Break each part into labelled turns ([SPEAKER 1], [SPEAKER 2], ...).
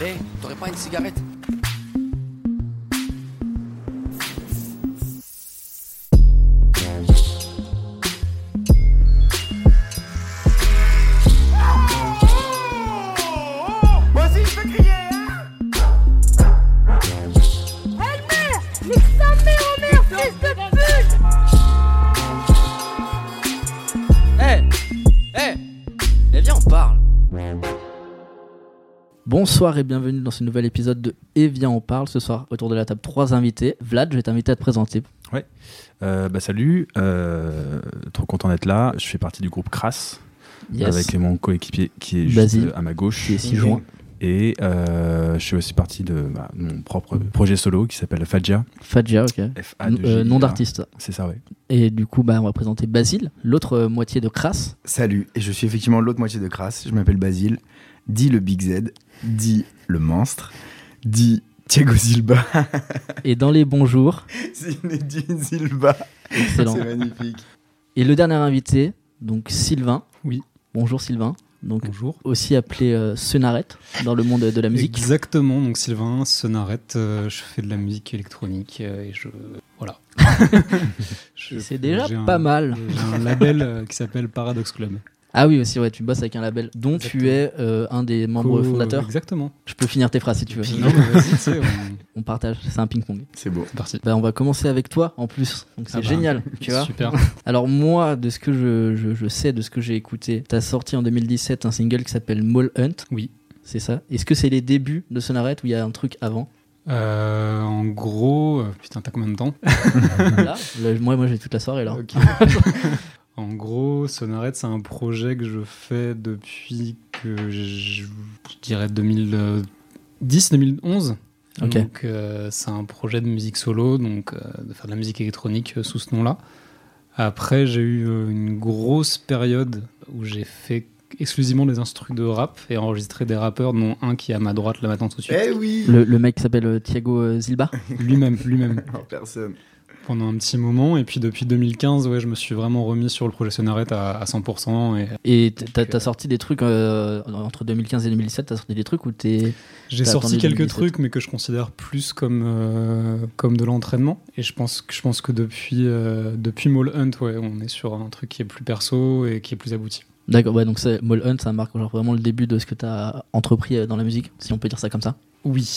[SPEAKER 1] Hé, Eh, t'aurais pas une cigarette
[SPEAKER 2] Moi aussi, je peux crier, hein
[SPEAKER 3] Nique sa mère, mère, fils de pute
[SPEAKER 1] Hé Hé Mais Eh, viens, on parle
[SPEAKER 4] Bonsoir et bienvenue dans ce nouvel épisode de Et viens on parle. Ce soir, autour de la table, trois invités. Vlad, je vais t'inviter à te présenter.
[SPEAKER 5] Euh, bah, salut, euh, trop content d'être là. Je fais partie du groupe Crass
[SPEAKER 4] Yes.
[SPEAKER 5] avec mon coéquipier qui est
[SPEAKER 4] Basile.
[SPEAKER 5] juste à ma gauche.
[SPEAKER 4] Qui est si joint.
[SPEAKER 5] Et euh, je suis aussi partie de bah, mon propre projet solo qui s'appelle Fadja.
[SPEAKER 4] Fadja, ok.
[SPEAKER 5] f
[SPEAKER 4] N- euh,
[SPEAKER 5] hein.
[SPEAKER 4] nom d'artiste.
[SPEAKER 5] C'est ça, ouais.
[SPEAKER 4] Et du coup, bah, on va présenter Basile, l'autre euh, moitié de Crass.
[SPEAKER 2] Salut, et je suis effectivement l'autre moitié de Crasse. Je m'appelle Basile, dit le Big Z, dit le monstre, dit Thiago Silva,
[SPEAKER 4] Et dans les bons jours,
[SPEAKER 2] Zinedine Silva.
[SPEAKER 4] excellent.
[SPEAKER 2] C'est magnifique.
[SPEAKER 4] Et le dernier invité, donc Sylvain.
[SPEAKER 6] Oui.
[SPEAKER 4] Bonjour Sylvain. Donc
[SPEAKER 6] Bonjour.
[SPEAKER 4] aussi appelé euh, Senaret dans le monde de la musique.
[SPEAKER 6] Exactement, donc Sylvain Sonarette, euh, je fais de la musique électronique euh, et je. Voilà. Je-
[SPEAKER 4] C'est déjà
[SPEAKER 6] j'ai un-
[SPEAKER 4] pas mal.
[SPEAKER 6] J'ai un label euh, qui s'appelle Paradox Club.
[SPEAKER 4] Ah oui, aussi, ouais, tu bosses avec un label dont tu es euh, un des membres
[SPEAKER 6] Co-
[SPEAKER 4] fondateurs.
[SPEAKER 6] Exactement.
[SPEAKER 4] Je peux finir tes phrases si tu veux.
[SPEAKER 6] Non, mais vas-y, tu sais, on-
[SPEAKER 4] On partage, c'est un ping-pong.
[SPEAKER 2] C'est beau.
[SPEAKER 6] c'est parti.
[SPEAKER 4] Bah, on va commencer avec toi en plus, donc c'est
[SPEAKER 6] Ah bah,
[SPEAKER 4] génial, tu vois.
[SPEAKER 6] Super.
[SPEAKER 4] Alors moi, de ce que je, je- je sais, de ce que j'ai écouté, t'as sorti en 2017 un single qui s'appelle Mole Hunt,
[SPEAKER 6] Oui.
[SPEAKER 4] c'est ça Est-ce que c'est les débuts de Sonaret ou il y a un truc avant
[SPEAKER 6] Euh, en gros, euh, putain, t'as combien de temps
[SPEAKER 4] Là, le- moi, moi j'ai toute la soirée là.
[SPEAKER 6] Ok. en gros, Sonarette, c'est un projet que je fais depuis que je, je dirais 2010, 2011.
[SPEAKER 4] Ok.
[SPEAKER 6] Donc, euh, c'est un projet de musique solo, donc euh, de faire de la musique électronique euh, sous ce nom-là. Après, j'ai eu euh, une grosse période où j'ai fait exclusivement des instrus de rap et enregistré des rappeurs, dont un qui est à ma droite là maintenant tout de suite.
[SPEAKER 2] Eh oui
[SPEAKER 4] Le, le mec qui s'appelle euh, Thiago euh, Zilba
[SPEAKER 6] Lui-même, lui-même.
[SPEAKER 2] En personne.
[SPEAKER 6] pendant un petit moment. Et puis depuis 2015, ouais, je me suis vraiment remis sur le projet Sonaret à, à 100%. Et
[SPEAKER 4] Et t- t'as
[SPEAKER 6] Donc,
[SPEAKER 4] t'as
[SPEAKER 6] euh,
[SPEAKER 4] sorti des trucs euh, entre 2015 et 2017, t'as sorti des trucs où t'es.
[SPEAKER 6] j'ai
[SPEAKER 4] T'as
[SPEAKER 6] sorti
[SPEAKER 4] attendu
[SPEAKER 6] quelques
[SPEAKER 4] 2017.
[SPEAKER 6] trucs, mais que je considère plus comme, euh, comme de l'entraînement. Et je pense, que- je pense que depuis, euh, depuis Mole Hunt, ouais, on est sur un truc qui est plus perso et qui est plus abouti.
[SPEAKER 4] D'accord, ouais, donc c'est- Mole Hunt, ça marque genre vraiment le début de ce que t'as entrepris euh, dans la musique, si on peut dire ça comme ça.
[SPEAKER 6] Oui,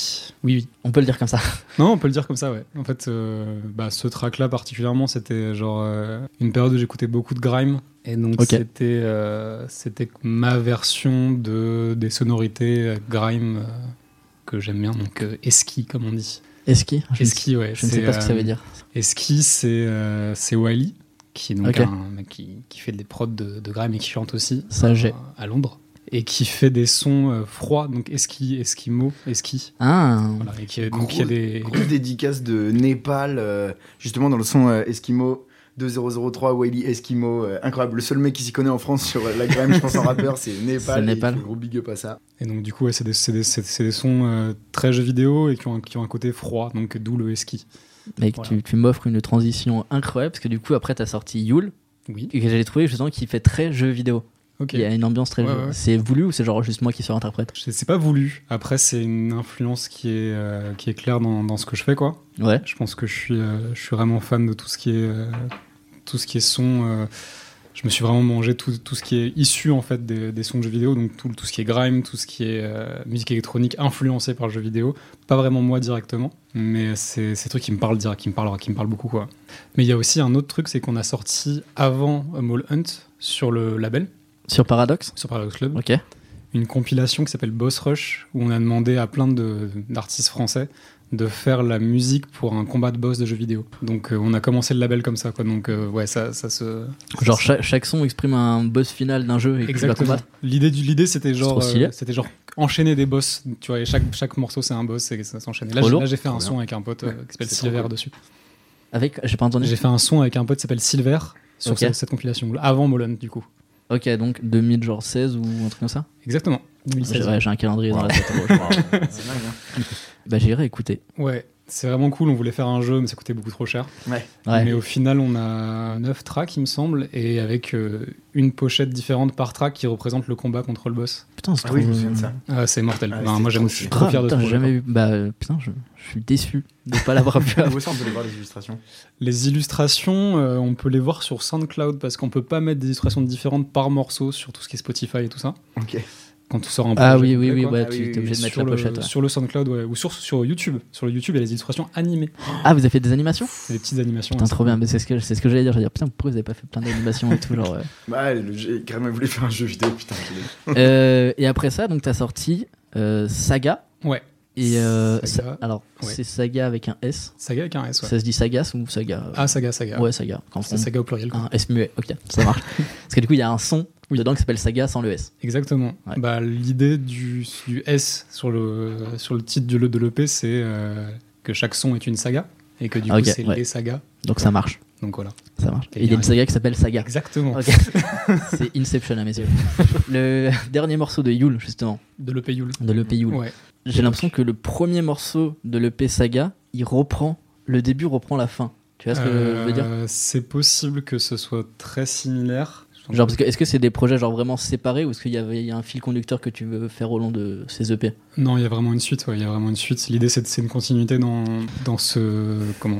[SPEAKER 6] oui, oui.
[SPEAKER 4] On peut le dire comme ça.
[SPEAKER 6] Non, on peut le dire comme ça, ouais. En fait, euh, bah, ce track-là particulièrement, c'était genre euh, une période où j'écoutais beaucoup de grime. Et donc,
[SPEAKER 4] Ok.
[SPEAKER 6] c'était, euh, c'était ma version de, des sonorités euh, grime euh, que j'aime bien, donc euh, esqui, comme on dit.
[SPEAKER 4] Eski Je ne-
[SPEAKER 6] Esqui, ouais.
[SPEAKER 4] je ne sais
[SPEAKER 6] c'est,
[SPEAKER 4] pas ce que ça
[SPEAKER 6] euh,
[SPEAKER 4] veut dire.
[SPEAKER 6] Esqui, c'est, euh, c'est Wiley, qui est donc
[SPEAKER 4] Ok.
[SPEAKER 6] un mec qui, qui fait des prods de, de grime et qui chante aussi
[SPEAKER 4] Ça,
[SPEAKER 6] à-
[SPEAKER 4] j'ai.
[SPEAKER 6] à Londres. Et qui fait des sons euh, froids, donc esqui, esquimaux, esqui.
[SPEAKER 4] Ah
[SPEAKER 6] Voilà, et qui, donc il y a
[SPEAKER 2] Gros-
[SPEAKER 6] des,
[SPEAKER 2] Grosse dédicace de Népal, euh, justement dans le son euh, Eskimo 2003, Wiley Eskimo. euh, incroyable, le seul mec qui s'y connaît en France sur euh, la grime, je pense en rappeur, c'est Népal. et il
[SPEAKER 4] Népal.
[SPEAKER 2] fait Gros big up à ça.
[SPEAKER 6] Et donc, du coup, ouais, c'est des, c'est des- c'est- c'est des sons euh, très jeux vidéo et qui ont, un- qui ont un côté froid, donc d'où le esqui.
[SPEAKER 4] Mec,
[SPEAKER 6] Voilà.
[SPEAKER 4] tu, tu m'offres une transition incroyable parce que du coup, après, t'as sorti Yule
[SPEAKER 6] Oui.
[SPEAKER 4] et que j'allais trouver justement qui fait très jeu vidéo.
[SPEAKER 6] Ok.
[SPEAKER 4] Il y a une ambiance très
[SPEAKER 6] Ouais,
[SPEAKER 4] jeu.
[SPEAKER 6] ouais.
[SPEAKER 4] C'est voulu ou c'est genre juste moi qui surinterprète
[SPEAKER 6] Je- C'est pas voulu. Après, c'est une influence qui est, euh, qui est claire dans, dans ce que je fais, quoi.
[SPEAKER 4] Ouais.
[SPEAKER 6] Je pense que je suis, euh, je suis vraiment fan de tout ce qui est, euh, tout ce qui est son. euh, je me suis vraiment mangé tout, tout ce qui est issu, en fait, des, des sons de jeux vidéo. Donc, tout, tout ce qui est grime, tout ce qui est euh, musique électronique influencée par le jeu vidéo. Pas vraiment moi directement, mais c'est ces trucs qui me parlent direct, qui me parlent, qui me parlent beaucoup, quoi. Mais il y a aussi un autre truc, c'est qu'on a sorti avant euh, Mole Hunt sur le label,
[SPEAKER 4] Sur Paradox
[SPEAKER 6] sur Paradox Club
[SPEAKER 4] Ok.
[SPEAKER 6] une compilation qui s'appelle Boss Rush, où on a demandé à plein de- d'artistes français de faire la musique pour un combat de boss de jeux vidéo. Donc euh, on a commencé le label comme ça, quoi. Donc euh, ouais, ça, ça se...
[SPEAKER 4] Genre cha- chaque son exprime un boss final d'un jeu et que tu vas
[SPEAKER 6] Exactement.
[SPEAKER 4] combattre.
[SPEAKER 6] L'idée du- l'idée, c'était
[SPEAKER 4] trop
[SPEAKER 6] genre,
[SPEAKER 4] stylé.
[SPEAKER 6] euh, c'était genre enchaîner des boss, tu vois, et chaque, chaque morceau c'est un boss et ça s'enchaîne. Et Là,
[SPEAKER 4] Trop
[SPEAKER 6] j'ai-
[SPEAKER 4] lourd.
[SPEAKER 6] là, j'ai fait un
[SPEAKER 5] Trop bien.
[SPEAKER 6] son avec un pote euh, qui s'appelle
[SPEAKER 5] C'est trop
[SPEAKER 6] Silver
[SPEAKER 5] cool.
[SPEAKER 6] dessus.
[SPEAKER 4] Avec, j'ai pas entendu.
[SPEAKER 6] J'ai fait un son avec un pote qui s'appelle Silver sur
[SPEAKER 4] Ok.
[SPEAKER 6] cette, cette compilation, avant Molen du coup.
[SPEAKER 4] Ok, donc 2016 ou un truc comme ça
[SPEAKER 6] Exactement.
[SPEAKER 4] J'ai
[SPEAKER 6] 2016.
[SPEAKER 4] ouais, j'ai un calendrier dans la tête. euh,
[SPEAKER 2] C'est dingue, hein.
[SPEAKER 4] Bah, j'irai écouter.
[SPEAKER 6] Ouais, C'est vraiment cool, on voulait faire un jeu, mais ça coûtait beaucoup trop cher.
[SPEAKER 4] Ouais.
[SPEAKER 6] Mais au final, on a 9 tracks, il me semble, et avec euh, une pochette différente par track qui représente le combat contre le boss.
[SPEAKER 4] Putain, c'est
[SPEAKER 2] Ah oui, je
[SPEAKER 4] trop-
[SPEAKER 2] me souviens de ça.
[SPEAKER 6] Ah, c'est mortel.
[SPEAKER 2] Ah,
[SPEAKER 6] Enfin,
[SPEAKER 2] c'était
[SPEAKER 6] moi, j'aime-
[SPEAKER 2] trop
[SPEAKER 6] je suis
[SPEAKER 2] stylé.
[SPEAKER 6] trop
[SPEAKER 4] Ah,
[SPEAKER 6] fier de ce
[SPEAKER 4] putain, j'ai
[SPEAKER 6] projet.
[SPEAKER 4] jamais vu. Bah, euh, putain, je, je suis déçu de pas l'avoir vu avant.
[SPEAKER 2] Où ça, on peut aller voir les illustrations
[SPEAKER 6] Les illustrations, euh, on peut les voir sur SoundCloud parce qu'on peut pas mettre des illustrations différentes par morceau sur tout ce qui est Spotify et tout ça.
[SPEAKER 2] Ok.
[SPEAKER 6] Quand tout sort en
[SPEAKER 4] Ah oui, oui, oui,
[SPEAKER 2] quoi.
[SPEAKER 4] ouais,
[SPEAKER 2] Ah
[SPEAKER 4] tu
[SPEAKER 2] oui,
[SPEAKER 4] t'es
[SPEAKER 2] oui,
[SPEAKER 4] obligé de mettre
[SPEAKER 6] sur,
[SPEAKER 4] la
[SPEAKER 6] le,
[SPEAKER 4] pochette. ouais.
[SPEAKER 6] sur le SoundCloud ouais, ou sur, sur YouTube. Sur le YouTube, il y a les illustrations animées.
[SPEAKER 4] Ah, vous avez fait des animations
[SPEAKER 6] C'est des petites animations.
[SPEAKER 4] Putain,
[SPEAKER 6] hein.
[SPEAKER 4] trop bien, mais c'est ce que, c'est ce que j'allais dire. J'allais dire, putain, pourquoi vous avez pas fait plein d'animations et tout, genre. euh.
[SPEAKER 2] Bah, le jeu, carrément, il voulait faire un jeu vidéo, putain. je l'ai.
[SPEAKER 4] Euh, et après ça, donc t'as sorti euh, Saga.
[SPEAKER 6] Ouais.
[SPEAKER 4] Et euh,
[SPEAKER 6] Saga.
[SPEAKER 4] sa- alors,
[SPEAKER 6] Ouais.
[SPEAKER 4] c'est Saga avec un S.
[SPEAKER 6] Saga avec un S, ouais.
[SPEAKER 4] Ça se dit Sagas ou Saga euh,
[SPEAKER 6] Ah, saga, saga.
[SPEAKER 4] Ouais, Saga. Quand
[SPEAKER 6] C'est
[SPEAKER 4] on-
[SPEAKER 6] saga au pluriel. quoi.
[SPEAKER 4] Un S muet, ok, ça marche. Parce que du coup, il y a un son
[SPEAKER 6] Oui.
[SPEAKER 4] dedans qui s'appelle Saga sans le S.
[SPEAKER 6] Exactement.
[SPEAKER 4] Ouais.
[SPEAKER 6] Bah, L'idée du, du S sur le, sur le titre du- de l'EP, c'est euh, que chaque son est une saga et que du
[SPEAKER 4] Ah, ok,
[SPEAKER 6] coup, c'est
[SPEAKER 4] ouais.
[SPEAKER 6] les sagas.
[SPEAKER 4] Donc ça marche.
[SPEAKER 6] Donc voilà.
[SPEAKER 4] Ça marche.
[SPEAKER 6] Et
[SPEAKER 4] Et il y a une
[SPEAKER 6] bien.
[SPEAKER 4] saga qui s'appelle Saga.
[SPEAKER 6] Exactement.
[SPEAKER 4] Ok. c'est Inception à mes yeux. Le dernier morceau de Yule, justement,
[SPEAKER 6] De l'EP Yule.
[SPEAKER 4] de l'EP Yule.
[SPEAKER 6] Ouais.
[SPEAKER 4] J'ai l'impression que le premier morceau de l'EP Saga, il reprend. Le début reprend la fin. Tu vois ce que je veux dire
[SPEAKER 6] Euh, C'est possible que ce soit très similaire.
[SPEAKER 2] Euh,
[SPEAKER 4] Genre, parce que est-ce que c'est des projets genre vraiment séparés ou est-ce qu'il y avait il y a un fil conducteur que tu veux faire au long de ces E EP
[SPEAKER 6] Non, il y a vraiment une suite. ouais, Il y a vraiment une suite. L'idée, c'est de- c'est une continuité dans, dans ce. Comment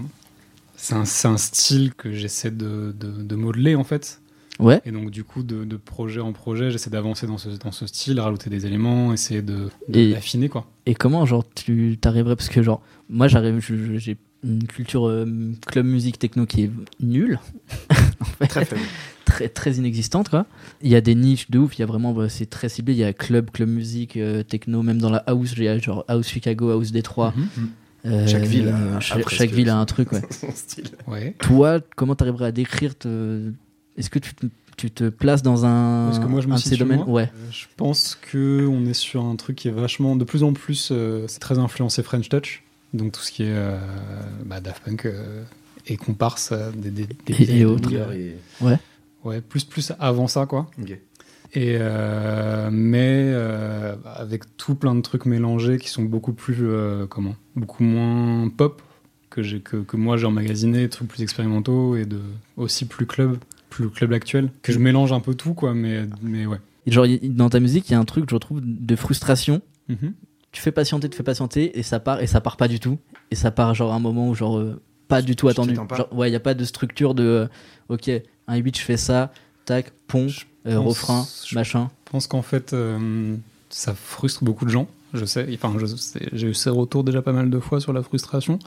[SPEAKER 6] C'est un, c'est un style que j'essaie de, de- de modeler, en fait.
[SPEAKER 4] Ouais.
[SPEAKER 6] Et donc, du coup, de, de projet en projet, j'essaie d'avancer dans ce, dans ce style, rajouter des éléments, essayer de, de
[SPEAKER 4] Et-
[SPEAKER 6] l'affiner, quoi.
[SPEAKER 4] Et comment genre tu t'arriverais parce que genre moi j'arrive je- je- j'ai une culture euh, club musique techno qui est nulle
[SPEAKER 2] Très faible.
[SPEAKER 4] très très inexistante quoi. Il y a des niches de ouf, il y a vraiment bah, c'est très ciblé, il y a club, club musique, euh, techno, même dans la house, il y a genre house Chicago, house Détroit.
[SPEAKER 6] Mhm.
[SPEAKER 4] Euh,
[SPEAKER 2] Chaque ville a-
[SPEAKER 4] euh,
[SPEAKER 2] a
[SPEAKER 4] cha-
[SPEAKER 2] presque
[SPEAKER 4] chaque ville a un truc ouais.
[SPEAKER 2] Son style.
[SPEAKER 6] Ouais.
[SPEAKER 4] Toi, comment t'arriverais à décrire te- est-ce que tu te, tu te places dans un
[SPEAKER 6] Est-ce que moi, je me
[SPEAKER 4] un de ces
[SPEAKER 6] situe,
[SPEAKER 4] domaines
[SPEAKER 6] moi
[SPEAKER 4] ouais.
[SPEAKER 6] Euh, Je pense que on est sur un truc qui est vachement, de plus en plus, euh, c'est très influencé French Touch, donc tout ce qui est euh, bah, Daft Punk euh, et comparse euh, des, des, des
[SPEAKER 4] Et- et
[SPEAKER 6] vieilles
[SPEAKER 4] autres.
[SPEAKER 6] longueurs et-
[SPEAKER 2] Et-
[SPEAKER 6] Ouais, plus plus avant ça quoi.
[SPEAKER 2] ok.
[SPEAKER 6] Et euh, mais euh, bah, avec tout plein de trucs mélangés qui sont beaucoup plus euh, comment, beaucoup moins pop que j'ai que, que moi j'ai emmagasiné, des trucs plus expérimentaux et de aussi plus club, plus club actuel. Que je mélange un peu tout quoi, mais mais ouais.
[SPEAKER 4] Et Genre il- dans ta musique, il y a un truc je retrouve de frustration
[SPEAKER 6] Mhm.
[SPEAKER 4] tu fais patienter, tu fais patienter, et ça part, et ça part pas du tout. Et ça part genre à un moment où genre euh, pas du tout
[SPEAKER 2] tu
[SPEAKER 4] attendu.
[SPEAKER 2] t'attends pas.
[SPEAKER 4] Genre, ouais, il y a pas de structure de euh, ok, un 8 je fais ça, tac, pont, euh,
[SPEAKER 6] pense-
[SPEAKER 4] refrain,
[SPEAKER 6] je
[SPEAKER 4] machin.
[SPEAKER 6] Je pense qu'en fait, euh, ça frustre beaucoup de gens. Je sais, enfin, je sais- j'ai eu ces retours déjà pas mal de fois sur la frustration.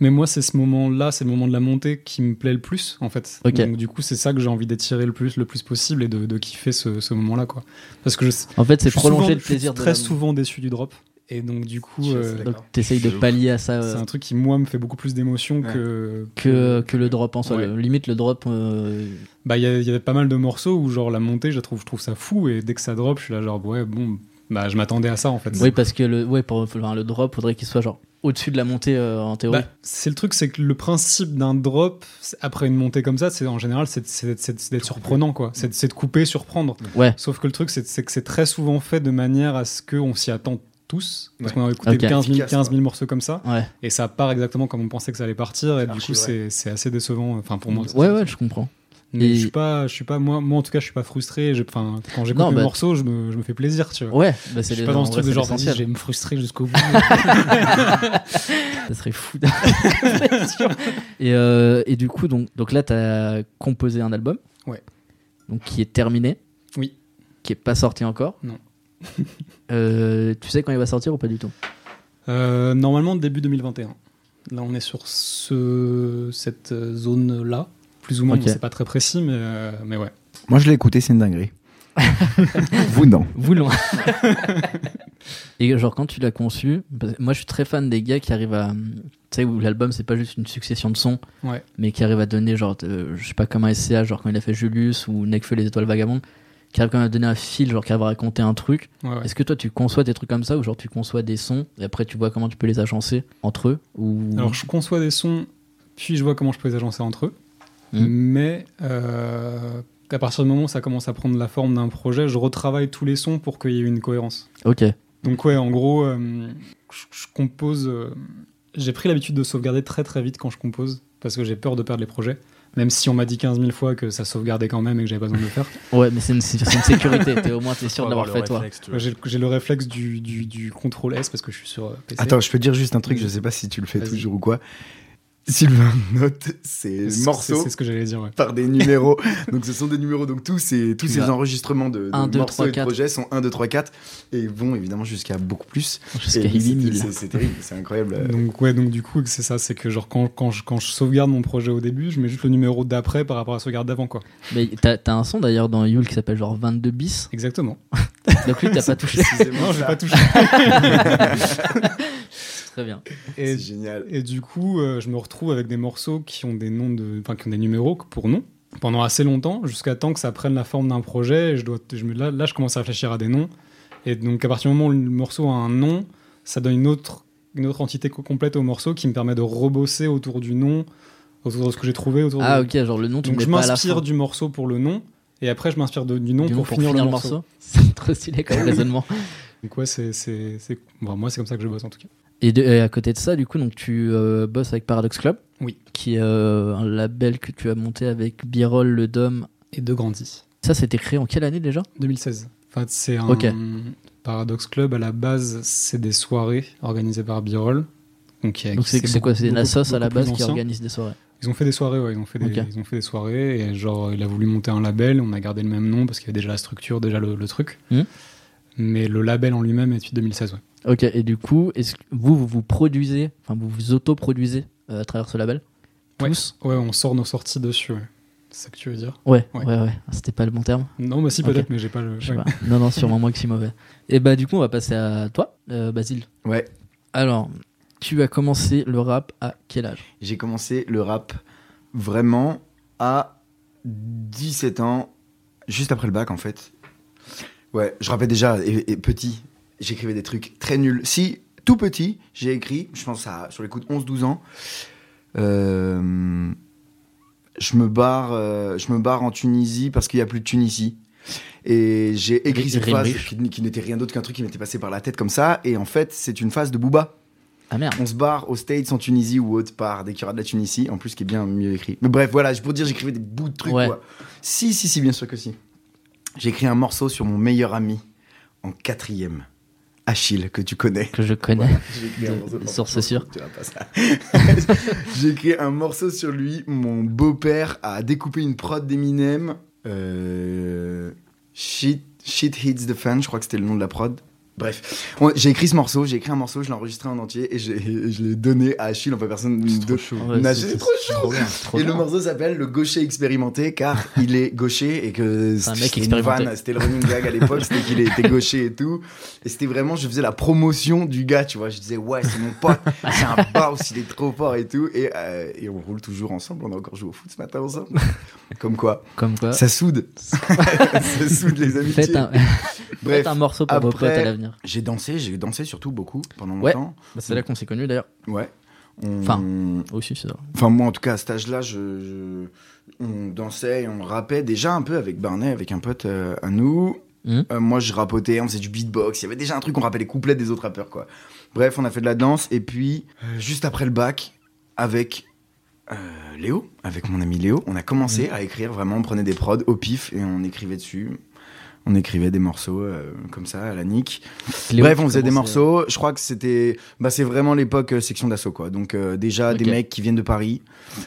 [SPEAKER 6] Mais moi, c'est ce moment-là, c'est le moment de la montée qui me plaît le plus, en fait.
[SPEAKER 4] Ok.
[SPEAKER 6] Donc, du coup, c'est ça que j'ai envie d'étirer le plus, le plus possible et de, de kiffer ce, ce moment-là, quoi. Parce que je,
[SPEAKER 4] En fait, c'est
[SPEAKER 6] je suis souvent-
[SPEAKER 4] prolonger le
[SPEAKER 6] je suis
[SPEAKER 4] plaisir de
[SPEAKER 6] très
[SPEAKER 4] la-
[SPEAKER 6] souvent déçu du drop. Et donc, du coup,
[SPEAKER 2] Je suis
[SPEAKER 6] euh,
[SPEAKER 2] assez
[SPEAKER 4] Donc
[SPEAKER 2] D'accord.
[SPEAKER 4] t'essayes de
[SPEAKER 2] Je-
[SPEAKER 4] pallier à ça euh,
[SPEAKER 6] c'est un truc qui, moi, me fait beaucoup plus d'émotion que,
[SPEAKER 4] que, que le drop en soi.
[SPEAKER 6] Ouais.
[SPEAKER 4] Le- Limite le drop. euh,
[SPEAKER 6] Bah, il y, a- il y avait pas mal de morceaux où, genre, la montée, je la trouve, je trouve ça fou. Et dès que ça drop, je suis là, genre, ouais, bon, bah, je m'attendais à ça, en fait.
[SPEAKER 4] Oui, parce que le, ouais, pour, enfin, le drop, faudrait qu'il soit genre au-dessus de la montée euh, en théorie.
[SPEAKER 6] Bah, c'est le truc, c'est que le principe d'un drop c'est- après une montée comme ça, c'est en général c'est c'est- c'est- c'est d'être surprenant quoi, c'est c'est de couper, surprendre.
[SPEAKER 4] Ouais.
[SPEAKER 6] Sauf que le truc, c'est c'est que c'est très souvent fait de manière à ce qu'on s'y attend tous, parce
[SPEAKER 2] Ouais.
[SPEAKER 6] qu'on a écouté
[SPEAKER 4] Ok.
[SPEAKER 6] 15, 000,
[SPEAKER 2] Efficace,
[SPEAKER 6] 15 000 morceaux comme ça,
[SPEAKER 4] Ouais,
[SPEAKER 6] et ça part exactement comme on pensait que ça allait partir, et du
[SPEAKER 2] archi
[SPEAKER 6] coup
[SPEAKER 2] vrai.
[SPEAKER 6] c'est c'est assez décevant, enfin pour moi. c'est-
[SPEAKER 4] ouais, ouais, je comprends.
[SPEAKER 6] Mais
[SPEAKER 4] Et-
[SPEAKER 6] je suis pas, je suis pas moi, moi en tout cas, je suis pas frustré. je- Enfin, quand j'écoute
[SPEAKER 4] Non,
[SPEAKER 6] mes
[SPEAKER 4] bah-
[SPEAKER 6] morceaux, je me, je me fais plaisir, tu vois.
[SPEAKER 4] Ouais, bah,
[SPEAKER 6] Je
[SPEAKER 4] c'est
[SPEAKER 6] suis
[SPEAKER 4] les-
[SPEAKER 6] pas dans
[SPEAKER 4] en
[SPEAKER 6] ce
[SPEAKER 4] vrai,
[SPEAKER 6] truc de
[SPEAKER 4] c'est
[SPEAKER 6] genre, vas-y,
[SPEAKER 4] l'essentiel.
[SPEAKER 6] je vais me frustrer jusqu'au bout.
[SPEAKER 4] Ça serait fou. et, euh, et du coup, donc, donc là, tu as composé un album.
[SPEAKER 6] Ouais.
[SPEAKER 4] Donc qui est terminé.
[SPEAKER 6] Oui.
[SPEAKER 4] Qui est pas sorti encore.
[SPEAKER 6] Non.
[SPEAKER 4] Euh, tu sais quand il va sortir ou pas du tout
[SPEAKER 6] Euh, normalement début 2021. Là, on est sur ce, cette euh, zone-là, plus ou moins.
[SPEAKER 4] Ok.
[SPEAKER 6] bon, C'est pas très précis, mais, euh, mais ouais.
[SPEAKER 2] Moi, je l'ai écouté, c'est une dinguerie. Vous, non.
[SPEAKER 4] Vous loin. et genre quand tu l'as conçu, parce que moi je suis très fan des gars qui arrivent à, hum, tu sais où l'album c'est pas juste une succession de sons,
[SPEAKER 6] Ouais.
[SPEAKER 4] mais qui arrivent à donner genre, euh, je sais pas comme un SCH genre quand il a fait Julius ou Necfeu les étoiles vagabondes, qui arrivent quand même à donner un fil, genre qui arrivent à raconter un truc.
[SPEAKER 6] ouais, ouais.
[SPEAKER 4] Est-ce que toi tu conçois des trucs comme ça ou genre tu conçois des sons et après tu vois comment tu peux les agencer entre eux ou
[SPEAKER 6] Alors, je conçois des sons, puis je vois comment je peux les agencer entre eux.
[SPEAKER 4] Mhm.
[SPEAKER 6] Mais euh, à partir du moment où ça commence à prendre la forme d'un projet, je retravaille tous les sons pour qu'il y ait une cohérence.
[SPEAKER 4] Ok.
[SPEAKER 6] Donc ouais, en gros, euh, je je compose. euh, j'ai pris l'habitude de sauvegarder très très vite quand je compose parce que j'ai peur de perdre les projets. Même si on m'a dit 15 000 fois que ça sauvegardait quand même et que j'avais pas besoin de le faire.
[SPEAKER 4] Ouais, mais c'est une, c'est une sécurité. T'es au moins t'es sûr de l'avoir fait toi.
[SPEAKER 6] Ouais, J'ai le- j'ai le réflexe du, du, du contrôle S parce que je suis sur euh, PC.
[SPEAKER 2] Attends, je peux dire juste un truc, je sais pas si tu le fais
[SPEAKER 6] Vas-y.
[SPEAKER 2] toujours ou quoi. Sylvain note ses
[SPEAKER 6] C'est-
[SPEAKER 2] morceaux
[SPEAKER 6] c'est- C'est ce que j'allais dire, ouais.
[SPEAKER 2] par des numéros. donc ce sont des numéros, donc tous ces, tous
[SPEAKER 4] Tu
[SPEAKER 2] ces
[SPEAKER 4] vas-
[SPEAKER 2] enregistrements de, de
[SPEAKER 4] Un, deux,
[SPEAKER 2] morceaux
[SPEAKER 4] trois,
[SPEAKER 2] et de
[SPEAKER 4] quatre.
[SPEAKER 2] projets sont 1, 2, 3, 4 et vont évidemment jusqu'à beaucoup plus.
[SPEAKER 4] Jusqu'à
[SPEAKER 2] Et c'est-
[SPEAKER 4] 8000.
[SPEAKER 2] c'est- C'est terrible, c'est incroyable. euh,
[SPEAKER 6] Donc, ouais, donc du coup, c'est ça, c'est que genre quand, quand, je, quand je sauvegarde mon projet au début, je mets juste le numéro d'après par rapport à la sauvegarde d'avant, quoi.
[SPEAKER 4] Mais t'as t'as un son d'ailleurs dans Yule qui s'appelle genre 22 bis.
[SPEAKER 6] Exactement.
[SPEAKER 4] Donc lui, t'as pas touché.
[SPEAKER 2] précisément
[SPEAKER 6] Non, je
[SPEAKER 2] ça.
[SPEAKER 6] vais pas touché.
[SPEAKER 4] Très bien.
[SPEAKER 6] Et,
[SPEAKER 2] C'est génial.
[SPEAKER 6] et du coup, euh, je me retrouve avec des morceaux qui ont des noms de, enfin, qui ont des numéros que pour nom pendant assez longtemps, jusqu'à temps que ça prenne la forme d'un projet. Et je dois, je me, là, là, je commence à réfléchir à des noms. Et donc, à partir du moment où le morceau a un nom, ça donne une autre, une autre entité co- complète au morceau qui me permet de rebosser autour du nom, autour de ce que j'ai trouvé, autour
[SPEAKER 4] Ah
[SPEAKER 6] de.
[SPEAKER 4] ok, genre le nom, tu
[SPEAKER 6] Donc,
[SPEAKER 4] le
[SPEAKER 6] je
[SPEAKER 4] mets pas à la
[SPEAKER 6] m'inspire
[SPEAKER 4] fin.
[SPEAKER 6] du morceau pour le nom. Et après, je m'inspire de- du nom
[SPEAKER 4] Du nom
[SPEAKER 6] pour, finir, le morceau.
[SPEAKER 4] C'est trop stylé comme raisonnement.
[SPEAKER 6] Donc, ouais, c'est. c'est- c'est- bon, moi, c'est comme ça que je bosse en tout cas.
[SPEAKER 4] Et, de- et à côté de ça, du coup, donc tu euh, bosses avec Paradox Club.
[SPEAKER 6] Oui.
[SPEAKER 4] Qui est euh, un label que tu as monté avec Birol, le Dom.
[SPEAKER 6] Et de Grandi.
[SPEAKER 4] Ça, c'était créé en quelle année déjà
[SPEAKER 6] 2016. Enfin, c'est un
[SPEAKER 4] Ok.
[SPEAKER 6] Paradox Club. À la base, c'est des soirées organisées par Birol. Donc, il y a-
[SPEAKER 4] Donc c'est c'est
[SPEAKER 6] beaucoup-
[SPEAKER 4] quoi C'est
[SPEAKER 6] beaucoup-
[SPEAKER 4] Nassos à la
[SPEAKER 6] beaucoup plus
[SPEAKER 4] base qui
[SPEAKER 6] ancien.
[SPEAKER 4] organise des soirées.
[SPEAKER 6] Ils ont fait des soirées, ouais. Ils ont fait des,
[SPEAKER 4] Ok.
[SPEAKER 6] ils ont fait des soirées. Et genre, il a voulu monter un label. On a gardé le même nom parce qu'il y avait déjà la structure, déjà le, le truc.
[SPEAKER 4] Mhm.
[SPEAKER 6] Mais le label en lui-même est depuis 2016, ouais.
[SPEAKER 4] Ok, et du coup, est-ce que vous, vous vous produisez, enfin vous vous autoproduisez euh, à travers ce label
[SPEAKER 6] Ouais.
[SPEAKER 4] Tous
[SPEAKER 6] Ouais, on sort nos sorties dessus, ouais. C'est ça que tu veux dire
[SPEAKER 4] Ouais, ouais,
[SPEAKER 6] Ouais.
[SPEAKER 4] ouais. Ah, C'était pas le bon terme.
[SPEAKER 6] Non, bah si,
[SPEAKER 4] Ok.
[SPEAKER 6] peut-être, mais j'ai pas le.
[SPEAKER 4] Je sais pas.
[SPEAKER 6] ouais.
[SPEAKER 4] Non, non, sûrement moi qui suis mauvais. Et bah du coup, on va passer à toi, euh, Basile.
[SPEAKER 2] Ouais,
[SPEAKER 4] Alors, tu as commencé le rap à quel âge
[SPEAKER 2] j'ai commencé le rap vraiment à 17 ans, juste après le bac en fait. Ouais, je rappais déjà, et, et petit, j'écrivais des trucs très nuls. Si, tout petit, j'ai écrit, je pense à, sur les coups de 11-12 ans, euh, je, me barre, euh, je me barre en Tunisie parce qu'il n'y a plus de Tunisie. Et j'ai écrit
[SPEAKER 4] Ri-
[SPEAKER 2] cette
[SPEAKER 4] rime
[SPEAKER 2] phrase
[SPEAKER 4] riche.
[SPEAKER 2] qui, n- qui n'était rien d'autre qu'un truc qui m'était passé par la tête comme ça. Et en fait, c'est une phase de Booba.
[SPEAKER 4] Ah merde.
[SPEAKER 2] On se barre aux States, en Tunisie ou autre part, dès qu'il y aura de la Tunisie, en plus qui est bien mieux écrit. Mais bref, voilà, pour dire, j'écrivais des bouts de trucs.
[SPEAKER 4] Ouais.
[SPEAKER 2] quoi. Si, si, si, bien sûr que si. J'ai écrit un morceau sur mon meilleur ami en quatrième, Achille, que tu connais.
[SPEAKER 4] Que je connais.
[SPEAKER 2] Voilà, j'ai écrit un
[SPEAKER 4] De-
[SPEAKER 2] morceau-
[SPEAKER 4] source
[SPEAKER 2] non,
[SPEAKER 4] sûre.
[SPEAKER 2] tu l'as pas, ça. J'ai écrit un morceau sur lui. Mon beau-père a découpé une prod d'Eminem. Euh, shit, shit Hits the Fan, je crois que c'était le nom de la prod. Bref, On- j'ai écrit ce morceau, j'ai écrit un morceau, je l'ai enregistré en entier et, j'ai- et je l'ai donné à Achille, enfin personne d'autre.
[SPEAKER 4] Ouais,
[SPEAKER 2] n'a-
[SPEAKER 4] c'est-
[SPEAKER 2] c'est
[SPEAKER 4] c'est-
[SPEAKER 2] trop
[SPEAKER 4] c'est trop bien, c'est trop
[SPEAKER 2] Et le
[SPEAKER 4] bien.
[SPEAKER 2] morceau s'appelle Le Gaucher Expérimenté car il est gaucher et que
[SPEAKER 4] C'est un
[SPEAKER 2] c'était
[SPEAKER 4] mec
[SPEAKER 2] une
[SPEAKER 4] expérimenté.
[SPEAKER 2] vanne, C'était le running gag à l'époque, c'était qu'il était gaucher et tout. Et c'était vraiment, je faisais la promotion du gars, tu vois. Je disais, ouais, c'est mon pote, c'est un boss, il est trop fort et tout. Et, euh, et on roule toujours ensemble, on a encore joué au foot ce matin ensemble. Comme quoi,
[SPEAKER 4] Comme quoi.
[SPEAKER 2] ça soude. ça soude les amitiés.
[SPEAKER 4] Faites un,
[SPEAKER 2] Bref,
[SPEAKER 4] faites un morceau pour vos
[SPEAKER 2] après-
[SPEAKER 4] potes à l'avenir.
[SPEAKER 2] j'ai dansé, j'ai dansé surtout beaucoup pendant
[SPEAKER 4] Ouais.
[SPEAKER 2] longtemps.
[SPEAKER 4] c'est là qu'on s'est connus d'ailleurs.
[SPEAKER 2] Ouais. On-
[SPEAKER 4] Enfin. Aussi, c'est ça.
[SPEAKER 2] Enfin, moi, en tout cas, à cet âge-là, je, je- on dansait et on rappait déjà un peu avec Barnet, avec un pote euh, à nous.
[SPEAKER 4] Mhm.
[SPEAKER 2] Euh, moi, je rapotais, on faisait du beatbox. Il y avait déjà un truc, on rappelait les couplets des autres rappeurs, quoi. Bref, on a fait de la danse. Et puis, euh, juste après le bac, avec euh, Léo, avec mon ami Léo, on a commencé à écrire vraiment. On prenait des prods au pif et on écrivait dessus. On écrivait des morceaux euh, comme ça à la nique.
[SPEAKER 4] Cléo,
[SPEAKER 2] Bref,
[SPEAKER 4] tu
[SPEAKER 2] on faisait des
[SPEAKER 4] commences,
[SPEAKER 2] morceaux. Je crois que c'était, bah, c'est vraiment l'époque euh, section d'assaut, quoi. Donc euh, déjà
[SPEAKER 4] Ok.
[SPEAKER 2] des mecs qui viennent de Paris,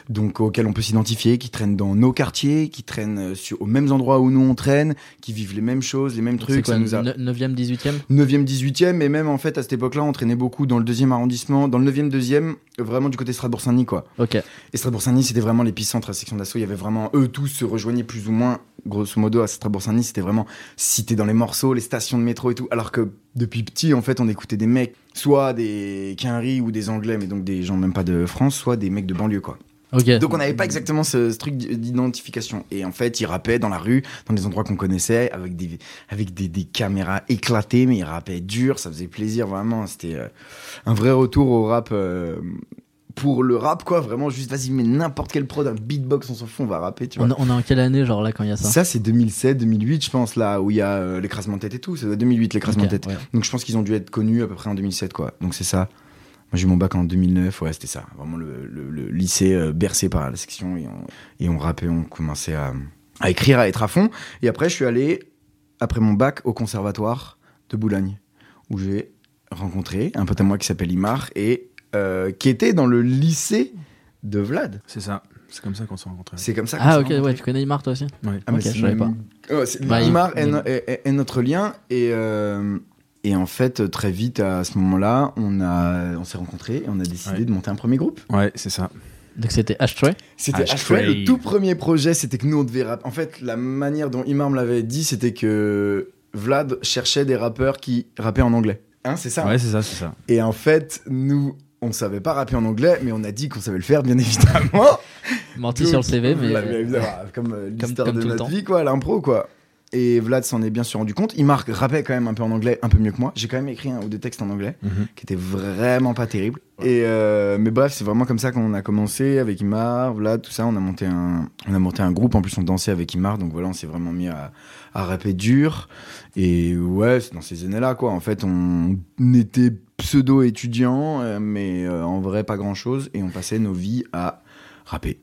[SPEAKER 2] donc auxquels on peut s'identifier, qui traînent dans nos quartiers, qui traînent euh, sur, aux mêmes endroits où nous on traîne, qui vivent les mêmes choses, les mêmes
[SPEAKER 4] euh,
[SPEAKER 2] trucs.
[SPEAKER 4] C'est quoi,
[SPEAKER 2] ça nous a...
[SPEAKER 4] 9ème, 18ème
[SPEAKER 2] 9e, 18e, et même en fait à cette époque-là, on traînait beaucoup dans le deuxième arrondissement, dans le 9e, 2e, euh, vraiment du côté Strasbourg-Saint-Denis, quoi.
[SPEAKER 4] Ok.
[SPEAKER 2] Et Strasbourg-Saint-Denis, c'était vraiment l'épicentre à section d'assaut. Il y avait vraiment, eux tous se rejoignaient plus ou moins, grosso modo, à Strasbourg-Saint-Denis. C'était vraiment cité dans les morceaux, les stations de métro et tout. Alors que depuis petit, en fait, on écoutait des mecs, soit des Quinry ou des Anglais, mais donc des gens même pas de France, soit des mecs de banlieue, quoi.
[SPEAKER 4] Ok.
[SPEAKER 2] Donc on n'avait pas exactement ce, ce truc d'identification. Et en fait, ils rappaient dans la rue, dans les endroits qu'on connaissait, avec des avec des, des caméras éclatées, mais ils rappaient dur, ça faisait plaisir vraiment. C'était euh, un vrai retour au rap. euh, pour le rap, quoi, vraiment, juste vas-y, mais n'importe quel prod, un beatbox, on s'en fout, on va rapper, tu vois.
[SPEAKER 4] on, on est en quelle année, genre là, quand il y a ça,
[SPEAKER 2] Ça, c'est 2007, 2008, je pense, là, où il y a euh, l'écrasement de tête et tout. Ça doit être 2008, l'écrasement
[SPEAKER 4] Ok,
[SPEAKER 2] de tête.
[SPEAKER 4] ouais.
[SPEAKER 2] Donc je pense qu'ils ont dû être connus à peu près en 2007, quoi. Donc c'est ça. Moi, j'ai eu mon bac en 2009, ouais, c'était ça. Vraiment le, le- le lycée euh, bercé par la section et on, et on rappait, on commençait à, à écrire, à être à fond. Et après, je suis allé, après mon bac, au conservatoire de Boulogne, où j'ai rencontré un pote à moi qui s'appelle Imar et euh, qui était dans le lycée de Vlad.
[SPEAKER 5] C'est ça. C'est comme ça qu'on s'est rencontrés.
[SPEAKER 2] C'est comme ça qu'on
[SPEAKER 4] Ah,
[SPEAKER 2] s'est
[SPEAKER 4] ok,
[SPEAKER 2] rencontrés.
[SPEAKER 4] ouais, tu connais Neymar toi aussi
[SPEAKER 5] Ouais.
[SPEAKER 2] Ah, mais
[SPEAKER 4] Ok,
[SPEAKER 2] c'est
[SPEAKER 4] je savais pas.
[SPEAKER 2] Oh, c'est-
[SPEAKER 4] Bah,
[SPEAKER 2] Neymar
[SPEAKER 4] il-
[SPEAKER 2] est,
[SPEAKER 4] il-
[SPEAKER 2] no- est- est- est notre lien et, euh, et en fait très vite à ce moment-là on a on s'est rencontrés et on a décidé
[SPEAKER 5] Ouais.
[SPEAKER 2] de monter un premier groupe.
[SPEAKER 5] Ouais, c'est ça.
[SPEAKER 4] Donc c'était Ashtray.
[SPEAKER 2] C'était
[SPEAKER 5] Ashtray.
[SPEAKER 2] Ashtray. Le tout premier projet c'était que nous on devait rapper. En fait la manière dont Imar me l'avait dit c'était que Vlad cherchait des rappeurs qui rappaient en anglais. Hein c'est ça.
[SPEAKER 5] Ouais, c'est ça, c'est ça.
[SPEAKER 2] Et en fait nous on savait pas rapper en anglais mais on a dit qu'on savait le faire bien évidemment.
[SPEAKER 4] Menti sur le CV, mais.
[SPEAKER 2] Bah, bien évidemment, comme euh, l'histoire
[SPEAKER 4] comme
[SPEAKER 2] de
[SPEAKER 4] tout le
[SPEAKER 2] notre
[SPEAKER 4] temps.
[SPEAKER 2] vie, quoi, l'impro, quoi. Et Vlad s'en est bien sûr rendu compte. Il marque, rappelait quand même un peu en anglais, un peu mieux que moi. J'ai quand même écrit un ou deux textes en anglais
[SPEAKER 5] Mhm.
[SPEAKER 2] qui étaient vraiment pas terribles. Et euh, mais bref, c'est vraiment comme ça qu'on a commencé avec Imar, Vlad, tout ça. On a monté un, on a monté un groupe. En plus, on dansait avec Imar, donc voilà, on s'est vraiment mis à, à rapper dur. Et ouais, c'est dans ces années-là, quoi. En fait, on était pseudo étudiants, euh, mais euh, en vrai pas grand-chose, et on passait nos vies à rapper.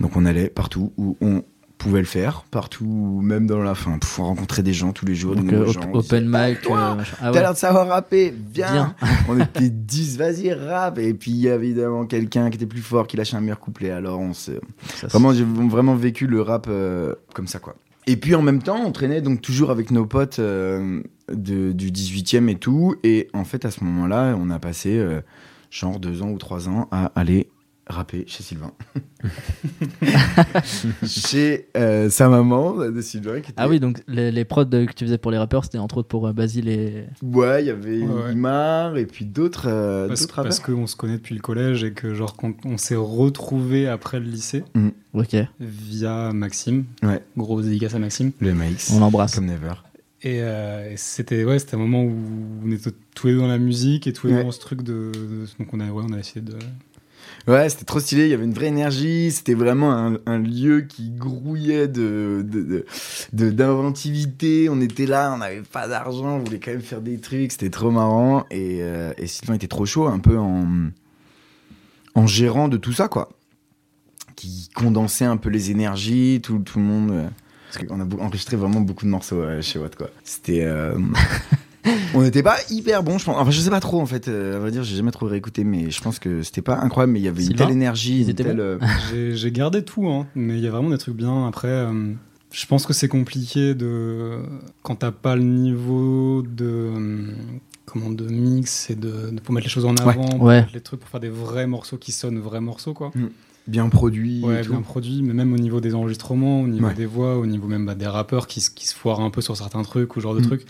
[SPEAKER 2] Donc on allait partout où on pouvait le faire, partout, où- même dans la fin, pour rencontrer des gens tous les jours, des
[SPEAKER 4] Donc
[SPEAKER 2] nouveaux
[SPEAKER 4] euh, op-
[SPEAKER 2] gens. On disait,
[SPEAKER 4] open mic.
[SPEAKER 2] toi,
[SPEAKER 4] euh, machin. Ah
[SPEAKER 2] T'as
[SPEAKER 4] ouais.
[SPEAKER 2] l'air de savoir rapper, viens.
[SPEAKER 4] Viens.
[SPEAKER 2] on était 10, vas-y, rap. Et puis, il y a évidemment, quelqu'un qui était plus fort, qui lâchait un meilleur couplet. Alors, on se.
[SPEAKER 4] Ça, c'est-
[SPEAKER 2] Vraiment, j'ai vraiment vécu le rap euh, comme ça, quoi. Et puis, en même temps, on traînait donc toujours avec nos potes euh, de- du 18e et tout. Et en fait, à ce moment-là, on a passé euh, genre deux ans ou trois ans à aller rapper chez Sylvain. chez euh, sa maman de Sylvain. Qui était
[SPEAKER 4] Ah oui, donc les, les prods euh, que tu faisais pour les rappeurs, c'était entre autres pour euh, Basile et.
[SPEAKER 2] Ouais, il y avait
[SPEAKER 6] Ouais, ouais.
[SPEAKER 2] Imar et puis d'autres euh,
[SPEAKER 6] Parce,
[SPEAKER 2] d'autres rappeurs.
[SPEAKER 6] parce qu'on se connaît depuis le collège et que, genre, quand on s'est retrouvés après le lycée
[SPEAKER 4] Ok,
[SPEAKER 6] via Maxime.
[SPEAKER 2] Ouais.
[SPEAKER 6] Grosse dédicace à Maxime.
[SPEAKER 2] Le MX.
[SPEAKER 4] on l'embrasse.
[SPEAKER 2] Comme Never.
[SPEAKER 6] Et, euh, et c'était ouais, c'était un moment où on était tous les deux dans la musique et tous les
[SPEAKER 2] Ouais.
[SPEAKER 6] deux dans ce truc de. de- donc on a, ouais, on a essayé de.
[SPEAKER 2] Ouais, c'était trop stylé, il y avait une vraie énergie, c'était vraiment un, un lieu qui grouillait de, de, de- de- d'inventivité, on était là, on n'avait pas d'argent, on voulait quand même faire des trucs, c'était trop marrant, et, euh, et Sylvain était trop chaud, un peu en, en gérant de tout ça, quoi. Qui condensait un peu les énergies, tout, tout le monde... euh, parce qu'on a bou- enregistré vraiment beaucoup de morceaux euh, chez Watt, quoi. C'était... euh, On n'était pas hyper bon, je pense. Enfin, je sais pas trop en fait. euh, à vrai dire, j'ai jamais trop réécouté, mais je pense que c'était pas incroyable. Mais il y avait une
[SPEAKER 4] Sylvain,
[SPEAKER 2] telle énergie,
[SPEAKER 4] ils
[SPEAKER 2] une
[SPEAKER 4] étaient
[SPEAKER 2] telle.
[SPEAKER 4] bons
[SPEAKER 2] euh,
[SPEAKER 6] J'ai- J'ai gardé tout, hein, mais il y a vraiment des trucs bien. Après, euh, je pense que c'est compliqué de. Quand t'as pas le niveau de. euh, Comment de mix et de, de- pour mettre les choses en avant, pour
[SPEAKER 4] Ouais.
[SPEAKER 6] mettre les trucs pour faire des vrais morceaux qui sonnent vrais morceaux quoi.
[SPEAKER 2] bien produit
[SPEAKER 6] Ouais,
[SPEAKER 2] et tout.
[SPEAKER 6] bien produit, mais même au niveau des enregistrements, au niveau
[SPEAKER 2] Ouais.
[SPEAKER 6] des voix, au niveau même bah, des rappeurs qui, se- qui se foirent un peu sur certains trucs ou ce genre de
[SPEAKER 2] Mm.
[SPEAKER 6] trucs.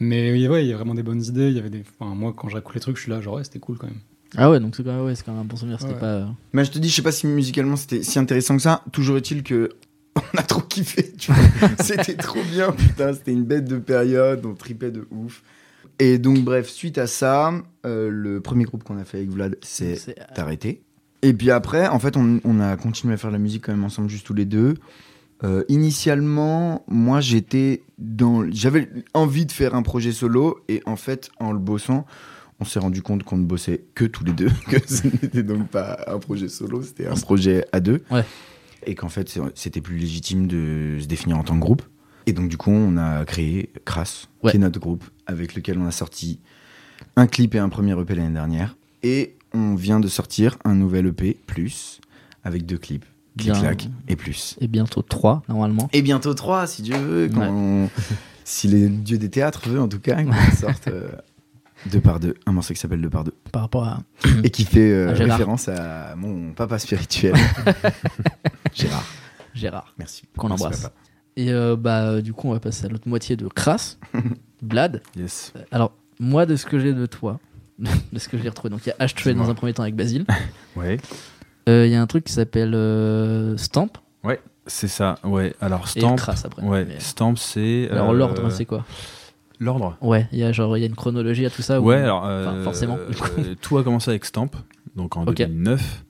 [SPEAKER 6] Mais oui, ouais, il y a vraiment des bonnes idées. Il y avait des... enfin, moi, quand j'écoute les trucs, je suis là, genre, ouais, c'était cool quand même.
[SPEAKER 4] Ah ouais, donc c'est quand, même, ouais, c'est quand même un bon souvenir, c'était
[SPEAKER 6] Ouais.
[SPEAKER 4] pas. euh,
[SPEAKER 2] Mais je te dis, je sais pas si musicalement c'était si intéressant que ça. Toujours est-il que on a trop kiffé. tu vois. c'était trop bien, putain. C'était une bête de période, on tripait de ouf. Et donc bref, suite à ça, euh, le premier groupe qu'on a fait avec Vlad, c'est
[SPEAKER 4] c'est-
[SPEAKER 2] t'as arrêté. Et puis après, en fait, on, on a continué à faire de la musique quand même ensemble, juste tous les deux. Euh, initialement, moi, j'étais dans, j'avais envie de faire un projet solo, et en fait, en le bossant, on s'est rendu compte qu'on ne bossait que tous les deux, que ce n'était donc pas un projet solo, c'était un projet à deux.
[SPEAKER 4] Ouais.
[SPEAKER 2] Et qu'en fait, c'est- c'était plus légitime de se définir en tant que groupe. Et donc, du coup, on a créé Crass,
[SPEAKER 4] Ouais.
[SPEAKER 2] qui est notre groupe, avec lequel on a sorti un clip et un premier EP l'année dernière. Et on vient de sortir un nouvel EP, plus, avec deux clips,
[SPEAKER 4] Bien.
[SPEAKER 2] Clic-Clac et plus.
[SPEAKER 4] Et bientôt 3, normalement.
[SPEAKER 2] Et bientôt 3, si Dieu veut, quand
[SPEAKER 4] Ouais.
[SPEAKER 2] on- si les dieux des théâtres veulent en tout cas, qu'on sorte euh, deux par deux, un morceau qui s'appelle deux par deux,
[SPEAKER 4] Par rapport à.
[SPEAKER 2] et qui fait euh,
[SPEAKER 4] À Gérard.
[SPEAKER 2] référence à mon papa spirituel, Gérard.
[SPEAKER 4] Gérard,
[SPEAKER 2] Merci.
[SPEAKER 4] qu'on
[SPEAKER 2] Merci,
[SPEAKER 4] embrasse.
[SPEAKER 2] papa.
[SPEAKER 4] Et euh, bah, euh, du coup, on va passer à l'autre moitié de Crass, Blad.
[SPEAKER 5] Yes.
[SPEAKER 4] Euh, Alors, moi, de ce que j'ai de toi, de ce que j'ai retrouvé, donc il y a Ashtray dans un premier temps avec Basile.
[SPEAKER 5] Ouais.
[SPEAKER 4] Euh, Il y a un truc qui s'appelle euh, Stamp
[SPEAKER 5] C'est ça, ouais. Alors,
[SPEAKER 4] et
[SPEAKER 5] Stamp.
[SPEAKER 4] Crass après.
[SPEAKER 5] Ouais,
[SPEAKER 4] Mais-
[SPEAKER 5] Stamp, c'est.
[SPEAKER 4] Alors,
[SPEAKER 5] euh,
[SPEAKER 4] l'ordre, c'est quoi
[SPEAKER 5] L'ordre
[SPEAKER 4] Ouais, il y a genre il y a une chronologie à tout ça. ou-
[SPEAKER 5] Ouais, alors.
[SPEAKER 4] enfin,
[SPEAKER 5] euh,
[SPEAKER 4] forcément.
[SPEAKER 5] euh, tout a commencé avec Stamp, donc en
[SPEAKER 4] Ok.
[SPEAKER 5] 2009.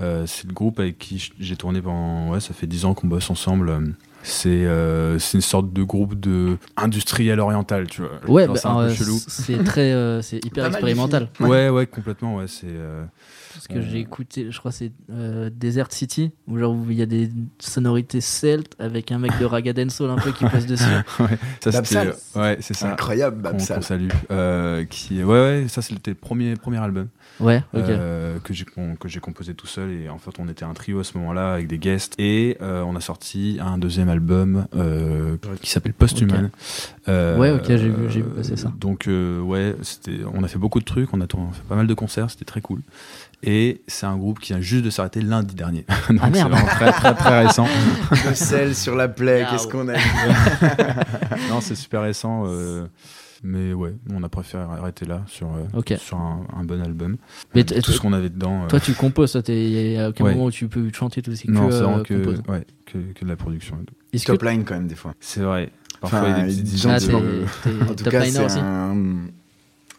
[SPEAKER 5] Euh, c'est le groupe avec qui j- j'ai tourné pendant. Ouais, ça fait 10 ans qu'on bosse ensemble. euh, C'est euh, c'est une sorte de groupe de industriel oriental, tu vois.
[SPEAKER 4] Ouais,
[SPEAKER 5] Genre,
[SPEAKER 4] bah,
[SPEAKER 5] c'est un peu
[SPEAKER 4] euh,
[SPEAKER 5] chelou.
[SPEAKER 4] c- c'est très, euh, c'est hyper
[SPEAKER 2] Pas mal
[SPEAKER 4] expérimental.
[SPEAKER 5] Ouais, ouais, complètement. Ouais, c'est euh,
[SPEAKER 4] Parce que j'ai écouté, je crois que c'est euh, Desert City, où genre où il y a des sonorités celtes avec un mec de Raga Dancehall un peu qui passe dessus.
[SPEAKER 5] ouais, ça c'était
[SPEAKER 2] Babsal.
[SPEAKER 5] ouais, c'est ça.
[SPEAKER 2] Incroyable,
[SPEAKER 5] Qu'on
[SPEAKER 2] Babsal.
[SPEAKER 5] qu'on salue. Euh, qui, ouais, ouais, ça c'était le premier premier album
[SPEAKER 4] Ouais, ok.
[SPEAKER 5] euh, que j'ai qu'on- que j'ai composé tout seul et en fait on était un trio à ce moment-là avec des guests et euh, on a sorti un deuxième album euh, qui s'appelle Posthuman. Euh,
[SPEAKER 4] Ouais, ok, j'ai vu- j'ai vu passer ça.
[SPEAKER 5] Donc euh, ouais, c'était on a fait beaucoup de trucs, on a, tourné- on a fait pas mal de concerts, c'était très cool. Et c'est un groupe qui vient juste de s'arrêter lundi dernier. Donc
[SPEAKER 4] Ah,
[SPEAKER 5] c'est
[SPEAKER 4] merde.
[SPEAKER 5] vraiment très très très récent.
[SPEAKER 2] Le sel sur la plaie,
[SPEAKER 4] Wow.
[SPEAKER 2] qu'est-ce qu'on a
[SPEAKER 5] non, c'est super récent. euh, mais ouais, on a préféré arrêter là sur, euh,
[SPEAKER 4] Ok.
[SPEAKER 5] sur un, un bon album.
[SPEAKER 4] Mais t-
[SPEAKER 5] tout ce qu'on avait dedans. euh,
[SPEAKER 4] Toi, tu composes, toi, t'es- il y a aucun
[SPEAKER 5] Ouais.
[SPEAKER 4] moment où tu peux chanter tout ce que
[SPEAKER 5] non, c'est
[SPEAKER 4] euh,
[SPEAKER 5] vraiment que,
[SPEAKER 4] composes.
[SPEAKER 5] ouais, que, que de la production. et tout.
[SPEAKER 4] Est-ce que
[SPEAKER 2] Top line quand même des fois.
[SPEAKER 5] C'est vrai.
[SPEAKER 2] Enfin,
[SPEAKER 5] Parfois, il y a des petites
[SPEAKER 2] ils disent
[SPEAKER 4] Ah,
[SPEAKER 5] idées,
[SPEAKER 4] t'es-
[SPEAKER 5] euh,
[SPEAKER 4] t'es
[SPEAKER 2] En tout
[SPEAKER 4] top
[SPEAKER 2] cas,
[SPEAKER 4] liner
[SPEAKER 2] c'est
[SPEAKER 4] aussi
[SPEAKER 2] un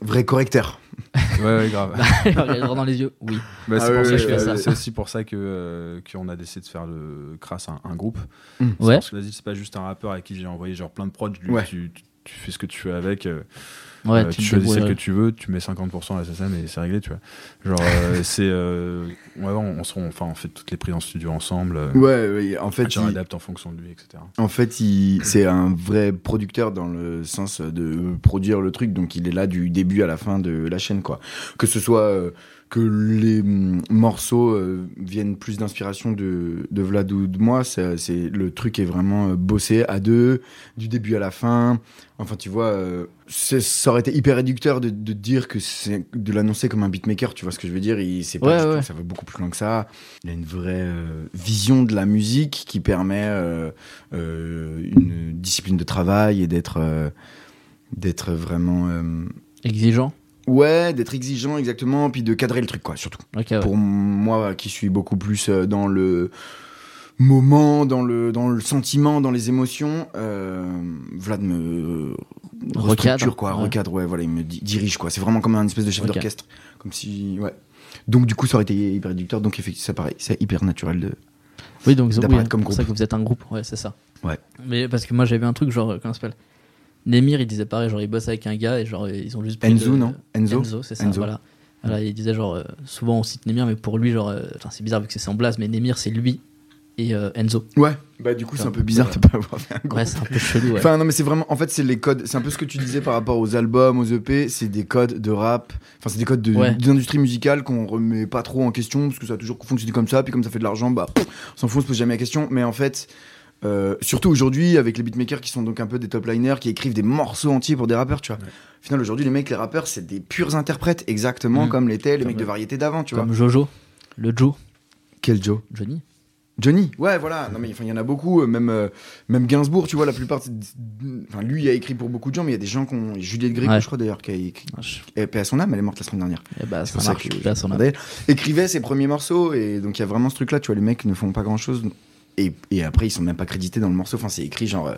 [SPEAKER 2] vrai correcteur.
[SPEAKER 5] euh, Ouais, ouais, grave.
[SPEAKER 4] Il regarde droit dans les yeux, oui.
[SPEAKER 5] Bah,
[SPEAKER 2] Ah
[SPEAKER 5] c'est pour
[SPEAKER 2] ouais,
[SPEAKER 5] ça que
[SPEAKER 2] ouais,
[SPEAKER 5] c'est-
[SPEAKER 2] ouais.
[SPEAKER 5] c'est aussi pour ça que euh, qu'on a décidé de faire le crasse un, un groupe.
[SPEAKER 2] Mm.
[SPEAKER 5] C'est
[SPEAKER 4] Ouais.
[SPEAKER 5] Parce que vas-y, c'est pas juste un rappeur à qui j'ai envoyé genre plein de prods. lui,
[SPEAKER 2] Ouais.
[SPEAKER 5] tu, tu- tu fais ce que tu veux avec. euh,
[SPEAKER 4] Ouais,
[SPEAKER 5] euh, tu
[SPEAKER 4] te
[SPEAKER 5] choisis celle que
[SPEAKER 4] débrouilles.
[SPEAKER 5] tu veux, tu mets 50% à la SSM et c'est réglé, tu vois. Genre, euh, c'est. euh, ouais, ouais, on, on se- enfin, on fait toutes les prises en studio ensemble. euh,
[SPEAKER 2] Ouais, ouais, en fait,
[SPEAKER 5] tu
[SPEAKER 2] il-
[SPEAKER 5] adaptes en fonction de lui, etc.
[SPEAKER 2] En fait, il- c'est un vrai producteur dans le sens de produire le truc, donc il est là du début à la fin de la chaîne, quoi. Que ce soit euh, que les hum, morceaux euh, viennent plus d'inspiration de, de Vlad ou de moi, ça- c'est le truc est vraiment euh, bossé à deux, du début à la fin. Enfin, tu vois, euh, c'est- ça aurait été hyper réducteur de, de dire que c'est de l'annoncer comme un beatmaker, tu vois ce que je veux dire Il c'est pas
[SPEAKER 4] Ouais,
[SPEAKER 2] du tout-
[SPEAKER 4] ouais.
[SPEAKER 2] ça va beaucoup plus loin que ça. Il a une vraie euh, vision de la musique qui permet euh, euh, une discipline de travail et d'être euh, d'être vraiment euh,
[SPEAKER 4] Exigeant.
[SPEAKER 2] ouais d'être exigeant exactement puis de cadrer le truc quoi surtout
[SPEAKER 4] Ok, ouais.
[SPEAKER 2] pour moi qui suis beaucoup plus euh, dans le moment dans le dans le sentiment dans les émotions euh, Vlad me euh,
[SPEAKER 4] Recadre,
[SPEAKER 2] restructure quoi
[SPEAKER 4] ouais.
[SPEAKER 2] recadre ouais voilà il me di- dirige quoi c'est vraiment comme un espèce de chef
[SPEAKER 4] Ok.
[SPEAKER 2] d'orchestre comme si ouais donc du coup ça aurait été hyper réducteur donc effectivement ça pareil c'est hyper naturel de
[SPEAKER 4] Oui, donc c'est
[SPEAKER 2] d'apparaître
[SPEAKER 4] oui,
[SPEAKER 2] comme
[SPEAKER 4] pour ça que
[SPEAKER 2] groupe.
[SPEAKER 4] vous êtes un groupe, ouais, c'est ça.
[SPEAKER 2] Ouais.
[SPEAKER 4] Mais parce que moi j'avais un truc, genre, euh, comment ça s'appelle Nemir, il disait pareil, genre, il bosse avec un gars et genre, ils ont juste. pris
[SPEAKER 2] Enzo
[SPEAKER 4] de-
[SPEAKER 2] non Enzo,
[SPEAKER 4] c'est ça,
[SPEAKER 2] Enzo.
[SPEAKER 4] voilà. Voilà, il disait genre, euh, souvent on cite Nemir, mais pour lui, genre, euh, enfin, c'est bizarre vu que c'est son blase, mais Nemir c'est lui et euh, Enzo.
[SPEAKER 2] ouais bah du coup c'est un peu bizarre de pas avoir fait un groupe
[SPEAKER 4] Ouais, c'est un peu chelou, ouais.
[SPEAKER 2] Enfin, non, mais c'est vraiment. En fait, c'est les codes. C'est un peu ce que tu disais par rapport aux albums, aux EP. C'est des codes de rap. Enfin, c'est des codes de-
[SPEAKER 4] Ouais.
[SPEAKER 2] d'industrie musicale qu'on remet pas trop en question parce que ça a toujours fonctionné comme ça. Puis comme ça fait de l'argent, bah, pff, on s'en fout, on se pose jamais la question. Mais en fait. euh, surtout aujourd'hui avec les beatmakers qui sont donc un peu des top liners qui écrivent des morceaux entiers pour des rappeurs tu vois
[SPEAKER 5] Ouais.
[SPEAKER 2] au final aujourd'hui les mecs les rappeurs c'est des purs interprètes exactement
[SPEAKER 4] Mhm.
[SPEAKER 2] comme l'étaient les
[SPEAKER 4] Comme-
[SPEAKER 2] mecs de variété d'avant tu vois
[SPEAKER 4] Comme Jojo, le Joe,
[SPEAKER 2] quel Joe
[SPEAKER 4] Johnny.
[SPEAKER 2] Johnny, ouais, voilà. Non mais enfin, il y en a beaucoup. euh, Même euh, même Gainsbourg, tu vois, la plupart. c'est- Enfin, lui, il a écrit pour beaucoup de gens, mais il y a des gens qui ont. Juliette Gréco,
[SPEAKER 4] Ouais.
[SPEAKER 2] je crois d'ailleurs, qui a écrit.
[SPEAKER 4] Ah, je-
[SPEAKER 2] Eh, paix à son âme, elle est morte la semaine dernière.
[SPEAKER 4] Eh bah,
[SPEAKER 2] pour
[SPEAKER 4] ça
[SPEAKER 2] ça
[SPEAKER 4] marche,
[SPEAKER 2] que-
[SPEAKER 4] là, ça en a-
[SPEAKER 2] D'ailleurs, écrivait ses premiers morceaux et donc il y a vraiment ce truc-là. Tu vois, les mecs ne font pas grand-chose et, et après ils sont même pas crédités dans le morceau. Enfin, c'est écrit genre euh,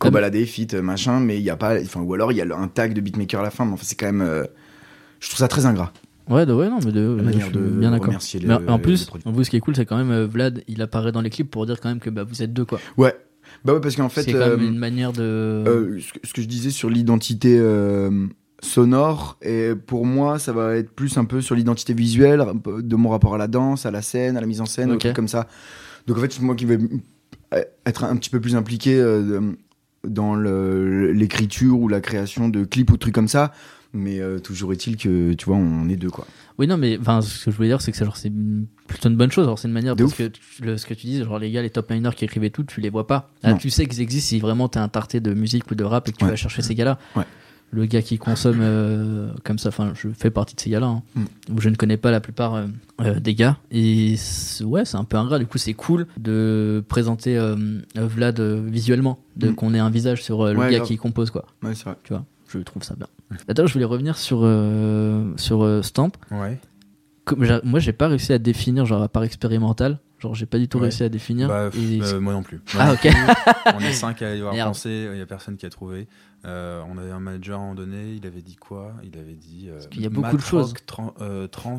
[SPEAKER 2] Kobalade, fit, euh, machin, mais il y a pas. Enfin, ou alors il y a le- un tag de beatmaker à la fin. Mais enfin, c'est quand même. euh, je trouve ça très ingrat.
[SPEAKER 4] Ouais, de- ouais, non, mais de,
[SPEAKER 2] La
[SPEAKER 4] Euh, je
[SPEAKER 2] manière
[SPEAKER 4] suis
[SPEAKER 2] de
[SPEAKER 4] bien d'accord.
[SPEAKER 2] remercier les- euh,
[SPEAKER 4] Mais en- en
[SPEAKER 2] les
[SPEAKER 4] plus,
[SPEAKER 2] produits.
[SPEAKER 4] en plus, ce qui est cool, c'est quand même euh, Vlad, il apparaît dans les clips pour dire quand même que bah, vous êtes deux, quoi.
[SPEAKER 2] Ouais. Bah ouais, parce qu'en fait.
[SPEAKER 4] c'est quand
[SPEAKER 2] euh,
[SPEAKER 4] même une manière de.
[SPEAKER 2] Euh, ce, que, ce que je disais sur l'identité euh, sonore, et pour moi, ça va être plus un peu sur l'identité visuelle euh, de mon rapport à la danse, à la scène, à la mise en scène,
[SPEAKER 4] Ok.
[SPEAKER 2] aux trucs comme ça. Donc en fait, c'est moi qui vais euh, être un petit peu plus impliqué euh, de- dans le- l'écriture ou la création de clips ou de trucs comme ça. Mais euh, toujours est-il que, tu vois, on est deux, quoi.
[SPEAKER 4] Oui, non, mais enfin, ce que je voulais dire, c'est que c'est genre, c'est une- plutôt une bonne chose. Alors, c'est une manière
[SPEAKER 2] De
[SPEAKER 4] parce
[SPEAKER 2] ouf.
[SPEAKER 4] que tu- le, ce que tu dis, genre les gars, les top miners qui écrivaient tout, tu les vois pas. Ah,
[SPEAKER 2] Non.
[SPEAKER 4] tu sais qu'ils existent si vraiment t'es un tarté de musique ou de rap et que tu
[SPEAKER 2] Ouais.
[SPEAKER 4] vas chercher ces gars-là.
[SPEAKER 2] Ouais.
[SPEAKER 4] Le gars qui consomme euh, comme ça, enfin, je fais partie de ces gars-là, hein,
[SPEAKER 2] Mm.
[SPEAKER 4] où je ne connais pas la plupart euh, euh, des gars. Et c'est- ouais, c'est un peu ingrat. Du coup, c'est cool de présenter euh, euh, Vlad euh, visuellement, de
[SPEAKER 2] Mm.
[SPEAKER 4] qu'on ait un visage sur euh, le
[SPEAKER 2] Ouais,
[SPEAKER 4] gars
[SPEAKER 2] grave.
[SPEAKER 4] qui compose, quoi.
[SPEAKER 2] Ouais, c'est vrai.
[SPEAKER 4] Tu vois, je trouve ça bien. Attends, je voulais revenir sur, euh, sur euh, Stamp
[SPEAKER 5] Ouais.
[SPEAKER 4] comme j'a- moi j'ai pas réussi à définir genre à part expérimental genre j'ai pas du tout
[SPEAKER 5] Ouais.
[SPEAKER 4] réussi à définir
[SPEAKER 5] Bah, pff,
[SPEAKER 4] Et-
[SPEAKER 5] euh, moi non plus.
[SPEAKER 4] ah
[SPEAKER 5] Moi
[SPEAKER 4] ok
[SPEAKER 5] on est cinq à y avoir
[SPEAKER 4] Merde.
[SPEAKER 5] pensé, il n'y a personne qui a trouvé. Euh, on avait un manager à un moment donné, il avait dit quoi Il avait dit. euh,
[SPEAKER 4] qu'il y a beaucoup de
[SPEAKER 5] matrock,
[SPEAKER 4] choses.
[SPEAKER 5] tran- euh, trans.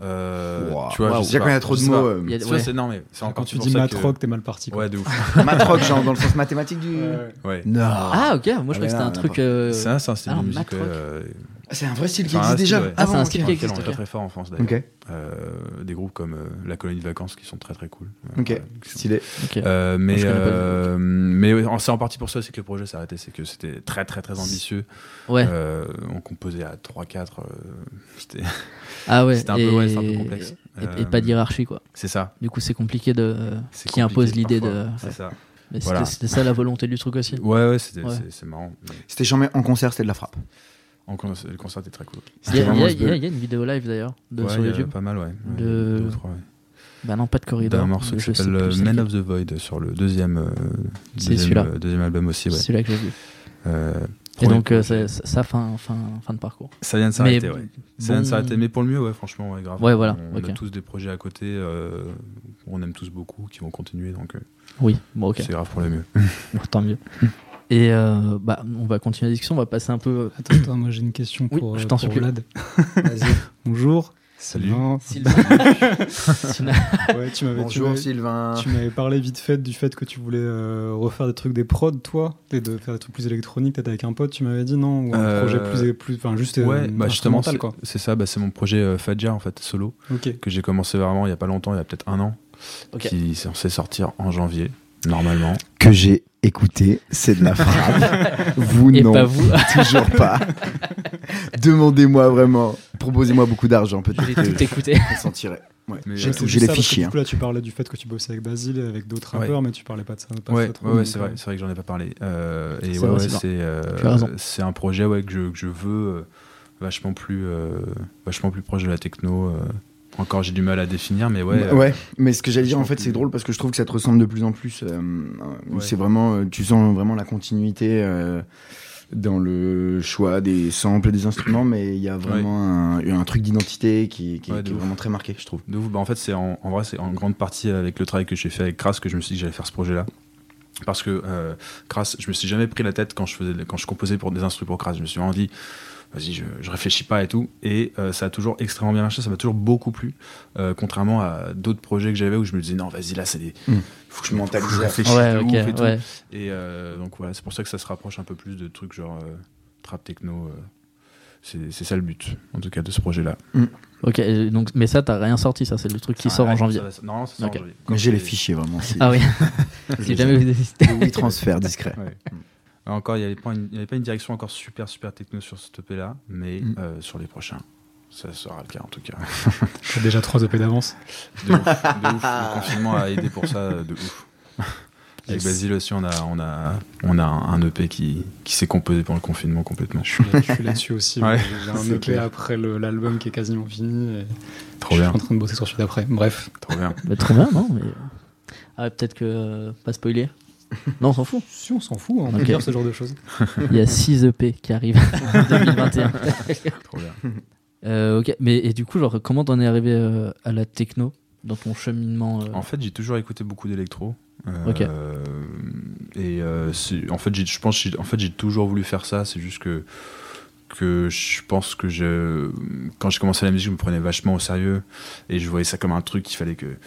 [SPEAKER 5] Euh,
[SPEAKER 2] Wow.
[SPEAKER 5] Tu vois,
[SPEAKER 2] Waouh.
[SPEAKER 5] je sais
[SPEAKER 2] Déjà
[SPEAKER 5] pas,
[SPEAKER 2] quand il y a trop
[SPEAKER 5] je
[SPEAKER 2] de
[SPEAKER 5] sais
[SPEAKER 2] mots,
[SPEAKER 5] pas.
[SPEAKER 2] euh,
[SPEAKER 4] Il y a-
[SPEAKER 5] Ça,
[SPEAKER 4] ouais.
[SPEAKER 5] c'est non mais c'est encore
[SPEAKER 6] Quand tu
[SPEAKER 5] toujours
[SPEAKER 6] dis
[SPEAKER 5] ça que-
[SPEAKER 6] matroc, t'es mal parti. quoi.
[SPEAKER 5] Ouais, de ouf.
[SPEAKER 2] Matroc, genre dans le sens mathématique du.
[SPEAKER 6] Ouais.
[SPEAKER 5] Ouais.
[SPEAKER 2] Non.
[SPEAKER 4] Ah, ok, moi je croyais
[SPEAKER 2] mais
[SPEAKER 4] que c'était
[SPEAKER 2] non,
[SPEAKER 4] un
[SPEAKER 2] n'importe
[SPEAKER 4] truc.
[SPEAKER 2] quoi.
[SPEAKER 4] euh,
[SPEAKER 5] C'est un, c'est un style
[SPEAKER 4] Ah,
[SPEAKER 5] de musique. ouais,
[SPEAKER 4] matroc.
[SPEAKER 5] euh,
[SPEAKER 2] c'est un vrai style qui
[SPEAKER 5] enfin, un
[SPEAKER 2] existe déjà.
[SPEAKER 5] style, ouais.
[SPEAKER 4] Ah, c'est
[SPEAKER 2] avant,
[SPEAKER 4] un
[SPEAKER 2] ok.
[SPEAKER 4] style
[SPEAKER 5] Dans
[SPEAKER 4] qui
[SPEAKER 5] lequel on
[SPEAKER 4] existe,
[SPEAKER 5] est
[SPEAKER 4] ok.
[SPEAKER 5] très très fort en France d'ailleurs.
[SPEAKER 2] Ok,
[SPEAKER 5] Euh, des groupes comme euh, La Colonie de Vacances qui sont très très cool. Euh,
[SPEAKER 2] ok,
[SPEAKER 5] voilà, qui sont-
[SPEAKER 2] stylé.
[SPEAKER 5] Euh, mais
[SPEAKER 4] Je connais pas du
[SPEAKER 5] euh, mais ouais, en- c'est en partie pour ça c'est que le projet s'est arrêté c'est que c'était très très très ambitieux
[SPEAKER 4] Ouais.
[SPEAKER 5] Euh, on composait à 3 4 c'était
[SPEAKER 4] Ah ouais.
[SPEAKER 5] c'était un, peu- ouais, c'était un peu complexe
[SPEAKER 4] Et, et
[SPEAKER 5] Euh,
[SPEAKER 4] pas de hiérarchie, quoi.
[SPEAKER 5] c'est ça
[SPEAKER 4] Du coup, c'est compliqué de.
[SPEAKER 5] c'est
[SPEAKER 4] Qui impose
[SPEAKER 5] compliqué
[SPEAKER 4] l'idée de.
[SPEAKER 5] parfois. c'est
[SPEAKER 4] ouais.
[SPEAKER 5] ça
[SPEAKER 4] Mais c'était-
[SPEAKER 5] Voilà.
[SPEAKER 4] C'était ça la volonté du truc aussi.
[SPEAKER 5] ouais ouais c'était-
[SPEAKER 4] Ouais.
[SPEAKER 5] c'est c'est marrant mais
[SPEAKER 2] C'était jamais en concert, c'était de la frappe.
[SPEAKER 5] en con- le concert était très
[SPEAKER 4] Il
[SPEAKER 5] cool
[SPEAKER 4] y, a-
[SPEAKER 2] C'était
[SPEAKER 4] il y a-
[SPEAKER 2] vraiment ce
[SPEAKER 4] il y a-
[SPEAKER 2] bel-
[SPEAKER 4] il y a une vidéo live d'ailleurs de-
[SPEAKER 5] Ouais,
[SPEAKER 4] sur
[SPEAKER 5] il y a
[SPEAKER 4] YouTube.
[SPEAKER 5] pas mal ouais, Ouais,
[SPEAKER 4] De-
[SPEAKER 5] deux ou trois, ouais.
[SPEAKER 4] Bah non, pas de corridor.
[SPEAKER 5] d'un morceau
[SPEAKER 4] mais
[SPEAKER 5] qui
[SPEAKER 4] je sais
[SPEAKER 5] s'appelle
[SPEAKER 4] plus
[SPEAKER 5] euh,
[SPEAKER 4] c'est
[SPEAKER 5] Men
[SPEAKER 4] lequel.
[SPEAKER 5] of the Void sur le deuxième euh,
[SPEAKER 4] C'est
[SPEAKER 5] deuxième,
[SPEAKER 4] celui-là.
[SPEAKER 5] euh, deuxième album aussi ouais
[SPEAKER 4] C'est celui-là que j'ai vu.
[SPEAKER 5] Euh,
[SPEAKER 4] Et
[SPEAKER 5] premier-
[SPEAKER 4] donc, euh, c'est- ça, ça, fin, fin, fin de parcours.
[SPEAKER 5] ça vient de
[SPEAKER 4] mais
[SPEAKER 5] s'arrêter ouais Ça vient de
[SPEAKER 4] bon-
[SPEAKER 5] s'arrêter, mais pour le mieux, ouais, franchement, ouais, grave.
[SPEAKER 4] Ouais, voilà,
[SPEAKER 5] On a
[SPEAKER 4] ok.
[SPEAKER 5] tous des projets à côté, euh, on aime tous beaucoup, qui vont continuer, donc euh,
[SPEAKER 4] Oui, bon, ok.
[SPEAKER 5] c'est grave pour le mieux.
[SPEAKER 4] Bon, tant mieux. Et euh, bah, on va continuer la discussion, on va passer un peu.
[SPEAKER 6] Attends, attends, moi j'ai une question
[SPEAKER 4] Oui,
[SPEAKER 6] pour,
[SPEAKER 4] je
[SPEAKER 6] euh,
[SPEAKER 4] t'en
[SPEAKER 6] pour
[SPEAKER 4] supplie.
[SPEAKER 6] Vlad. Bonjour.
[SPEAKER 5] Salut.
[SPEAKER 6] Non.
[SPEAKER 4] Sylvain.
[SPEAKER 6] Ouais, tu m'avais tu
[SPEAKER 2] Bonjour
[SPEAKER 6] m'avais-
[SPEAKER 2] Sylvain.
[SPEAKER 6] Tu m'avais parlé vite fait du fait que tu voulais euh, refaire des trucs des prods, toi, et de faire des trucs plus électroniques, peut-être avec un pote, tu m'avais dit, non Ou un
[SPEAKER 5] Euh,
[SPEAKER 6] projet plus. plus enfin, juste euh,
[SPEAKER 5] Ouais, bah justement,
[SPEAKER 6] instrumental,
[SPEAKER 5] c'est
[SPEAKER 6] quoi.
[SPEAKER 5] c'est ça, bah, c'est mon projet euh, Fadja, en fait, solo,
[SPEAKER 6] Ok.
[SPEAKER 5] que j'ai commencé vraiment il y a pas longtemps, il y a peut-être un an,
[SPEAKER 4] Ok.
[SPEAKER 5] qui est censé sortir en janvier, normalement.
[SPEAKER 2] Que j'ai écouté, c'est de la frappe. vous
[SPEAKER 4] Et
[SPEAKER 2] non,
[SPEAKER 4] pas vous.
[SPEAKER 2] toujours pas. Demandez-moi vraiment. Proposez-moi beaucoup d'argent,
[SPEAKER 4] J'ai
[SPEAKER 2] peut-être. que
[SPEAKER 4] tout
[SPEAKER 2] Je
[SPEAKER 4] écouté.
[SPEAKER 2] sentirai. Ouais.
[SPEAKER 5] Mais,
[SPEAKER 2] J'ai
[SPEAKER 5] euh,
[SPEAKER 2] tout,
[SPEAKER 6] C'est
[SPEAKER 2] j'ai les
[SPEAKER 6] juste ça, parce que
[SPEAKER 2] fichiers. hein.
[SPEAKER 6] Du coup, là, tu parlais du fait que tu bossais avec Basile et avec d'autres
[SPEAKER 5] Ouais.
[SPEAKER 6] rappeurs, mais tu parlais pas de ça. pas de
[SPEAKER 5] Ouais,
[SPEAKER 6] ça trop,
[SPEAKER 5] ouais, ouais,
[SPEAKER 6] donc,
[SPEAKER 5] c'est
[SPEAKER 6] euh,
[SPEAKER 5] vrai, c'est vrai que j'en ai pas parlé. Euh, et
[SPEAKER 4] C'est
[SPEAKER 5] ouais,
[SPEAKER 4] vrai,
[SPEAKER 5] ouais,
[SPEAKER 4] c'est vrai.
[SPEAKER 5] c'est euh,
[SPEAKER 4] Tu as raison.
[SPEAKER 5] c'est un projet ouais, que, je, que je veux euh, vachement, plus, euh, vachement plus proche de la techno. euh. Encore, j'ai du mal à définir, mais ouais.
[SPEAKER 2] Ouais,
[SPEAKER 5] euh,
[SPEAKER 2] mais ce que j'allais dire en
[SPEAKER 5] franchement,
[SPEAKER 2] fait, c'est
[SPEAKER 5] plus-
[SPEAKER 2] drôle parce que je trouve que ça te ressemble de plus en plus. euh, euh,
[SPEAKER 5] Ouais.
[SPEAKER 2] C'est vraiment, euh, tu sens vraiment la continuité euh, dans le choix des samples, des instruments, mais il y a vraiment un, un truc d'identité qui, qui-
[SPEAKER 5] Ouais, de
[SPEAKER 2] qui est
[SPEAKER 5] ouf.
[SPEAKER 2] vraiment très marqué, je trouve.
[SPEAKER 5] De ouf. Bah, en fait, c'est en, en vrai, c'est en grande partie avec le travail que j'ai fait avec Crass que je me suis dit que j'allais faire ce projet-là. Parce que euh, Crass, je me suis jamais pris la tête quand je, faisais, quand je composais pour des instruments pour Crass. Je me suis vraiment dit, vas-y, je, je réfléchis pas et tout. Et euh, ça a toujours extrêmement bien marché, ça m'a toujours beaucoup plu. Euh, contrairement à d'autres projets que j'avais où je me disais, non, vas-y, là, c'est des.
[SPEAKER 2] Mm.
[SPEAKER 5] Faut que
[SPEAKER 2] Tu
[SPEAKER 5] Hmm.
[SPEAKER 2] mentalises.
[SPEAKER 5] faut que je réfléchisse
[SPEAKER 4] Ouais,
[SPEAKER 5] de
[SPEAKER 4] ok,
[SPEAKER 5] ouf et tout.
[SPEAKER 4] ouais.
[SPEAKER 5] Et euh, donc voilà, c'est pour ça que ça se rapproche un peu plus de trucs genre euh, trap techno. euh. c'est c'est ça le but, en tout cas, de ce projet-là.
[SPEAKER 4] Ok, et donc, mais ça, t'as rien sorti, ça, c'est le truc qui sort en janvier.
[SPEAKER 5] Non, Ah, ça sort
[SPEAKER 4] Ok.
[SPEAKER 5] en janvier.
[SPEAKER 2] Mais j'ai les
[SPEAKER 5] fiches
[SPEAKER 2] fichiers vraiment. si-
[SPEAKER 4] Ah oui,
[SPEAKER 2] je
[SPEAKER 4] si
[SPEAKER 2] les
[SPEAKER 4] jamais
[SPEAKER 2] ai.
[SPEAKER 4] vous hésitez.
[SPEAKER 2] Oui, transfert discret.
[SPEAKER 5] Ouais. Encore, il n'y avait, pas une- il y avait pas une direction encore super, super techno sur ce EP là, mais
[SPEAKER 2] Mm.
[SPEAKER 5] euh, sur les prochains, ça sera le cas en tout cas.
[SPEAKER 6] T'as déjà 3 EP d'avance.
[SPEAKER 5] De ouf, de ouf. Le confinement a aidé pour ça, euh, de ouf. Avec Basile aussi, on a, on a, on a un EP qui, qui s'est composé pendant le confinement complètement.
[SPEAKER 6] Je suis là- je suis là-dessus aussi.
[SPEAKER 5] Ouais,
[SPEAKER 6] mais J'ai un
[SPEAKER 5] c'est
[SPEAKER 6] EP
[SPEAKER 5] clair.
[SPEAKER 6] après le- l'album qui est quasiment fini. Et
[SPEAKER 5] Trop
[SPEAKER 6] Je
[SPEAKER 5] bien,
[SPEAKER 6] suis en train de bosser sur celui d'après. Bref.
[SPEAKER 5] trop bien.
[SPEAKER 4] Bah, trop bien, non mais... Ah, peut-être que. euh, pas spoiler. Non, on s'en fout.
[SPEAKER 6] Si, on s'en fout, hein, on
[SPEAKER 4] Ok.
[SPEAKER 6] peut dire ce genre de choses.
[SPEAKER 4] Il y a 6 EP qui arrivent en 2021.
[SPEAKER 5] Trop bien.
[SPEAKER 4] Euh, ok, mais et du coup, genre, comment t'en es arrivé euh, à la techno dans ton cheminement euh,
[SPEAKER 5] En fait, j'ai toujours écouté beaucoup d'électro. Euh,
[SPEAKER 4] Ok.
[SPEAKER 5] Et euh, c'est- en fait, j'ai- je pense, que j'ai- en fait, j'ai toujours voulu faire ça. C'est juste que que je pense que je, quand j'ai commencé la musique, je me prenais vachement au sérieux et je voyais ça comme un truc qu'il fallait que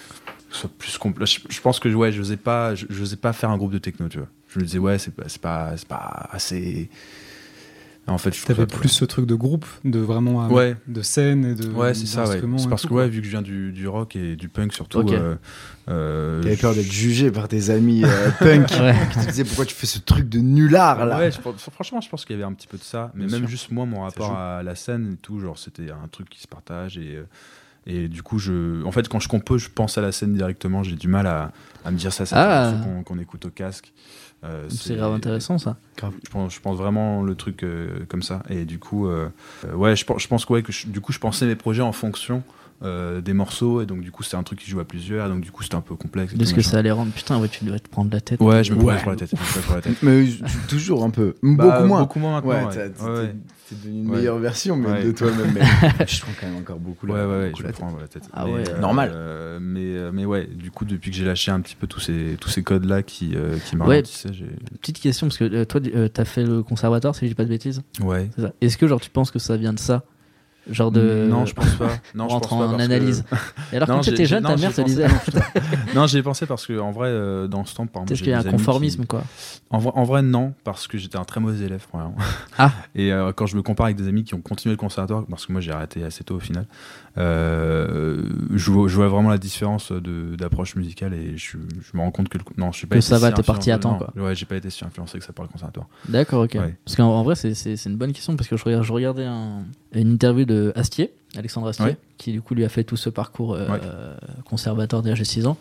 [SPEAKER 5] ce soit plus complet. Je, je pense que ouais, je n'osais pas, je, je osais pas faire un groupe de techno, tu vois. Je me disais ouais, c'est pas, c'est pas, c'est pas assez. En fait, je trouve
[SPEAKER 6] T'avais
[SPEAKER 5] ça-
[SPEAKER 6] plus ce truc de groupe, de vraiment euh,
[SPEAKER 5] Ouais.
[SPEAKER 6] de scène et de
[SPEAKER 5] Ouais, c'est ça. Ouais.
[SPEAKER 6] d'instruments
[SPEAKER 5] C'est
[SPEAKER 6] et
[SPEAKER 5] parce
[SPEAKER 6] tout,
[SPEAKER 5] que ouais, vu que je viens du, du rock et du punk surtout.
[SPEAKER 4] Ok.
[SPEAKER 5] euh, euh,
[SPEAKER 2] T'avais peur
[SPEAKER 5] je-
[SPEAKER 2] d'être jugé par tes amis euh, punk
[SPEAKER 4] Ouais.
[SPEAKER 2] qui te disaient pourquoi tu fais ce truc de nullard là.
[SPEAKER 5] Ouais, je pense- franchement, je pense qu'il y avait un petit peu de ça, mais
[SPEAKER 2] Bien
[SPEAKER 5] même
[SPEAKER 2] sûr.
[SPEAKER 5] juste moi, mon rapport
[SPEAKER 2] joue.
[SPEAKER 5] à la scène et tout, genre c'était un truc qui se partage et euh, et du coup, je, en fait, quand je compose, je pense à la scène directement. J'ai du mal à, à me dire ça, c'est
[SPEAKER 4] Ah.
[SPEAKER 5] un truc qu'on qu'on écoute au casque. Euh,
[SPEAKER 4] C'est grave intéressant ça.
[SPEAKER 5] Je pense, je pense vraiment le truc euh, comme ça. Et du coup, euh, euh, ouais, je, pense- je pense que, ouais, que je- du coup, je pensais mes projets en fonction euh, des morceaux. Et donc, du coup, c'était un truc qui joue à plusieurs. Donc, du coup, c'était un peu complexe. et
[SPEAKER 4] De ce
[SPEAKER 5] tout,
[SPEAKER 4] que
[SPEAKER 5] machin.
[SPEAKER 4] ça allait rendre. Putain, ouais, tu devais te prendre la tête.
[SPEAKER 5] Ouais, je me prenais
[SPEAKER 2] Ouais.
[SPEAKER 5] pour la tête. je me prenais pour la tête.
[SPEAKER 2] Mais toujours un peu.
[SPEAKER 5] Bah,
[SPEAKER 2] beaucoup moins.
[SPEAKER 5] Beaucoup moins maintenant.
[SPEAKER 2] Ouais,
[SPEAKER 5] ouais.
[SPEAKER 2] t'as- t'es
[SPEAKER 5] Ouais, ouais.
[SPEAKER 2] t'es devenu une
[SPEAKER 5] Ouais.
[SPEAKER 2] meilleure version mais
[SPEAKER 5] Ouais.
[SPEAKER 2] de toi-même. mais je prends quand même encore beaucoup là.
[SPEAKER 5] Ouais, ouais, ouais,
[SPEAKER 2] beaucoup
[SPEAKER 5] je
[SPEAKER 2] la
[SPEAKER 5] me
[SPEAKER 2] tête.
[SPEAKER 5] prends voilà, la tête.
[SPEAKER 4] Ah
[SPEAKER 5] Mais,
[SPEAKER 4] ouais.
[SPEAKER 5] euh,
[SPEAKER 2] euh, Normal.
[SPEAKER 5] euh, mais, euh, mais ouais, du coup, depuis que j'ai lâché un petit peu tous ces, tous ces codes-là qui, euh, qui me
[SPEAKER 4] Ouais.
[SPEAKER 5] ralentissaient, j'ai.
[SPEAKER 4] Petite question, parce que euh, toi, euh, t'as fait le conservatoire, si je dis pas de bêtises.
[SPEAKER 5] Ouais.
[SPEAKER 4] C'est ça. Est-ce que genre tu penses que ça vient de ça Genre de.
[SPEAKER 5] Non, je pense pas. Non, je
[SPEAKER 4] rentre
[SPEAKER 5] pense pas,
[SPEAKER 4] en
[SPEAKER 5] parce que-
[SPEAKER 4] analyse. Et alors
[SPEAKER 5] Non,
[SPEAKER 4] quand t'étais
[SPEAKER 5] j'ai-
[SPEAKER 4] jeune,
[SPEAKER 5] non,
[SPEAKER 4] ta
[SPEAKER 5] j'ai
[SPEAKER 4] mère te
[SPEAKER 5] pensé-
[SPEAKER 4] disait.
[SPEAKER 5] Non, j'y ai pensé parce que en vrai, euh, dans ce temps, par exemple,
[SPEAKER 4] Peut-être
[SPEAKER 5] j'ai
[SPEAKER 4] qu'il y a
[SPEAKER 5] des
[SPEAKER 4] un
[SPEAKER 5] amis
[SPEAKER 4] conformisme,
[SPEAKER 5] qui-
[SPEAKER 4] quoi.
[SPEAKER 5] En vrai, en vrai, non, parce que j'étais un très mauvais élève, vraiment.
[SPEAKER 4] Ah.
[SPEAKER 5] Et euh, quand je me compare avec des amis qui ont continué le conservatoire, parce que moi j'ai arrêté assez tôt au final, euh, je, vois, je vois vraiment la différence de- d'approche musicale et je, je me rends compte que le, non, je suis pas.
[SPEAKER 4] Que
[SPEAKER 5] été
[SPEAKER 4] ça va,
[SPEAKER 5] si
[SPEAKER 4] t'es parti à
[SPEAKER 5] influencé-
[SPEAKER 4] temps,
[SPEAKER 5] non, Ouais, j'ai pas été si influencé que ça par le conservatoire.
[SPEAKER 4] D'accord, ok.
[SPEAKER 5] Ouais.
[SPEAKER 4] Parce qu'en en vrai, c'est- c'est c'est une bonne question parce que je regardais, je regardais un- une interview de Astier, Alexandre Astier,
[SPEAKER 5] Ouais.
[SPEAKER 4] qui du coup lui a fait tout ce parcours euh,
[SPEAKER 5] Ouais.
[SPEAKER 4] conservatoire dès l'âge de 6 ans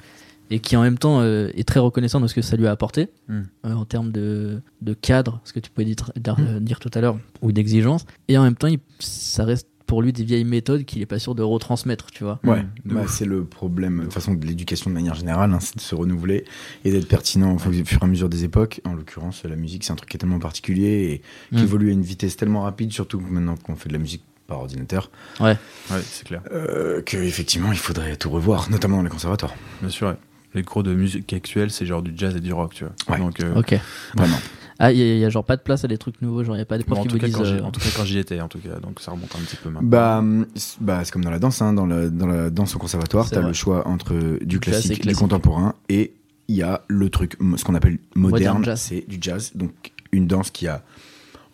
[SPEAKER 4] et qui en même temps euh, est très reconnaissant de ce que ça lui a apporté
[SPEAKER 5] Mm.
[SPEAKER 4] euh, en termes de, de cadre, ce que tu pouvais dire, dar-
[SPEAKER 5] Hmm.
[SPEAKER 4] dire tout à l'heure, ou d'exigence. Et en même temps, il- ça reste pour lui des vieilles méthodes qu'il est pas sûr de retransmettre, tu vois.
[SPEAKER 2] Ouais,
[SPEAKER 5] Mm, de
[SPEAKER 2] bah,
[SPEAKER 5] ouf.
[SPEAKER 2] c'est le problème de toute façon de l'éducation de manière générale, hein, c'est de se renouveler et d'être pertinent au fur au fur et à mesure des époques. En l'occurrence, la musique, c'est un truc qui est tellement particulier et qui
[SPEAKER 4] Mm.
[SPEAKER 2] évolue à une vitesse tellement rapide, surtout que maintenant qu'on fait de la musique par ordinateur,
[SPEAKER 5] Ouais, c'est clair.
[SPEAKER 2] euh, que effectivement, il faudrait tout revoir, notamment dans les conservatoires.
[SPEAKER 5] Bien sûr. ouais. Les cours de musique actuelle, c'est genre du jazz et du rock, tu vois.
[SPEAKER 2] Ouais.
[SPEAKER 5] Donc, euh,
[SPEAKER 4] Ok.
[SPEAKER 2] Vraiment.
[SPEAKER 4] Ah, il y, a- il y a genre pas de place à des trucs nouveaux, genre il y a pas des
[SPEAKER 5] bon,
[SPEAKER 4] profs
[SPEAKER 5] en,
[SPEAKER 4] qui
[SPEAKER 5] tout
[SPEAKER 4] vous
[SPEAKER 5] cas,
[SPEAKER 4] disent.
[SPEAKER 5] quand j'y-
[SPEAKER 4] euh,
[SPEAKER 5] en tout cas, quand j'y étais, en tout cas, donc ça remonte un petit peu maintenant.
[SPEAKER 2] Bah, hum, c'est- bah, c'est comme dans la danse, hein, dans, la, dans la danse au conservatoire,
[SPEAKER 4] C'est
[SPEAKER 2] t'as
[SPEAKER 4] vrai.
[SPEAKER 2] le choix entre du
[SPEAKER 4] Du jazz et
[SPEAKER 2] classique, du
[SPEAKER 4] classique.
[SPEAKER 2] contemporain, et il y a le truc, mo- ce qu'on appelle
[SPEAKER 4] Moderne
[SPEAKER 2] moderne,
[SPEAKER 4] jazz.
[SPEAKER 2] c'est du jazz, donc une danse qui a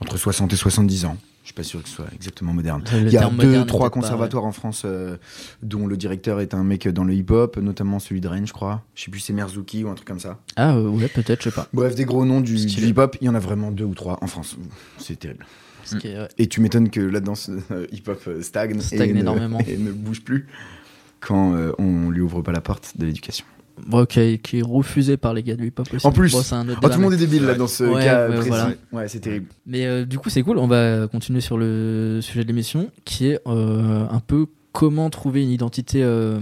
[SPEAKER 2] entre 60 et 70 ans. Je suis pas sûr que ce soit exactement moderne.
[SPEAKER 4] Le
[SPEAKER 2] Il y a
[SPEAKER 4] terme
[SPEAKER 2] deux,
[SPEAKER 4] moderne
[SPEAKER 2] trois
[SPEAKER 4] n'était pas-
[SPEAKER 2] conservatoires en France euh, dont le directeur est un mec dans le hip-hop, notamment celui de Rennes, je crois. Je sais plus, c'est Merzuki ou un truc comme ça.
[SPEAKER 4] Ah euh, ouais, peut-être, je sais pas.
[SPEAKER 2] Bref, des gros noms du, du
[SPEAKER 4] Stylé.
[SPEAKER 2] hip-hop, il y en a vraiment deux ou trois en France. C'est terrible.
[SPEAKER 4] Parce
[SPEAKER 2] Mm.
[SPEAKER 4] que, ouais.
[SPEAKER 2] Et tu m'étonnes que la danse euh, hip-hop euh, stagne,
[SPEAKER 4] Stagne
[SPEAKER 2] et ne-
[SPEAKER 4] énormément.
[SPEAKER 2] et ne bouge plus quand euh, on lui ouvre pas la porte de l'éducation.
[SPEAKER 4] Bon, qui, qui est refusé par les gars du hip-hop aussi.
[SPEAKER 2] En plus.
[SPEAKER 4] Bon, c'est un autre
[SPEAKER 2] Oh,
[SPEAKER 4] débat,
[SPEAKER 2] tout le monde
[SPEAKER 4] mais-
[SPEAKER 2] est débile là dans ce
[SPEAKER 4] Ouais,
[SPEAKER 2] cas
[SPEAKER 4] ouais,
[SPEAKER 2] précis.
[SPEAKER 4] voilà.
[SPEAKER 2] Ouais, c'est terrible.
[SPEAKER 4] Mais euh, du coup, c'est cool. On va continuer sur le sujet de l'émission, qui est euh, un peu comment trouver une identité, euh,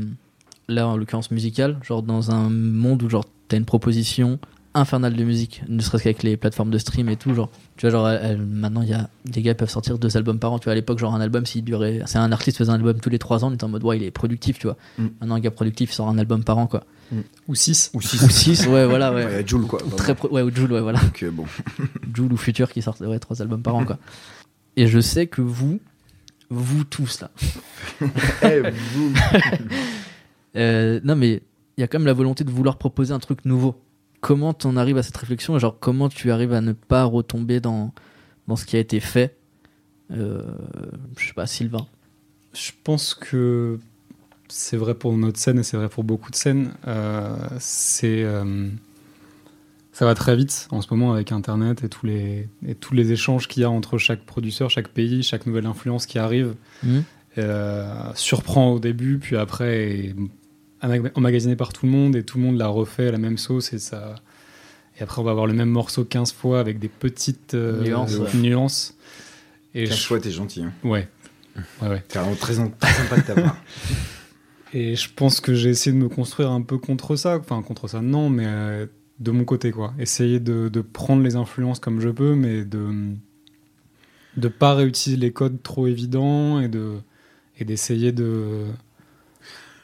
[SPEAKER 4] là en l'occurrence musicale, genre dans un monde où genre t'as une proposition infernale de musique, ne serait-ce qu'avec les plateformes de stream et tout, genre tu vois genre elle- elle- maintenant il y a des gars peuvent sortir deux albums par an, tu vois à l'époque genre un album s'il durait, c'est un artiste faisait un album tous les trois ans, on était en mode ouais il est productif tu vois,
[SPEAKER 2] Mm.
[SPEAKER 4] maintenant un gars productif il sort un album par an quoi,
[SPEAKER 6] Ou 6.
[SPEAKER 2] Ou 6.
[SPEAKER 4] ou six ouais voilà ouais,
[SPEAKER 2] Ouais, ouais, Joule quoi.
[SPEAKER 4] Ou très pro- ouais ou Jul ouais voilà.
[SPEAKER 2] Donc, euh, bon.
[SPEAKER 4] Joule ou Future qui sortent ouais, trois albums par an quoi. Et je sais que vous, vous tous là,
[SPEAKER 2] Eh, vous.
[SPEAKER 4] euh, non mais il y a quand même la volonté de vouloir proposer un truc nouveau. Comment t'en arrives à cette réflexion et genre comment tu arrives à ne pas retomber dans, dans ce qui a été fait Euh, Je sais pas, Sylvain.
[SPEAKER 6] Je pense que c'est vrai pour notre scène et c'est vrai pour beaucoup de scènes. Euh, c'est euh, ça va très vite en ce moment avec Internet et tous les et tous les échanges qu'il y a entre chaque producteur, chaque pays, chaque nouvelle influence qui arrive
[SPEAKER 4] Mhm.
[SPEAKER 6] euh, surprend au début, puis après est ama- emmagasiné par tout le monde et tout le monde la refait à la même sauce et ça. Et après, on va avoir le même morceau 15 fois avec des petites euh,
[SPEAKER 4] Nuances, ouais.
[SPEAKER 6] nuances. Et
[SPEAKER 2] Quel
[SPEAKER 6] je-
[SPEAKER 2] choix, t'es gentil. Hein.
[SPEAKER 6] Ouais. Ouais, ouais.
[SPEAKER 2] C'est vraiment très, très sympa de ta part.
[SPEAKER 6] Et je pense que j'ai essayé de me construire un peu contre ça. Enfin, contre ça, non, mais euh, de mon côté, quoi. Essayer de, de prendre les influences comme je peux, mais de de pas réutiliser les codes trop évidents et de et d'essayer de,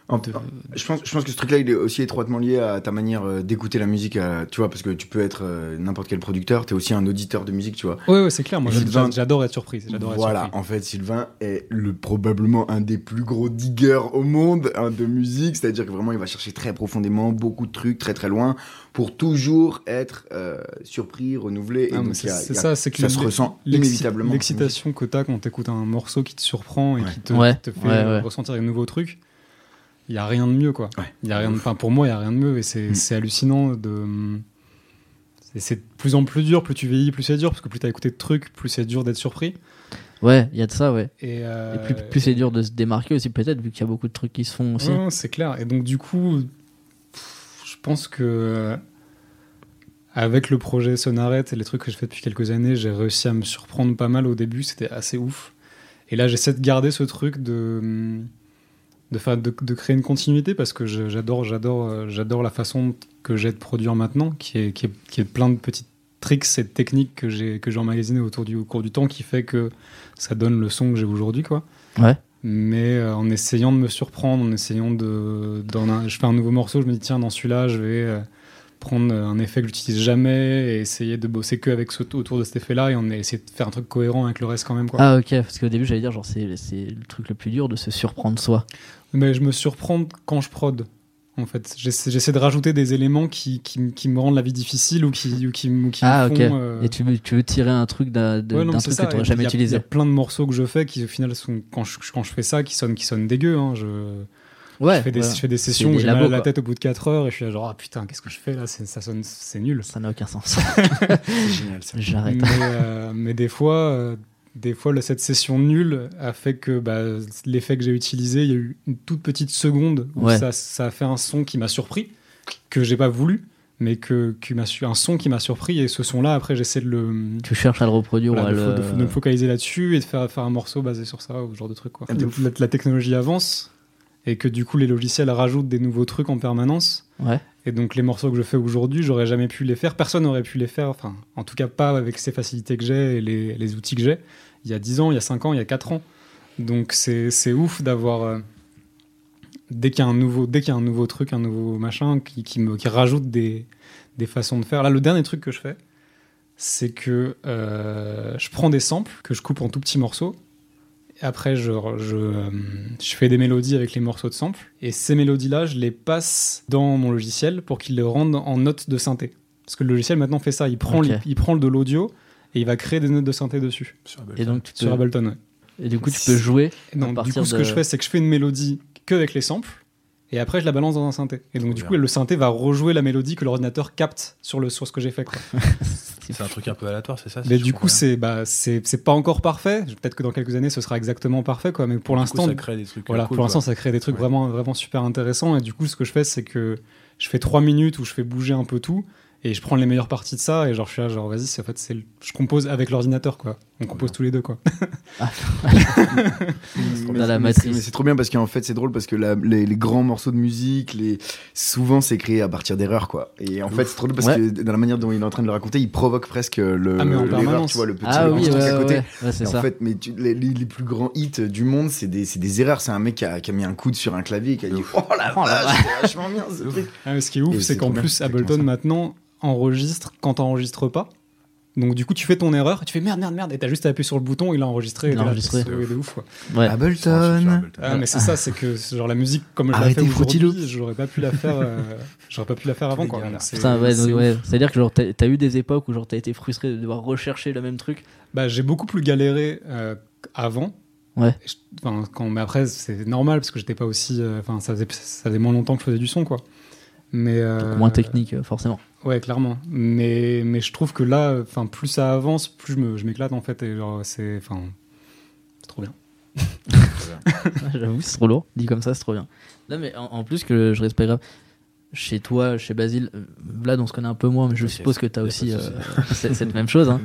[SPEAKER 2] En-
[SPEAKER 6] de-
[SPEAKER 2] Oh, Je pense, je pense que ce truc-là, il est aussi étroitement lié à ta manière euh, d'écouter la musique, à- tu vois, parce que tu peux être euh, n'importe quel producteur, t'es aussi un auditeur de musique, tu vois.
[SPEAKER 6] Ouais, ouais, c'est clair. Moi,
[SPEAKER 2] Juste
[SPEAKER 6] j'a-
[SPEAKER 2] vingt-
[SPEAKER 6] j'adore être surprise. J'adore être
[SPEAKER 2] Voilà,
[SPEAKER 6] surpris.
[SPEAKER 2] en fait, Sylvain est le, probablement un des plus gros diggers au monde hein, de musique, c'est-à-dire que vraiment il va chercher très profondément beaucoup de trucs très très loin pour toujours être euh, surpris, renouvelé.
[SPEAKER 6] Ah,
[SPEAKER 2] et
[SPEAKER 6] mais
[SPEAKER 2] donc,
[SPEAKER 6] c'est
[SPEAKER 2] il y a-
[SPEAKER 6] c'est
[SPEAKER 2] il y a-
[SPEAKER 6] ça, c'est que
[SPEAKER 2] ça
[SPEAKER 6] le-
[SPEAKER 2] se ressent
[SPEAKER 6] l'exci-
[SPEAKER 2] inévitablement.
[SPEAKER 6] L'excitation que t'as quand t'écoutes un morceau qui te surprend et
[SPEAKER 2] Ouais.
[SPEAKER 6] qui, te,
[SPEAKER 4] Ouais,
[SPEAKER 6] qui te fait
[SPEAKER 4] ouais, ouais.
[SPEAKER 6] ressentir des nouveaux trucs, il n'y a rien de mieux, quoi.
[SPEAKER 2] Ouais.
[SPEAKER 6] Y a rien de, enfin, pour moi, il n'y a rien de mieux et c'est
[SPEAKER 2] Mm.
[SPEAKER 6] c'est hallucinant de. c'est- C'est de plus en plus dur, plus tu vieillis, plus c'est dur, parce que plus t'as écouté de trucs, plus c'est dur d'être surpris.
[SPEAKER 4] Ouais, il y a de ça, ouais.
[SPEAKER 6] Et, euh,
[SPEAKER 4] Et plus, plus c'est dur de se démarquer aussi, peut-être, vu qu'il y a beaucoup de trucs qui se font aussi.
[SPEAKER 6] Non, c'est clair. Et donc, du coup, pff, je pense que euh, avec le projet Sonarette et les trucs que je fais depuis quelques années, j'ai réussi à me surprendre pas mal au début. C'était assez ouf. Et là, j'essaie de garder ce truc de, de, faire- de, de créer une continuité parce que je- j'adore, j'adore, euh, j'adore la façon que j'ai de produire maintenant, qui est, qui est, qui est plein de petites tricks et de techniques que j'ai, que j'ai emmagasinées autour du, au cours du temps qui fait que ça donne le son que j'ai aujourd'hui, quoi mais euh, en essayant de me surprendre, en essayant de, d'en un- je fais un nouveau morceau, je me dis tiens dans celui-là je vais euh, prendre un effet que j'utilise jamais et essayer de bosser que avec ce, autour de cet effet-là et on a essayé de faire un truc cohérent avec le reste quand même. Quoi.
[SPEAKER 4] Ah ok, parce qu'au début j'allais dire genre c'est, c'est le truc le plus dur de se surprendre soi.
[SPEAKER 6] Mais je me surprends quand je prod. En fait, j'essaie, j'essaie de rajouter des éléments qui, qui, qui me rendent la vie difficile ou qui, ou qui, ou qui
[SPEAKER 4] ah
[SPEAKER 6] me
[SPEAKER 4] ok,
[SPEAKER 6] font, euh,
[SPEAKER 4] et tu veux, tu veux tirer un truc d'un, de-
[SPEAKER 6] Ouais, non,
[SPEAKER 4] d'un
[SPEAKER 6] mais c'est
[SPEAKER 4] truc
[SPEAKER 6] ça,
[SPEAKER 4] que tu
[SPEAKER 6] et
[SPEAKER 4] n'aurais jamais
[SPEAKER 6] puis, il y a- Il y
[SPEAKER 4] utilisé.
[SPEAKER 6] a plein de morceaux que je fais qui, au final, sont, quand, je, quand je fais ça, qui sonnent, qui sonnent dégueu. hein. Je,
[SPEAKER 4] Ouais,
[SPEAKER 6] je, fais des,
[SPEAKER 4] voilà.
[SPEAKER 6] je fais des sessions
[SPEAKER 4] des
[SPEAKER 6] où j'ai mal à
[SPEAKER 4] labos,
[SPEAKER 6] la
[SPEAKER 4] quoi.
[SPEAKER 6] tête au bout de 4 heures et je suis là genre, ah putain, qu'est-ce que je fais là C'est- Ça sonne, c'est nul.
[SPEAKER 4] ça n'a aucun sens. Mm.
[SPEAKER 2] C'est génial ça.
[SPEAKER 4] J'arrête.
[SPEAKER 6] Mais, euh, mais des fois, euh, des fois le- cette session nulle a fait que bah, l'effet que j'ai utilisé, il y a eu une toute petite seconde où
[SPEAKER 4] Ouais.
[SPEAKER 6] ça, ça a fait un son qui m'a surpris, que j'ai pas voulu, mais que, qui m'a su- un son qui m'a surpris. Et ce son-là, après, j'essaie de le.
[SPEAKER 4] Tu cherches à le reproduire
[SPEAKER 6] voilà,
[SPEAKER 4] ou à
[SPEAKER 6] de,
[SPEAKER 4] le...
[SPEAKER 6] fo- de fo- de me focaliser là-dessus et de faire, faire un morceau basé sur ça, ou ce genre de truc. Quoi.
[SPEAKER 2] Ah, de
[SPEAKER 6] Le-
[SPEAKER 2] ouf.
[SPEAKER 6] la, la technologie avance et que du coup, les logiciels rajoutent des nouveaux trucs en permanence.
[SPEAKER 4] Ouais.
[SPEAKER 6] Et donc les morceaux que je fais aujourd'hui, j'aurais jamais pu les faire. Personne n'aurait pu les faire. Enfin, en tout cas pas avec ces facilités que j'ai et les, les outils que j'ai. Il y a 10 ans, il y a 5 ans, il y a 4 ans. Donc c'est c'est ouf d'avoir euh, dès qu'il y a un nouveau dès qu'il y a un nouveau truc, un nouveau machin qui, qui me qui rajoute des des façons de faire. Là, le dernier truc que je fais, c'est que euh, je prends des samples que je coupe en tout petits morceaux. Après, je, je, euh, je fais des mélodies avec les morceaux de samples. Et ces mélodies-là, je les passe dans mon logiciel pour qu'il les rende en notes de synthé. Parce que le logiciel maintenant fait ça. Il prend,
[SPEAKER 4] Ok.
[SPEAKER 6] les- il prend de l'audio et il va créer des notes de synthé dessus.
[SPEAKER 4] Et donc tu
[SPEAKER 6] Sur
[SPEAKER 4] peux...
[SPEAKER 6] Ableton, ouais.
[SPEAKER 4] Et du coup tu peux jouer.
[SPEAKER 6] Et donc,
[SPEAKER 4] à
[SPEAKER 6] du
[SPEAKER 4] partir
[SPEAKER 6] coup, ce
[SPEAKER 4] de-
[SPEAKER 6] que je fais, c'est que je fais une mélodie que avec les samples, et après, je la balance dans un synthé. Et donc, du
[SPEAKER 5] Bien.
[SPEAKER 6] coup, le synthé va rejouer la mélodie que l'ordinateur capte sur, le, sur ce que j'ai fait. quoi.
[SPEAKER 5] C'est un truc un peu aléatoire, c'est ça
[SPEAKER 6] Mais
[SPEAKER 5] si je
[SPEAKER 6] du
[SPEAKER 5] comprends
[SPEAKER 6] coup,
[SPEAKER 5] bien
[SPEAKER 6] c'est bah, c'est c'est pas encore parfait. Peut-être que dans quelques années, ce sera exactement parfait, quoi. Mais pour
[SPEAKER 5] Du coup,
[SPEAKER 6] l'instant,
[SPEAKER 5] ça crée des trucs.
[SPEAKER 6] voilà,
[SPEAKER 5] euh, cool,
[SPEAKER 6] pour l'instant,
[SPEAKER 5] quoi.
[SPEAKER 6] ça crée des trucs
[SPEAKER 5] Ouais.
[SPEAKER 6] vraiment, vraiment super intéressants. Et du coup, ce que je fais, c'est que je fais trois minutes où je fais bouger un peu tout. Et je prends les meilleures parties de ça et genre je suis là genre vas-y c'est en fait c'est le- je compose avec l'ordinateur quoi on compose tous les deux quoi
[SPEAKER 2] Mais-
[SPEAKER 4] Dans la
[SPEAKER 2] mais
[SPEAKER 4] matrice.
[SPEAKER 2] c'est- mais c'est trop bien parce qu'en fait c'est drôle parce que la- les, les grands morceaux de musique, les, souvent c'est créé à partir d'erreurs quoi. Et en fait c'est trop drôle parce que dans la manière dont il est en train de le raconter, il provoque presque le
[SPEAKER 6] Ah, mais en
[SPEAKER 2] l'erreur,
[SPEAKER 6] permanence.
[SPEAKER 2] tu vois le petit
[SPEAKER 4] Ah oui,
[SPEAKER 2] petit
[SPEAKER 4] ouais,
[SPEAKER 2] truc à
[SPEAKER 4] ouais,
[SPEAKER 2] côté.
[SPEAKER 4] ouais. Ouais, c'est
[SPEAKER 2] Et
[SPEAKER 4] ça.
[SPEAKER 2] En fait, mais tu- les, les- les plus grands hits du monde, c'est des, c'est des erreurs. C'est un mec qui a, qui a mis un coude sur un clavier et qui a dit Oh la
[SPEAKER 4] Oh la
[SPEAKER 2] vache, c'était vachement bien ce truc.
[SPEAKER 6] Ah, ce qui est
[SPEAKER 2] Et
[SPEAKER 6] ouf,
[SPEAKER 2] c'est
[SPEAKER 6] c'est qu'en
[SPEAKER 2] trop bien,
[SPEAKER 6] plus,
[SPEAKER 2] exactement
[SPEAKER 6] Ableton
[SPEAKER 2] ça.
[SPEAKER 6] maintenant enregistre quand t'enregistres pas. Donc du coup, tu fais ton erreur, et tu fais merde, merde, merde, et t'as juste à appuyer sur le bouton, il a enregistré.
[SPEAKER 4] Il
[SPEAKER 6] et
[SPEAKER 4] a
[SPEAKER 6] t'es là,
[SPEAKER 4] enregistré.
[SPEAKER 6] C'est ouais, de ouf, quoi.
[SPEAKER 4] Ouais.
[SPEAKER 5] C'est un super
[SPEAKER 2] Ableton.
[SPEAKER 5] Ableton.
[SPEAKER 6] Ah, mais c'est ça, c'est que genre la musique comme je
[SPEAKER 2] Arrêtez,
[SPEAKER 6] la fais
[SPEAKER 2] Fruity
[SPEAKER 6] aujourd'hui, j'aurais pas pu la faire, euh, j'aurais pas pu la faire avant, quoi.
[SPEAKER 5] les gars, là.
[SPEAKER 6] C'est-
[SPEAKER 4] Putain, ouais,
[SPEAKER 6] c'est
[SPEAKER 4] donc,
[SPEAKER 6] ouf.
[SPEAKER 4] ouais. C'est-à-dire que genre, t'as, t'as eu des époques où genre t'as été frustré de devoir rechercher le même truc.
[SPEAKER 6] Bah, j'ai beaucoup plus galéré euh, avant.
[SPEAKER 4] Ouais.
[SPEAKER 6] Je- enfin, quand, mais après, c'est normal parce que j'étais pas aussi. euh, Enfin, ça faisait ça faisait moins longtemps que je faisais du son, quoi. Mais euh,
[SPEAKER 4] Donc, moins technique, euh, forcément.
[SPEAKER 6] Ouais, clairement. Mais, mais je trouve que là, enfin, plus ça avance, plus je me- je m'éclate en fait. Et genre, c'est, enfin, c'est trop bien.
[SPEAKER 4] J'avoue, c'est trop lourd. Dit comme ça, c'est trop bien. Non, mais en, en plus que je respecte grave. Chez toi, chez Basile, euh, Vlad, on se connaît un peu moins, mais je
[SPEAKER 5] Ok,
[SPEAKER 4] suppose que t'as
[SPEAKER 5] y a
[SPEAKER 4] aussi
[SPEAKER 5] pas de souci.
[SPEAKER 4] euh, cette, cette même chose. hein.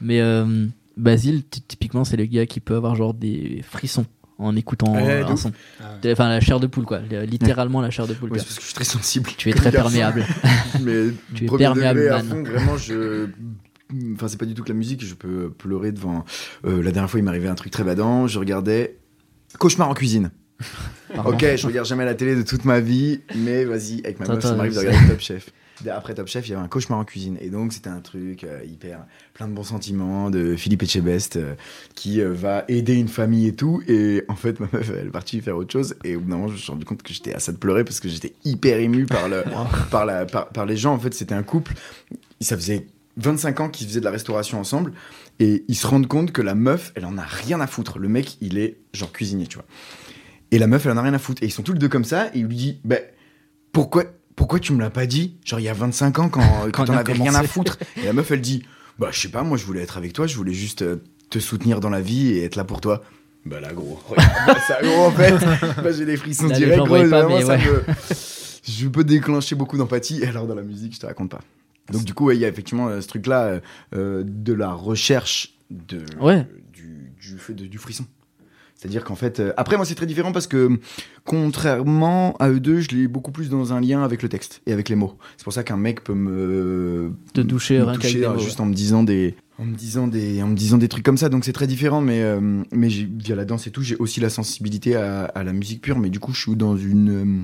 [SPEAKER 4] Mais euh, Basile, ty- typiquement, c'est le gars qui peut avoir genre des frissons en écoutant
[SPEAKER 2] Ouais,
[SPEAKER 4] euh,
[SPEAKER 2] de
[SPEAKER 4] un
[SPEAKER 2] ouf.
[SPEAKER 4] son.
[SPEAKER 6] Ah ouais.
[SPEAKER 4] Enfin, la chair de poule, quoi. Littéralement, la chair de poule. quoi.
[SPEAKER 2] Ouais, c'est parce que je suis très sensible.
[SPEAKER 4] Tu es très
[SPEAKER 2] Comme garçon.
[SPEAKER 4] perméable.
[SPEAKER 2] mais
[SPEAKER 4] Tu es
[SPEAKER 2] premier
[SPEAKER 4] perméable,
[SPEAKER 2] degré à
[SPEAKER 4] man.
[SPEAKER 2] fond, vraiment je enfin c'est pas du tout que la musique je peux pleurer devant euh, la dernière fois il m'arrivait un truc très badant je regardais cauchemar en cuisine
[SPEAKER 4] Pardon.
[SPEAKER 2] ok je regarde jamais la télé de toute ma vie mais vas-y avec ma
[SPEAKER 4] Attends,
[SPEAKER 2] meuf ça
[SPEAKER 4] attends,
[SPEAKER 2] m'arrive de
[SPEAKER 4] c'est-
[SPEAKER 2] regarder Top Chef après Top Chef, il y avait un cauchemar en cuisine. Et donc, c'était un truc euh, hyper plein de bons sentiments de Philippe Etchebest euh, qui euh, va aider une famille et tout. Et en fait, ma meuf, elle est partie faire autre chose. Et au bout d'un moment, je me suis rendu compte que j'étais à ça de pleurer parce que j'étais hyper ému par, le, par, la, par, par les gens. En fait, c'était un couple. Ça faisait 25 ans qu'ils faisaient de la restauration ensemble. Et ils se rendent compte que la meuf, elle en a rien à foutre. Le mec, il est genre cuisinier, tu vois. Et la meuf, elle en a rien à foutre. Et ils sont tous les deux comme ça. Et il lui dit, ben, pourquoi, pourquoi tu me l'as pas dit Genre, il y a 25 ans, quand, quand,
[SPEAKER 4] Quand
[SPEAKER 2] t'en
[SPEAKER 4] on a
[SPEAKER 2] avais rien à
[SPEAKER 4] commencé.
[SPEAKER 2] foutre. Et la meuf, elle dit, bah, je sais pas, moi, je voulais être avec toi. Je voulais juste euh, te soutenir dans la vie et être là pour toi. Bah là, gros, regarde ça, gros, en fait. Bah, j'ai des frissons
[SPEAKER 4] Là, les
[SPEAKER 2] directs,
[SPEAKER 4] gens
[SPEAKER 2] gros.
[SPEAKER 4] voient pas,
[SPEAKER 2] vraiment,
[SPEAKER 4] mais
[SPEAKER 2] ça
[SPEAKER 4] ouais.
[SPEAKER 2] me- Je peux déclencher beaucoup d'empathie. Et alors, dans la musique, je te raconte pas. Donc, du coup, ouais, il y a effectivement euh, ce truc-là euh, euh, de la recherche de,
[SPEAKER 4] Ouais.
[SPEAKER 2] du, du, fait de- du frisson. C'est-à-dire qu'en fait, euh, après moi c'est très différent parce que contrairement à eux deux, je l'ai beaucoup plus dans un lien avec le texte et avec les mots. C'est pour ça qu'un mec peut me
[SPEAKER 4] Te toucher
[SPEAKER 2] me
[SPEAKER 4] rien qu'avec
[SPEAKER 2] toucher,
[SPEAKER 4] des
[SPEAKER 2] euh,
[SPEAKER 4] mots,
[SPEAKER 2] juste en me disant des en me disant des en me disant des trucs comme ça. Donc c'est très différent, mais euh, mais j'ai- via la danse et tout, j'ai aussi la sensibilité à, à la musique pure. Mais du coup, je suis dans une euh,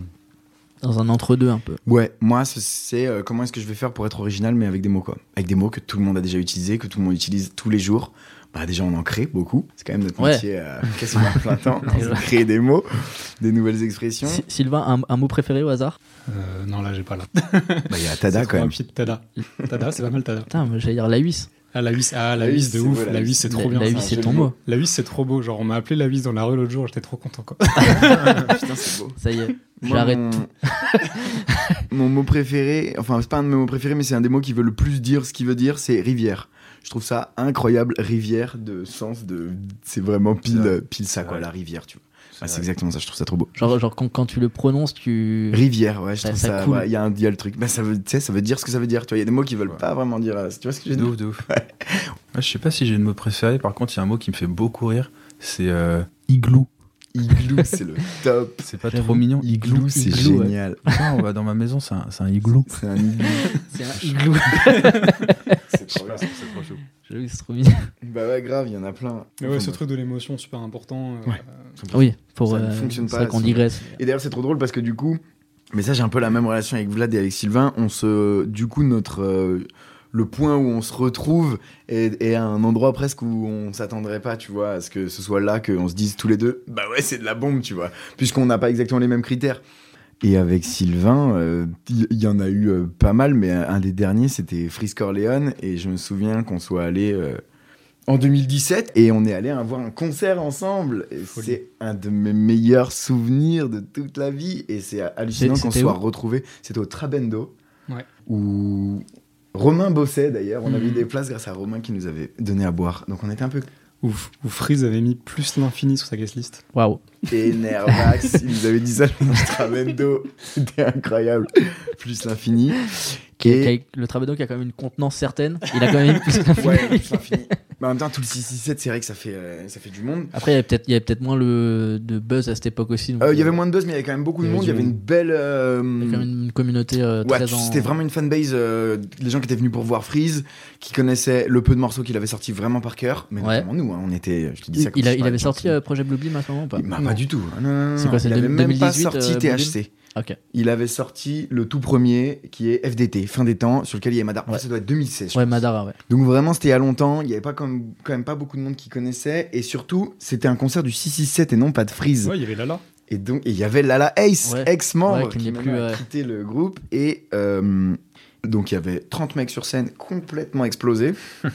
[SPEAKER 4] dans un entre-deux un peu.
[SPEAKER 2] Ouais, moi, ce- c'est euh, comment est-ce que je vais faire pour être original, mais avec des mots, quoi. Avec des mots que tout le monde a déjà utilisés, que tout le monde utilise tous les jours. Bah, déjà, on en crée beaucoup. C'est quand même notre
[SPEAKER 4] Ouais.
[SPEAKER 2] métier euh, quasiment à plein temps. C'est de créer des mots, des nouvelles expressions.
[SPEAKER 4] Si- Sylvain, un, un mot préféré au hasard
[SPEAKER 6] Euh, non, là, j'ai pas là.
[SPEAKER 2] Bah, il y a Tada,
[SPEAKER 6] C'est
[SPEAKER 2] quand
[SPEAKER 6] trop
[SPEAKER 2] même.
[SPEAKER 6] rapide, Tada. Tada, c'est pas mal, Tada.
[SPEAKER 4] Putain, mais j'allais dire la huisse.
[SPEAKER 6] Ah, la huisse, ah,
[SPEAKER 2] La
[SPEAKER 6] la huisse
[SPEAKER 2] huisse,
[SPEAKER 6] de
[SPEAKER 2] c'est
[SPEAKER 6] ouf.
[SPEAKER 2] beau, la
[SPEAKER 6] La
[SPEAKER 2] huisse.
[SPEAKER 6] huisse, c'est
[SPEAKER 4] La-
[SPEAKER 6] trop bien.
[SPEAKER 4] la
[SPEAKER 6] ça.
[SPEAKER 4] huisse, c'est
[SPEAKER 2] joli
[SPEAKER 4] ton
[SPEAKER 2] mot.
[SPEAKER 4] mot.
[SPEAKER 6] La huisse, c'est trop beau. Genre, on m'a appelé la huisse dans la rue l'autre jour, j'étais trop content, quoi.
[SPEAKER 2] Putain, c'est beau.
[SPEAKER 4] Ça y est,
[SPEAKER 2] Moi,
[SPEAKER 4] j'arrête.
[SPEAKER 2] Mon... mon mot préféré, enfin, c'est pas un de mes mots préférés, mais c'est un des mots qui veut le plus dire ce qu'il veut dire, c'est rivière. Je trouve ça incroyable, rivière de sens de. C'est vraiment
[SPEAKER 5] C'est
[SPEAKER 2] pile,
[SPEAKER 5] vrai.
[SPEAKER 2] pile ça,
[SPEAKER 5] C'est
[SPEAKER 2] quoi,
[SPEAKER 5] vrai.
[SPEAKER 2] la rivière, tu vois. Ah, C'est
[SPEAKER 5] vrai.
[SPEAKER 2] exactement ça, je trouve ça trop beau.
[SPEAKER 4] Genre, genre quand, quand tu le prononces, tu.
[SPEAKER 2] Rivière, ouais, je
[SPEAKER 4] Ça-
[SPEAKER 2] trouve
[SPEAKER 4] ça
[SPEAKER 2] ça. ouais, Il
[SPEAKER 4] coule.
[SPEAKER 2] y, a un- il y a le truc. Bah, ça veut, tu sais, ça veut dire ce que ça veut dire. Tu vois, il y a des mots qui veulent
[SPEAKER 5] Ouais.
[SPEAKER 2] pas vraiment dire. euh, Tu vois ce que je veux
[SPEAKER 5] De
[SPEAKER 2] dire
[SPEAKER 5] ouf, de ouf. Ah, je sais pas si j'ai une mot préféré, par contre, il y a un mot qui me fait beaucoup rire, c'est euh, igloo.
[SPEAKER 2] Igloo, c'est le top.
[SPEAKER 5] C'est pas
[SPEAKER 4] J'avoue,
[SPEAKER 5] trop mignon.
[SPEAKER 2] Igloo, c'est
[SPEAKER 5] igloo, ouais.
[SPEAKER 2] génial.
[SPEAKER 5] Putain, on va dans ma maison, c'est un, c'est un igloo.
[SPEAKER 2] C'est un igloo.
[SPEAKER 4] C'est un igloo.
[SPEAKER 2] c'est trop bien.
[SPEAKER 4] J'avoue, c'est trop mignon.
[SPEAKER 2] Bah ouais, grave, il y en a plein.
[SPEAKER 6] Mais ouais,
[SPEAKER 2] Enfin,
[SPEAKER 6] ce truc de l'émotion, super important. euh,
[SPEAKER 2] Ouais.
[SPEAKER 4] Oui, pour.
[SPEAKER 2] Ça ne
[SPEAKER 4] euh,
[SPEAKER 2] fonctionne
[SPEAKER 4] C'est
[SPEAKER 2] pas,
[SPEAKER 4] vrai qu'on
[SPEAKER 2] ça.
[SPEAKER 4] digresse.
[SPEAKER 2] Et d'ailleurs, c'est trop drôle parce que du coup, mais ça, j'ai un peu la même relation avec Vlad et avec Sylvain. On se, du coup, notre euh, le point où on se retrouve est, est un endroit presque où on s'attendrait pas, tu vois, à ce que ce soit là qu'on se dise tous les deux, bah ouais, c'est de la bombe, tu vois, puisqu'on n'a pas exactement les mêmes critères. Et avec Sylvain, euh, il il y, en a eu euh, pas mal, mais un des derniers, c'était Frisk Corleone, et je me souviens qu'on soit allé euh, en 2017 et on est allé avoir un concert ensemble. Et
[SPEAKER 6] Folie.
[SPEAKER 2] C'est un de mes meilleurs souvenirs de toute la vie, et c'est hallucinant
[SPEAKER 4] Et
[SPEAKER 2] qu'on
[SPEAKER 4] c'était
[SPEAKER 2] soit
[SPEAKER 4] où
[SPEAKER 2] retrouvés. C'était au Trabendo,
[SPEAKER 6] Ouais.
[SPEAKER 2] où Romain bossait d'ailleurs. On avait eu
[SPEAKER 4] Mhm.
[SPEAKER 2] des places grâce à Romain qui nous avait donné à boire, donc on était un peu
[SPEAKER 6] Où, où Freeze avait mis plus l'infini sur sa guest list.
[SPEAKER 4] Waouh.
[SPEAKER 2] Et Nervax, il nous avait dit ça le Stravendo. C'était incroyable. Plus l'infini.
[SPEAKER 4] Qui-
[SPEAKER 2] Et-
[SPEAKER 4] qui a- Le Trabedo qui a quand même une contenance certaine. Il a quand même.
[SPEAKER 2] Ouais, plus l'infini. Mais en même temps, tout le 667, c'est vrai que ça fait, euh, ça fait du monde.
[SPEAKER 4] Après, il y avait peut-être peut moins le... de buzz à cette époque aussi. donc,
[SPEAKER 2] Euh, Il y avait
[SPEAKER 4] euh,
[SPEAKER 2] moins de buzz, mais il y avait quand même beaucoup de
[SPEAKER 4] Il y
[SPEAKER 2] monde. Il y
[SPEAKER 4] avait
[SPEAKER 2] avait
[SPEAKER 4] du
[SPEAKER 2] une belle. euh,
[SPEAKER 4] il y avait quand même une communauté euh,
[SPEAKER 2] Ouais,
[SPEAKER 4] très
[SPEAKER 2] tu-
[SPEAKER 4] en-
[SPEAKER 2] c'était vraiment une fanbase. euh, les gens qui étaient venus pour voir Freeze, qui connaissaient le peu de morceaux qu'il avait sorti vraiment par cœur. Mais
[SPEAKER 4] Ouais.
[SPEAKER 2] notamment nous, hein, on était. Je te dis
[SPEAKER 4] Il,
[SPEAKER 2] ça comme
[SPEAKER 4] il a- il avait
[SPEAKER 2] si je parlais de
[SPEAKER 4] sorti
[SPEAKER 2] Jean-Pierre.
[SPEAKER 4] euh, Projet Blue Beam à ce moment ou pas
[SPEAKER 2] Bah,
[SPEAKER 6] Non.
[SPEAKER 2] pas du tout. Non, non, non,
[SPEAKER 4] C'est
[SPEAKER 2] non.
[SPEAKER 4] quoi, c'est
[SPEAKER 2] il avait
[SPEAKER 4] deux-
[SPEAKER 2] même pas
[SPEAKER 4] 2018,
[SPEAKER 2] sorti
[SPEAKER 4] euh,
[SPEAKER 2] THC.
[SPEAKER 4] Ok.
[SPEAKER 2] Il avait sorti le tout premier qui est FDT, fin des temps, sur lequel il y a Madara. En
[SPEAKER 4] Ouais.
[SPEAKER 2] fait, ça doit être 2016. je
[SPEAKER 4] Ouais,
[SPEAKER 2] pense.
[SPEAKER 4] Madara, ouais.
[SPEAKER 2] Donc vraiment, c'était il y a longtemps. Il n'y avait pas comme, quand même pas beaucoup de monde qui connaissait. Et surtout, c'était un concert du 667 et non pas de Freeze.
[SPEAKER 6] Ouais, il y avait Lala.
[SPEAKER 2] Et donc, et il y avait Lala Ace,
[SPEAKER 4] Ouais.
[SPEAKER 2] ex-membre,
[SPEAKER 4] Ouais, qui
[SPEAKER 2] qui,
[SPEAKER 4] n'est
[SPEAKER 2] maintenant
[SPEAKER 4] plus,
[SPEAKER 2] a
[SPEAKER 4] ouais.
[SPEAKER 2] quitté le groupe. Et euh, donc, il y avait 30 mecs sur scène complètement explosés,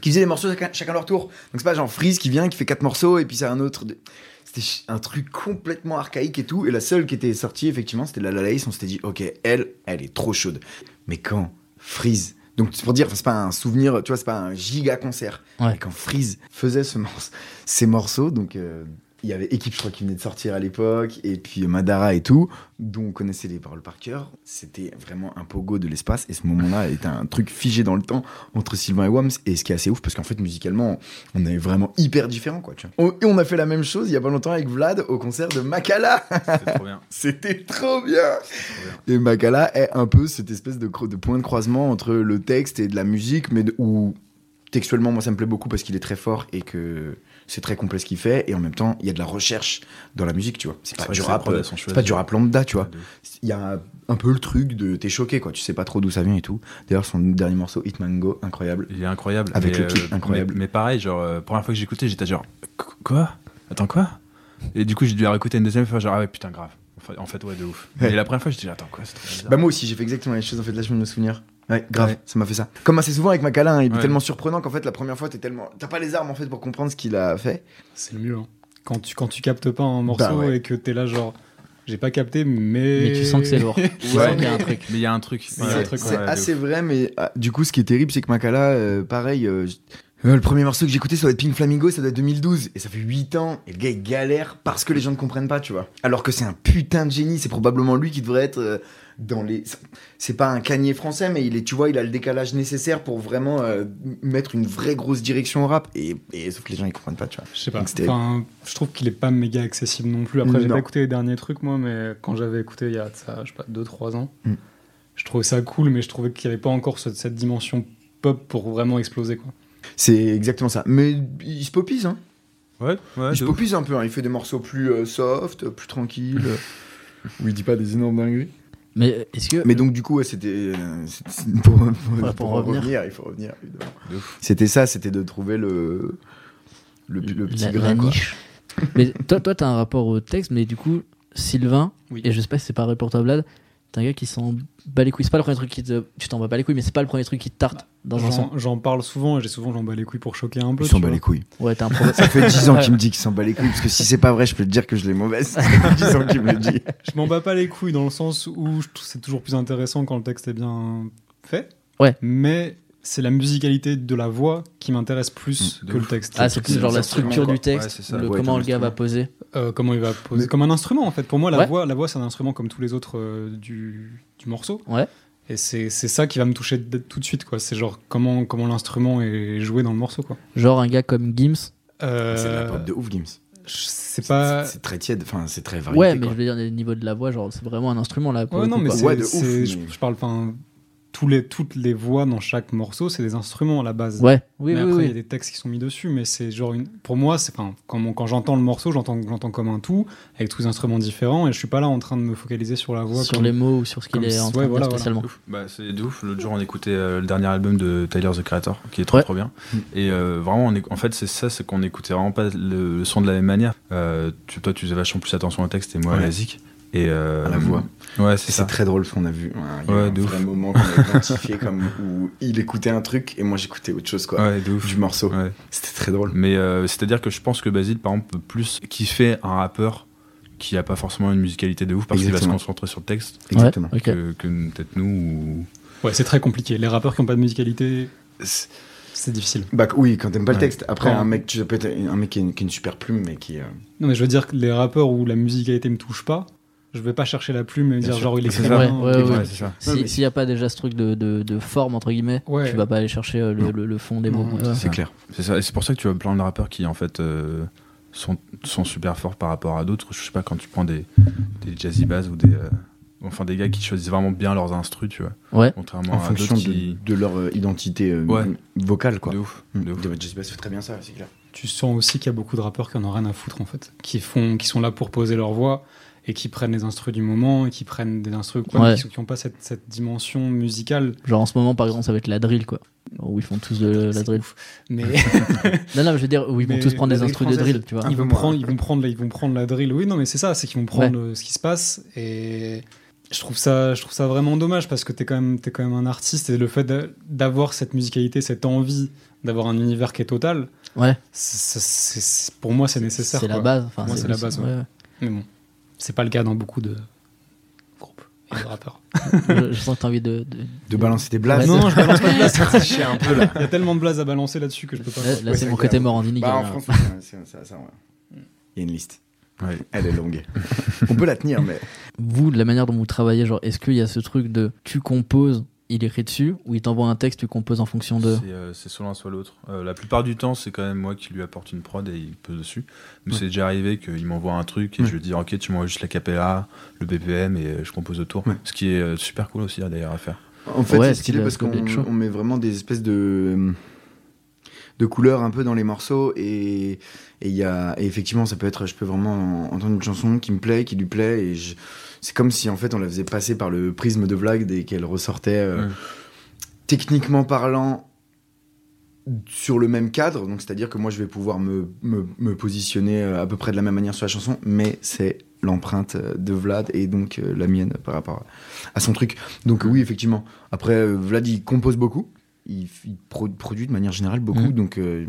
[SPEAKER 2] qui faisaient des morceaux chacun, chacun leur tour. Donc, c'est pas genre Freeze qui vient, qui fait quatre morceaux, et puis c'est un autre. de- C'était ch- un truc complètement archaïque et tout. Et la seule qui était sortie, effectivement, c'était Lala Ace. On s'était dit, ok, elle, elle est trop chaude. Mais quand Freeze. Donc, c'est pour dire, enfin, c'est pas un souvenir, tu vois, c'est pas un giga concert.
[SPEAKER 4] Ouais.
[SPEAKER 2] Mais quand Freeze faisait ce morceau, ces morceaux, donc. euh, il y avait équipe, je crois, qui venait de sortir à l'époque, et puis euh, Madara et tout, dont on connaissait les paroles par cœur. C'était vraiment un pogo de l'espace, et ce moment-là est un truc figé dans le temps entre Sylvain et Wams, et ce qui est assez ouf, parce qu'en fait, musicalement, on est vraiment hyper différents, quoi, tu vois. On- et on a fait la même chose il y a pas longtemps avec Vlad au concert de Makala
[SPEAKER 5] C'était trop bien.
[SPEAKER 2] C'était trop bien Et Makala est un peu cette espèce de, cro- de point de croisement entre le texte et de la musique, mais de- où textuellement, moi, ça me plaît beaucoup parce qu'il est très fort et que c'est très complet ce qu'il fait. Et en même temps, il y a de la recherche dans la musique, tu vois. C'est pas,
[SPEAKER 5] vrai
[SPEAKER 2] du
[SPEAKER 5] que ces
[SPEAKER 2] rap,
[SPEAKER 5] prods,
[SPEAKER 2] euh,
[SPEAKER 5] elles sont
[SPEAKER 2] c'est
[SPEAKER 5] chouettes.
[SPEAKER 2] pas du rap lambda, tu vois.
[SPEAKER 5] De ouf.
[SPEAKER 2] Il y a un peu le truc de t'es choqué, quoi. Tu sais pas trop d'où ça vient et tout. D'ailleurs, son dernier morceau, Hitman Go, incroyable.
[SPEAKER 5] Il est incroyable.
[SPEAKER 2] Avec
[SPEAKER 5] mais,
[SPEAKER 2] le clip incroyable.
[SPEAKER 5] Mais, mais pareil, genre, euh, première fois que j'écoutais, j'étais genre, Qu- quoi Attends, quoi Et du coup, j'ai dû la réécouter une deuxième fois, genre, ah ouais, putain, grave. En fait, en fait, ouais, de ouf.
[SPEAKER 2] Ouais.
[SPEAKER 5] Et la première fois, j'étais genre, attends, quoi C'est trop bizarre.
[SPEAKER 2] Bah, moi aussi, j'ai fait exactement la même chose, en fait. Là, je viens de me souvenir. Ouais, grave,
[SPEAKER 5] Ouais.
[SPEAKER 2] ça m'a fait ça. Comme assez souvent avec Makala, hein, il est
[SPEAKER 5] Ouais.
[SPEAKER 2] tellement surprenant qu'en fait, la première fois, t'es tellement. T'as pas les armes, en fait, pour comprendre ce qu'il a fait.
[SPEAKER 6] C'est le mieux. hein. Quand, tu, quand tu captes pas un morceau
[SPEAKER 2] Bah ouais.
[SPEAKER 6] et que t'es là, genre, j'ai pas capté, mais.
[SPEAKER 4] Mais tu sens que c'est lourd. Tu sens
[SPEAKER 2] Ouais.
[SPEAKER 4] qu'il y a un truc.
[SPEAKER 5] Mais il y a un truc.
[SPEAKER 6] Il y a un
[SPEAKER 5] Ouais,
[SPEAKER 6] truc,
[SPEAKER 5] ouais,
[SPEAKER 2] C'est
[SPEAKER 5] de
[SPEAKER 2] assez
[SPEAKER 5] ouf.
[SPEAKER 2] vrai, mais ah, du coup, ce qui est terrible, c'est que Makala, euh, pareil, euh, j- euh, le premier morceau que j'écoutais, ça doit être Pink Flamingo, ça doit être 2012. Et ça fait 8 ans. Et le gars, il galère parce que les gens ne comprennent pas, tu vois. Alors que c'est un putain de génie. C'est probablement lui qui devrait être euh, dans les. C'est pas un canier français, mais il est, tu vois, il a le décalage nécessaire pour vraiment euh, mettre une vraie grosse direction au rap. Et, et- sauf que les gens, ils comprennent pas, tu vois.
[SPEAKER 6] Je sais pas.
[SPEAKER 2] Donc, c'était-
[SPEAKER 6] Enfin, je trouve qu'il est pas méga accessible non plus. Après, j'ai
[SPEAKER 2] Non.
[SPEAKER 6] pas écouté les derniers trucs, moi, mais quand j'avais écouté il y a, ça, je sais pas, 2-3 ans,
[SPEAKER 2] Mm.
[SPEAKER 6] je trouvais ça cool, mais je trouvais qu'il y avait pas encore ce- cette dimension pop pour vraiment exploser, quoi.
[SPEAKER 2] C'est exactement ça. Mais il se popise, hein.
[SPEAKER 5] Ouais, ouais,
[SPEAKER 2] il se
[SPEAKER 5] de ouf.
[SPEAKER 2] popise un peu, hein. il fait des morceaux plus euh, soft, plus tranquilles.
[SPEAKER 7] où il dit pas des énormes dingueries.
[SPEAKER 4] Mais est-ce que.
[SPEAKER 2] Mais donc, du coup, ouais, c'était. euh, c'est- c'est- Pour, pour-
[SPEAKER 4] Ouais, pour
[SPEAKER 2] pour
[SPEAKER 4] revenir.
[SPEAKER 2] revenir. il faut revenir, évidemment.
[SPEAKER 5] De ouf.
[SPEAKER 2] C'était ça, c'était de trouver le. Le, le petit
[SPEAKER 4] la,
[SPEAKER 2] grain,
[SPEAKER 4] la
[SPEAKER 2] quoi.
[SPEAKER 4] niche. mais toi, toi, t'as un rapport au texte, mais du coup, Sylvain,
[SPEAKER 6] Oui.
[SPEAKER 4] et je sais pas si c'est pareil pour toi, Vlad, t'es un gars qui s'en bat les couilles. C'est pas le premier truc qui te. Tu t'en bats pas les couilles, mais c'est pas le premier truc qui te tarte dans un sens.
[SPEAKER 6] J'en- J'en parle souvent et j'ai souvent j'en bats les couilles pour choquer un peu.
[SPEAKER 2] Il s'en
[SPEAKER 6] tu
[SPEAKER 2] bat
[SPEAKER 6] vois.
[SPEAKER 2] les couilles.
[SPEAKER 4] Ouais, t'es un pro-
[SPEAKER 2] Ça fait 10 ans qu'il me dit qu'il s'en bat les couilles, parce que si c'est pas vrai, je peux te dire que je l'ai mauvaise. Ça fait 10 ans qu'il me le dit.
[SPEAKER 6] Je m'en bats pas les couilles dans le sens où je trouve c'est toujours plus intéressant quand le texte est bien fait.
[SPEAKER 4] Ouais.
[SPEAKER 6] Mais c'est la musicalité de la voix qui m'intéresse plus
[SPEAKER 5] Mm, de
[SPEAKER 6] que le
[SPEAKER 5] ouf.
[SPEAKER 6] texte.
[SPEAKER 4] Ah, c'est
[SPEAKER 5] C'est
[SPEAKER 4] genre la
[SPEAKER 5] l'instrument,
[SPEAKER 4] structure
[SPEAKER 5] quoi.
[SPEAKER 4] du
[SPEAKER 5] Ouais,
[SPEAKER 4] texte,
[SPEAKER 5] c'est ça.
[SPEAKER 4] le-
[SPEAKER 2] Ouais,
[SPEAKER 4] comment
[SPEAKER 2] ton
[SPEAKER 4] le gars va
[SPEAKER 2] instrument.
[SPEAKER 4] poser.
[SPEAKER 6] Euh, comment il va poser
[SPEAKER 2] Mais-
[SPEAKER 6] Comme un instrument en fait. Pour moi, la
[SPEAKER 4] Ouais.
[SPEAKER 6] voix, la voix, c'est un instrument comme tous les autres euh, du, du morceau.
[SPEAKER 4] Ouais.
[SPEAKER 6] Et c'est c'est ça qui va me toucher d- tout de suite quoi. C'est genre comment comment l'instrument est joué dans le morceau quoi.
[SPEAKER 4] Genre un gars comme Gims.
[SPEAKER 6] Euh,
[SPEAKER 2] Ah, C'est de la pop de ouf, Gims.
[SPEAKER 6] je- C'est pas.
[SPEAKER 2] C'est- C'est très tiède, enfin, c'est très
[SPEAKER 5] Ah
[SPEAKER 2] varié.
[SPEAKER 4] Ouais, mais je veux dire, le niveau de la voix, genre, c'est vraiment un instrument là. pour
[SPEAKER 6] Ouais,
[SPEAKER 4] le
[SPEAKER 6] non,
[SPEAKER 4] coup,
[SPEAKER 6] mais
[SPEAKER 4] quoi.
[SPEAKER 6] c'est.
[SPEAKER 2] Ouais, de ouf,
[SPEAKER 6] c'est- je,
[SPEAKER 2] mais-
[SPEAKER 6] je parle. Enfin, tous les toutes les voix dans chaque morceau, c'est des instruments à la base.
[SPEAKER 4] Ouais, oui,
[SPEAKER 6] mais
[SPEAKER 4] oui,
[SPEAKER 6] après, il
[SPEAKER 4] oui.
[SPEAKER 6] y a des textes qui sont mis dessus, mais c'est genre une. Pour moi, c'est enfin, quand, mon- quand j'entends le morceau, j'entends j'entends comme un tout, avec tous les instruments différents, et je suis pas là en train de me focaliser sur la voix.
[SPEAKER 4] Sur
[SPEAKER 6] comme-
[SPEAKER 4] les mots ou sur ce qu'il
[SPEAKER 6] comme
[SPEAKER 4] est
[SPEAKER 6] si-
[SPEAKER 4] en train
[SPEAKER 6] ouais,
[SPEAKER 4] de
[SPEAKER 6] voilà,
[SPEAKER 4] dire
[SPEAKER 6] voilà.
[SPEAKER 4] spécialement.
[SPEAKER 5] Bah, c'est de ouf. L'autre jour, on écoutait euh, le dernier album de Tyler the Creator, qui est trop
[SPEAKER 4] Ouais.
[SPEAKER 5] trop bien.
[SPEAKER 2] Mm.
[SPEAKER 5] Et euh, vraiment, on éc- en fait, c'est ça, c'est qu'on écoutait vraiment pas le, le son de la même manière. Euh, tu, toi, tu faisais vachement plus attention au texte et moi à
[SPEAKER 2] Ouais.
[SPEAKER 5] la zik. Et euh,
[SPEAKER 2] À la voix.
[SPEAKER 5] Ouais,
[SPEAKER 2] Et
[SPEAKER 5] c'est
[SPEAKER 2] C'est
[SPEAKER 5] ça.
[SPEAKER 2] très drôle ce qu'on a vu. hein. Il y a
[SPEAKER 5] Ouais,
[SPEAKER 2] un
[SPEAKER 5] de
[SPEAKER 2] vrai moment qu'on a identifié comme où il écoutait un truc et moi j'écoutais autre chose quoi.
[SPEAKER 5] Ouais, de ouf.
[SPEAKER 2] Du morceau.
[SPEAKER 5] Ouais.
[SPEAKER 2] C'était très drôle.
[SPEAKER 5] Mais euh, c'est-à-dire que je pense que Basile, par exemple, peut plus kiffer un rappeur qui a pas forcément une musicalité de ouf parce qu'il va se
[SPEAKER 2] Exactement.
[SPEAKER 5] concentrer sur le texte
[SPEAKER 2] Exactement.
[SPEAKER 4] Ouais, ok.
[SPEAKER 5] que, que peut-être nous.
[SPEAKER 6] Ouais, c'est très compliqué. Les rappeurs qui ont pas de musicalité,
[SPEAKER 5] Ou...
[SPEAKER 6] c'est difficile.
[SPEAKER 2] Bah oui, quand t'aimes pas le
[SPEAKER 5] Ouais.
[SPEAKER 2] texte. Après,
[SPEAKER 6] Quand-
[SPEAKER 2] un mec, tu peux être un mec qui a une, qui a une super plume, mais qui. euh,
[SPEAKER 6] Non, mais je veux dire que les rappeurs où la musicalité me touche pas, je vais pas chercher la plume et me
[SPEAKER 5] Bien
[SPEAKER 6] dire
[SPEAKER 5] sûr.
[SPEAKER 6] genre il
[SPEAKER 5] C'est
[SPEAKER 6] écrit
[SPEAKER 5] ça.
[SPEAKER 6] bien,
[SPEAKER 4] Ouais,
[SPEAKER 6] il
[SPEAKER 4] ouais,
[SPEAKER 6] écrit-
[SPEAKER 4] ouais.
[SPEAKER 5] c'est ça.
[SPEAKER 4] S'il n'y
[SPEAKER 2] mais-
[SPEAKER 4] a pas déjà ce truc de, de, de forme, entre guillemets,
[SPEAKER 6] Ouais.
[SPEAKER 4] tu vas pas aller chercher euh, le,
[SPEAKER 2] Non.
[SPEAKER 4] le, le fond des
[SPEAKER 6] Non,
[SPEAKER 4] mots.
[SPEAKER 6] c'est
[SPEAKER 4] Ouais.
[SPEAKER 2] C'est clair.
[SPEAKER 5] C'est ça, et c'est pour ça que tu vois plein de rappeurs qui en fait euh, sont, sont super forts par rapport à d'autres. Je sais pas, quand tu prends des, des jazzy bass ou des. euh, enfin, des gars qui choisissent vraiment bien leurs instrus, tu vois.
[SPEAKER 4] Ouais.
[SPEAKER 5] Contrairement
[SPEAKER 2] En
[SPEAKER 5] à d'autres
[SPEAKER 2] fonction de,
[SPEAKER 5] qui.
[SPEAKER 2] de leur euh, identité euh,
[SPEAKER 5] Ouais.
[SPEAKER 2] vocale quoi.
[SPEAKER 5] De ouf,
[SPEAKER 2] Mm.
[SPEAKER 5] de ouf.
[SPEAKER 2] Jesse Bass fait très bien ça, c'est clair.
[SPEAKER 6] Tu sens aussi qu'il y a beaucoup de rappeurs qui en ont rien à foutre en fait, qui font, qui sont là pour poser leur voix et qui prennent les instrus du moment et qui prennent des instrus quoi,
[SPEAKER 4] Ouais.
[SPEAKER 6] mais qui, sont- qui ont pas cette, cette dimension musicale.
[SPEAKER 4] Genre en ce moment, par exemple, ça va être la drill, quoi. Où ils font tous de la
[SPEAKER 6] C'est
[SPEAKER 4] drill.
[SPEAKER 6] ouf. Mais
[SPEAKER 4] Non, non, mais je veux dire, où ils vont
[SPEAKER 6] Mais
[SPEAKER 4] tous prendre
[SPEAKER 6] la
[SPEAKER 4] des
[SPEAKER 2] drill
[SPEAKER 4] instrus de
[SPEAKER 2] française,
[SPEAKER 4] drill, tu vois.
[SPEAKER 2] un
[SPEAKER 6] Hein, ils
[SPEAKER 2] peu
[SPEAKER 6] vont,
[SPEAKER 2] moins.
[SPEAKER 6] prendre, ils, vont prendre, la- ils vont prendre la drill. Oui, non, mais c'est ça, c'est qu'ils vont prendre euh, ce qui se passe. Et je trouve ça, je trouve ça vraiment dommage parce que t'es quand, même- t'es quand même un artiste et le fait d'a- d'avoir cette musicalité, cette envie d'avoir un univers qui est total,
[SPEAKER 4] Ouais.
[SPEAKER 6] c'est- c'est- c'est- pour moi, c'est nécessaire.
[SPEAKER 4] C'est la
[SPEAKER 6] quoi.
[SPEAKER 4] base. Enfin,
[SPEAKER 6] Moi, c'est la base, ouais. Mais bon, c'est pas le cas dans beaucoup de groupes et de rappeurs.
[SPEAKER 4] Je, je sens que t'as envie de. de-
[SPEAKER 2] De balancer des
[SPEAKER 4] blagues.
[SPEAKER 2] blagues.
[SPEAKER 4] Ouais,
[SPEAKER 6] non, je balance pas de blase.
[SPEAKER 2] chier un peu là.
[SPEAKER 6] Il y a tellement de blase à balancer là-dessus que je peux pas.
[SPEAKER 4] Là, là,
[SPEAKER 2] Ouais,
[SPEAKER 4] c'est
[SPEAKER 2] c'est
[SPEAKER 4] mon
[SPEAKER 2] clair.
[SPEAKER 4] côté Morandini.
[SPEAKER 2] Bah
[SPEAKER 4] qui
[SPEAKER 2] en
[SPEAKER 4] est là.
[SPEAKER 2] France, ouais, c'est ça, ça, ouais. Il y a une liste.
[SPEAKER 5] Ouais.
[SPEAKER 2] Elle est longue. On peut la tenir, mais.
[SPEAKER 4] Vous, de la manière dont vous travaillez, genre, est-ce qu'il y a ce truc de tu composes, il écrit dessus, ou il t'envoie un texte, tu composes en fonction de.
[SPEAKER 5] C'est euh, c'est soit l'un soit l'autre. Euh, la plupart du temps, c'est quand même moi qui lui apporte une prod et il peut dessus. Mais c'est déjà arrivé qu'il m'envoie un truc et je lui dis Ok, tu m'envoies juste la capella, le BPM et euh, je compose autour.
[SPEAKER 2] Ouais.
[SPEAKER 5] Ce qui est euh, super cool aussi d'ailleurs à faire.
[SPEAKER 2] En fait,
[SPEAKER 4] Ouais,
[SPEAKER 2] c'est
[SPEAKER 4] style,
[SPEAKER 2] stylé parce
[SPEAKER 4] style
[SPEAKER 2] qu'on
[SPEAKER 4] Dead Show.
[SPEAKER 2] on met vraiment des espèces de de couleurs un peu dans les morceaux et et il y a et effectivement ça peut être je peux vraiment en- entendre une chanson qui me plaît qui lui plaît et je- c'est comme si en fait on la faisait passer par le prisme de Vlad et qu'elle ressortait euh,
[SPEAKER 5] Ouais.
[SPEAKER 2] techniquement parlant sur le même cadre donc c'est à dire que moi je vais pouvoir me, me, me positionner euh, à peu près de la même manière sur la chanson mais c'est l'empreinte euh, de Vlad et donc euh, la mienne par rapport à son truc donc oui effectivement après, euh, Vlad, il compose beaucoup. Il, f- il pro- produit de manière générale beaucoup.
[SPEAKER 4] Mhm.
[SPEAKER 2] Donc, euh,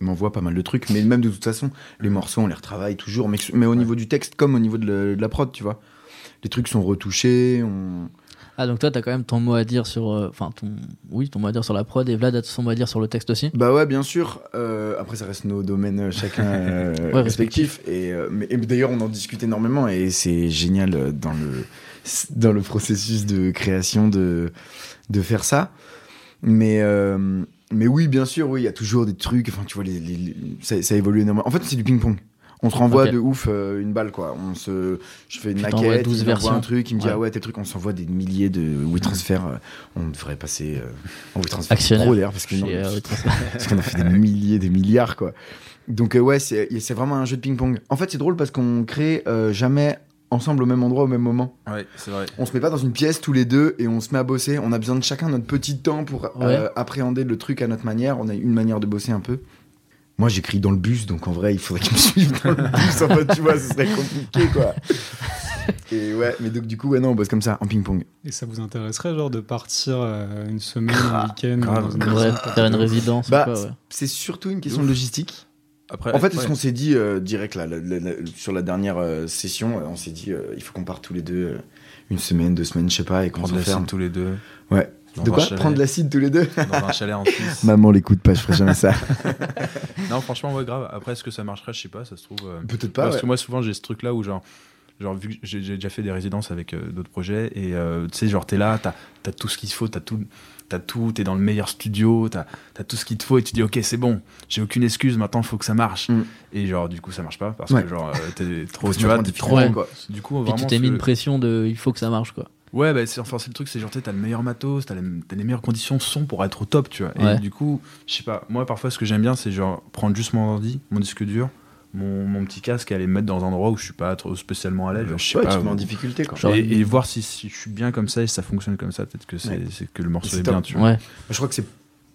[SPEAKER 2] il m'envoie pas mal de trucs. Mais même de toute façon, les morceaux, on les retravaille toujours. Mais, mais au niveau du texte, comme au niveau de, la- de la prod, tu vois. Les trucs sont retouchés. On...
[SPEAKER 4] Ah, donc toi, t'as quand même ton mot à dire sur. euh, Enfin, ton. Oui, ton mot à dire sur la prod, et Vlad a son mot à dire sur le texte aussi.
[SPEAKER 2] Bah ouais, bien sûr. Euh, après, ça reste nos domaines euh, chacun euh,
[SPEAKER 4] Ouais,
[SPEAKER 2] respectifs. Et, euh, mais- et d'ailleurs, on en discute énormément. Et c'est génial euh, dans le, dans le processus de création de, de faire ça. Mais, euh, mais oui, bien sûr, oui, il y a toujours des trucs. Enfin, tu vois, les, les- les- ça, ça évolue énormément. En fait, c'est du ping-pong. On se renvoie
[SPEAKER 4] Ok.
[SPEAKER 2] de ouf euh, une balle, quoi. On se, je fais une
[SPEAKER 4] Tu t'envoies
[SPEAKER 2] maquette,
[SPEAKER 4] 12
[SPEAKER 2] il m'envoie
[SPEAKER 4] versions.
[SPEAKER 2] un truc, il me dit
[SPEAKER 4] Ouais.
[SPEAKER 2] ah ouais tel truc, on s'envoie des milliers de WeTransfer. euh, On devrait passer euh, en WeTransfer
[SPEAKER 4] Actionnaire.
[SPEAKER 2] Pro, d'ailleurs parce que
[SPEAKER 4] Chez,
[SPEAKER 2] non, mais-
[SPEAKER 4] euh,
[SPEAKER 2] parce qu'on a fait des milliers, des milliards, quoi. Donc euh, ouais, c'est c'est vraiment un jeu de ping-pong. En fait, c'est drôle parce qu'on crée euh, jamais ensemble au même endroit au même moment.
[SPEAKER 5] Ouais, c'est vrai.
[SPEAKER 2] On se met pas dans une pièce tous les deux et on se met à bosser. On a besoin de chacun notre petit temps pour euh, appréhender le truc à notre manière. On a une manière de bosser un peu. Moi, j'écris dans le bus, donc en vrai, il faudrait qu'ils me suivent dans le bus. En fait, tu vois, ce serait compliqué, quoi. Et ouais, mais donc du coup, ouais, non, on bosse comme ça, en ping-pong.
[SPEAKER 6] Et ça vous intéresserait, genre, de partir euh, une semaine,
[SPEAKER 2] Grave,
[SPEAKER 6] un week-end
[SPEAKER 5] grave,
[SPEAKER 6] dans une
[SPEAKER 5] grave.
[SPEAKER 6] maison
[SPEAKER 4] Ouais, faire une résidence.
[SPEAKER 2] Bah,
[SPEAKER 4] ou quoi, ouais.
[SPEAKER 2] C'est surtout une question de logistique.
[SPEAKER 5] Après,
[SPEAKER 2] En fait,
[SPEAKER 5] ouais.
[SPEAKER 2] ce qu'on s'est dit euh, direct là, la- la- la- sur la dernière euh, session, euh, on s'est dit euh, il faut qu'on parte tous les deux euh, une semaine, deux semaines, je sais pas, et qu'on
[SPEAKER 5] prendre la
[SPEAKER 2] s'enferme.
[SPEAKER 5] scène tous les deux.
[SPEAKER 2] Ouais.
[SPEAKER 5] Dans
[SPEAKER 2] De
[SPEAKER 5] un
[SPEAKER 2] quoi
[SPEAKER 5] chalet-
[SPEAKER 2] Prendre l'acide tous les deux
[SPEAKER 5] Dans un chalet en Suisse.
[SPEAKER 2] Maman l'écoute pas, je ferai jamais ça.
[SPEAKER 5] non, franchement, ouais, grave. Après, est-ce que ça marcherait Je sais pas, ça se trouve. euh,
[SPEAKER 2] Peut-être pas.
[SPEAKER 5] Parce
[SPEAKER 2] ouais.
[SPEAKER 5] que moi, souvent, j'ai ce truc-là où, genre, genre vu que j'ai j'ai déjà fait des résidences avec euh, d'autres projets, et euh, tu sais, genre, t'es là, t'as as tout ce qu'il te faut, t'as tout. T'as tout, t'es dans le meilleur studio, t'as as tout ce qu'il te faut et tu dis ok c'est bon, j'ai aucune excuse, maintenant faut que ça marche.
[SPEAKER 2] Mm.
[SPEAKER 5] Et genre du coup ça marche pas parce
[SPEAKER 2] Ouais.
[SPEAKER 5] que genre euh, t'es trop,
[SPEAKER 2] Parce que
[SPEAKER 5] tu vois,
[SPEAKER 2] maintenant,
[SPEAKER 5] t'es
[SPEAKER 2] t'es
[SPEAKER 5] trop.
[SPEAKER 4] Ouais.
[SPEAKER 2] quoi.
[SPEAKER 5] Du coup
[SPEAKER 4] Puis
[SPEAKER 5] vraiment.
[SPEAKER 4] tu t'es mis
[SPEAKER 5] ce-
[SPEAKER 4] une pression de il faut que ça marche quoi.
[SPEAKER 5] Ouais, bah, c'est enfin, c'est le truc, c'est genre, tu sais, t'as le meilleur matos, t'as les, t'as les meilleures conditions son pour être au top, tu vois.
[SPEAKER 4] Ouais.
[SPEAKER 5] Et du coup, je sais pas, moi parfois ce que j'aime bien, c'est genre prendre juste mon ordi, mon disque dur, mon, mon petit casque et aller me mettre dans un endroit où je suis pas trop spécialement à l'aise. genre, Euh, je sais
[SPEAKER 2] Ouais,
[SPEAKER 5] pas,
[SPEAKER 2] tu te mets en
[SPEAKER 5] ou-
[SPEAKER 2] difficulté quoi.
[SPEAKER 4] Genre,
[SPEAKER 5] et, et voir si, si je suis bien comme ça et si ça fonctionne comme ça, peut-être que c'est
[SPEAKER 2] Ouais.
[SPEAKER 5] c'est que le morceau
[SPEAKER 2] C'est
[SPEAKER 5] est,
[SPEAKER 2] top.
[SPEAKER 5] bien, tu vois.
[SPEAKER 4] ouais.
[SPEAKER 2] Je crois que c'est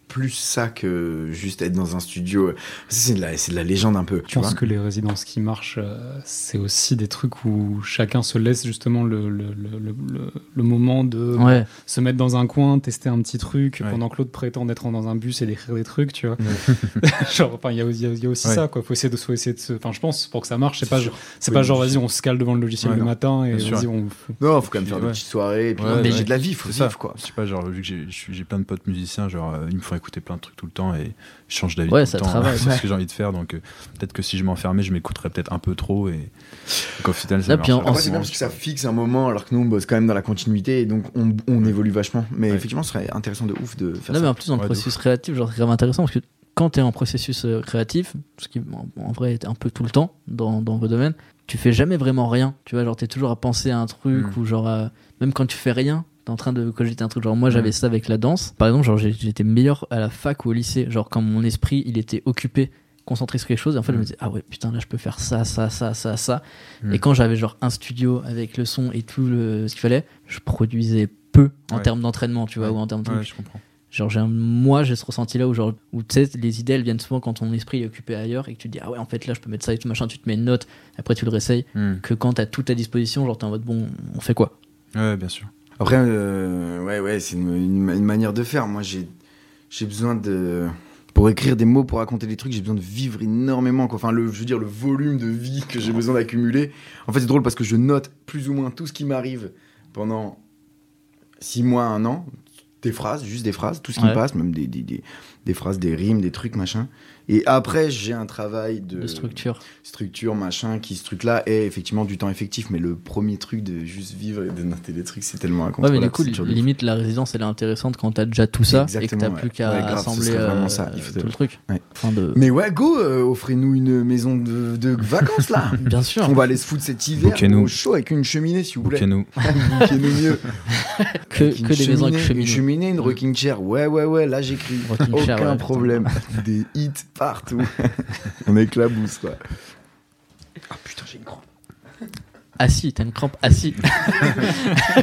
[SPEAKER 2] plus ça que juste être dans un studio. euh, C'est de la, c'est de la légende un peu,
[SPEAKER 6] Je
[SPEAKER 2] tu vois.
[SPEAKER 6] pense que les résidences qui marchent, euh, c'est aussi des trucs où chacun se laisse justement le, le- le- le- le- le moment de
[SPEAKER 4] Ouais.
[SPEAKER 6] se mettre dans un coin, tester un petit truc,
[SPEAKER 5] Ouais.
[SPEAKER 6] pendant que l'autre prétend d'être dans un bus et d'écrire des trucs, tu vois. genre, enfin, il y a, il y a- il y a aussi
[SPEAKER 5] Ouais.
[SPEAKER 6] ça, quoi. Faut essayer de, faut essayer de se. Enfin, je pense, pour que ça marche, c'est
[SPEAKER 5] C'est
[SPEAKER 6] pas,
[SPEAKER 5] sûr.
[SPEAKER 6] c'est
[SPEAKER 5] Faut
[SPEAKER 6] pas
[SPEAKER 5] être
[SPEAKER 6] genre, vas-y,
[SPEAKER 5] difficile.
[SPEAKER 6] on se cale devant le logiciel
[SPEAKER 5] Ouais,
[SPEAKER 6] le
[SPEAKER 5] non.
[SPEAKER 6] matin et
[SPEAKER 5] Bien sûr.
[SPEAKER 6] vas-y, on.
[SPEAKER 2] Non, faut quand même
[SPEAKER 5] Puis,
[SPEAKER 2] faire des
[SPEAKER 5] ouais.
[SPEAKER 2] petites soirées. Et puis,
[SPEAKER 5] Ouais,
[SPEAKER 2] non, mais
[SPEAKER 4] ouais.
[SPEAKER 2] j'ai de la vie, faut
[SPEAKER 5] C'est ça.
[SPEAKER 2] vivre quoi.
[SPEAKER 5] Je sais pas, genre, vu que j'ai- je suis- j'ai plein de potes musiciens, genre, euh, ils me font écouter plein de trucs tout le temps et je change d'avis
[SPEAKER 4] Ouais,
[SPEAKER 5] tout
[SPEAKER 4] ça
[SPEAKER 5] le temps.
[SPEAKER 4] travaille,
[SPEAKER 5] c'est ce que j'ai envie de faire, donc euh, peut-être que si je m'enfermais, je m'écouterais peut-être un peu trop et, et qu'au final, ça
[SPEAKER 4] Là, puis en-
[SPEAKER 5] marcherait
[SPEAKER 2] En
[SPEAKER 4] en
[SPEAKER 2] vrai,
[SPEAKER 5] pas
[SPEAKER 2] c'est bien
[SPEAKER 5] vraiment,
[SPEAKER 2] parce que
[SPEAKER 5] tu
[SPEAKER 2] ça
[SPEAKER 5] vois.
[SPEAKER 2] fixe un moment, alors que nous, on bosse quand même dans la continuité et donc on, on évolue vachement. Mais
[SPEAKER 5] Ouais.
[SPEAKER 2] effectivement, ce serait intéressant de ouf de faire
[SPEAKER 4] Non, mais
[SPEAKER 2] ça.
[SPEAKER 4] en plus, dans le
[SPEAKER 5] Ouais, de
[SPEAKER 4] processus créatif, genre, c'est grave intéressant parce que quand tu es en processus euh, créatif, ce qui en, en vrai est un peu tout le temps dans, dans vos domaines, tu fais jamais vraiment rien. Tu vois, genre, tu es toujours à penser à un truc
[SPEAKER 5] Mm.
[SPEAKER 4] ou genre, à- même quand tu fais rien, tu en train de cogiter un truc. Genre, moi, j'avais
[SPEAKER 5] Mm.
[SPEAKER 4] ça avec la danse. Par exemple, genre, j'ai- j'étais meilleur à la fac ou au lycée. Genre, quand mon esprit, il était occupé concentré sur quelque chose et en fait je me
[SPEAKER 5] Mm.
[SPEAKER 4] disais ah ouais putain là je peux faire ça ça ça ça ça
[SPEAKER 5] Mm.
[SPEAKER 4] et quand j'avais genre un studio avec le son et tout le- ce qu'il fallait je produisais peu en
[SPEAKER 5] Ouais.
[SPEAKER 4] termes d'entraînement tu vois
[SPEAKER 5] Ouais.
[SPEAKER 4] ou en termes de
[SPEAKER 5] Ouais,
[SPEAKER 4] trucs.
[SPEAKER 5] je comprends.
[SPEAKER 4] Genre, j'ai un- moi, j'ai ce ressenti-là où, genre, où tu sais, les idées, elles viennent souvent quand ton esprit est occupé ailleurs et que tu te dis, ah ouais, en fait, là, je peux mettre ça et tout machin, tu te mets une note, après, tu le réessayes.
[SPEAKER 5] Hmm.
[SPEAKER 4] Que quand t'as tout à disposition, genre, t'es en mode, bon, on fait quoi
[SPEAKER 5] Ouais, bien sûr.
[SPEAKER 2] Après, euh, ouais, ouais, c'est une, une- une manière de faire. Moi, j'ai, j'ai besoin de. Pour écrire des mots, pour raconter des trucs, j'ai besoin de vivre énormément. Quoi. Enfin, le, je veux dire, le volume de vie que j'ai besoin d'accumuler. En fait, c'est drôle parce que je note plus ou moins tout ce qui m'arrive pendant six mois, un an. Des phrases, juste des phrases, tout ce qui
[SPEAKER 4] Ouais.
[SPEAKER 2] me passe, même des, des, des, des phrases, des rimes, des trucs, machin. Et après, j'ai un travail de,
[SPEAKER 4] De structure.
[SPEAKER 2] structure, machin, qui ce truc-là est effectivement du temps effectif. Mais le premier truc de juste vivre et de noter des trucs, c'est tellement
[SPEAKER 4] Ouais, mais
[SPEAKER 2] incontrôlable.
[SPEAKER 4] du coup,
[SPEAKER 2] c'est toujours le
[SPEAKER 4] limite, la résidence, elle est intéressante quand t'as déjà tout ça et que
[SPEAKER 2] Exactement,
[SPEAKER 4] t'as
[SPEAKER 2] ouais.
[SPEAKER 4] plus qu'à
[SPEAKER 2] Ouais, grave, ce
[SPEAKER 4] assembler
[SPEAKER 2] serait vraiment
[SPEAKER 4] euh,
[SPEAKER 2] ça. Il faut-
[SPEAKER 4] tout le truc.
[SPEAKER 2] Ouais.
[SPEAKER 4] Enfin, de...
[SPEAKER 2] Mais ouais, go, euh, offrez-nous une maison de, de vacances là.
[SPEAKER 4] Bien sûr.
[SPEAKER 2] On va aller se foutre cet hiver
[SPEAKER 5] Bouquez-nous.
[SPEAKER 2] au chaud avec une cheminée, s'il vous plaît.
[SPEAKER 5] nous
[SPEAKER 2] Bouquez-nous mieux.
[SPEAKER 4] Que,
[SPEAKER 2] Avec une
[SPEAKER 4] que des maisons avec
[SPEAKER 2] Une
[SPEAKER 4] cheminée.
[SPEAKER 2] cheminée, une rocking chair. Ouais, ouais, ouais, là j'écris.
[SPEAKER 4] Rocking
[SPEAKER 2] Aucun
[SPEAKER 4] chair, ouais, putain.
[SPEAKER 2] problème. Des hits partout. On éclabousse quoi. Ah putain, j'ai une crampe.
[SPEAKER 4] Assis, Ah, t'as une crampe assis.
[SPEAKER 5] C'est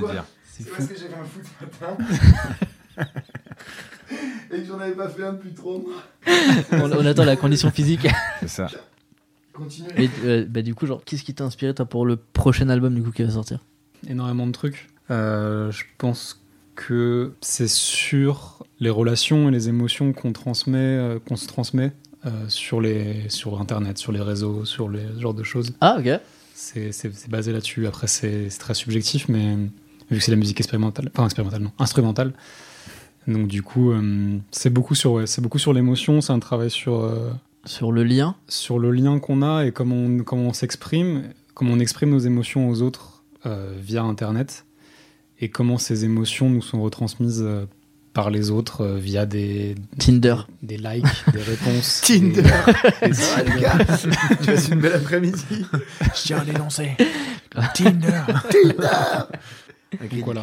[SPEAKER 5] dire.
[SPEAKER 2] C'est parce que j'ai fait un foot ce matin. Et que j'en avais pas fait un depuis trois mois.
[SPEAKER 4] on, on attend la condition physique.
[SPEAKER 5] C'est ça.
[SPEAKER 2] Continuez.
[SPEAKER 4] Et euh, bah, du coup, genre, qu'est-ce qui t'a inspiré, toi, pour le prochain album, du coup, qui va sortir
[SPEAKER 6] énormément de trucs. Euh, je pense que c'est sur les relations et les émotions qu'on transmet, euh, qu'on se transmet euh, sur les sur internet, sur les réseaux, sur les ce genre de choses.
[SPEAKER 4] Ah, ok.
[SPEAKER 6] C'est c'est- c'est basé là-dessus. Après, c'est c'est très subjectif, mais vu que c'est la musique expérimentale, enfin expérimentale, non, instrumentale. Donc du coup, euh, c'est beaucoup sur ouais, c'est beaucoup sur l'émotion. C'est un travail sur euh,
[SPEAKER 4] Sur le lien
[SPEAKER 6] sur le lien qu'on a et comment on, comment on s'exprime, comment on exprime nos émotions aux autres euh, via Internet et comment ces émotions nous sont retransmises euh, par les autres euh, via des,
[SPEAKER 4] Tinder.
[SPEAKER 6] des likes, des réponses.
[SPEAKER 2] Tinder.
[SPEAKER 6] des-
[SPEAKER 2] Ah, les gars, tu passes une belle après-midi.
[SPEAKER 5] Je tiens à l'énoncer. Tinder.
[SPEAKER 2] Avec
[SPEAKER 6] Donc voilà.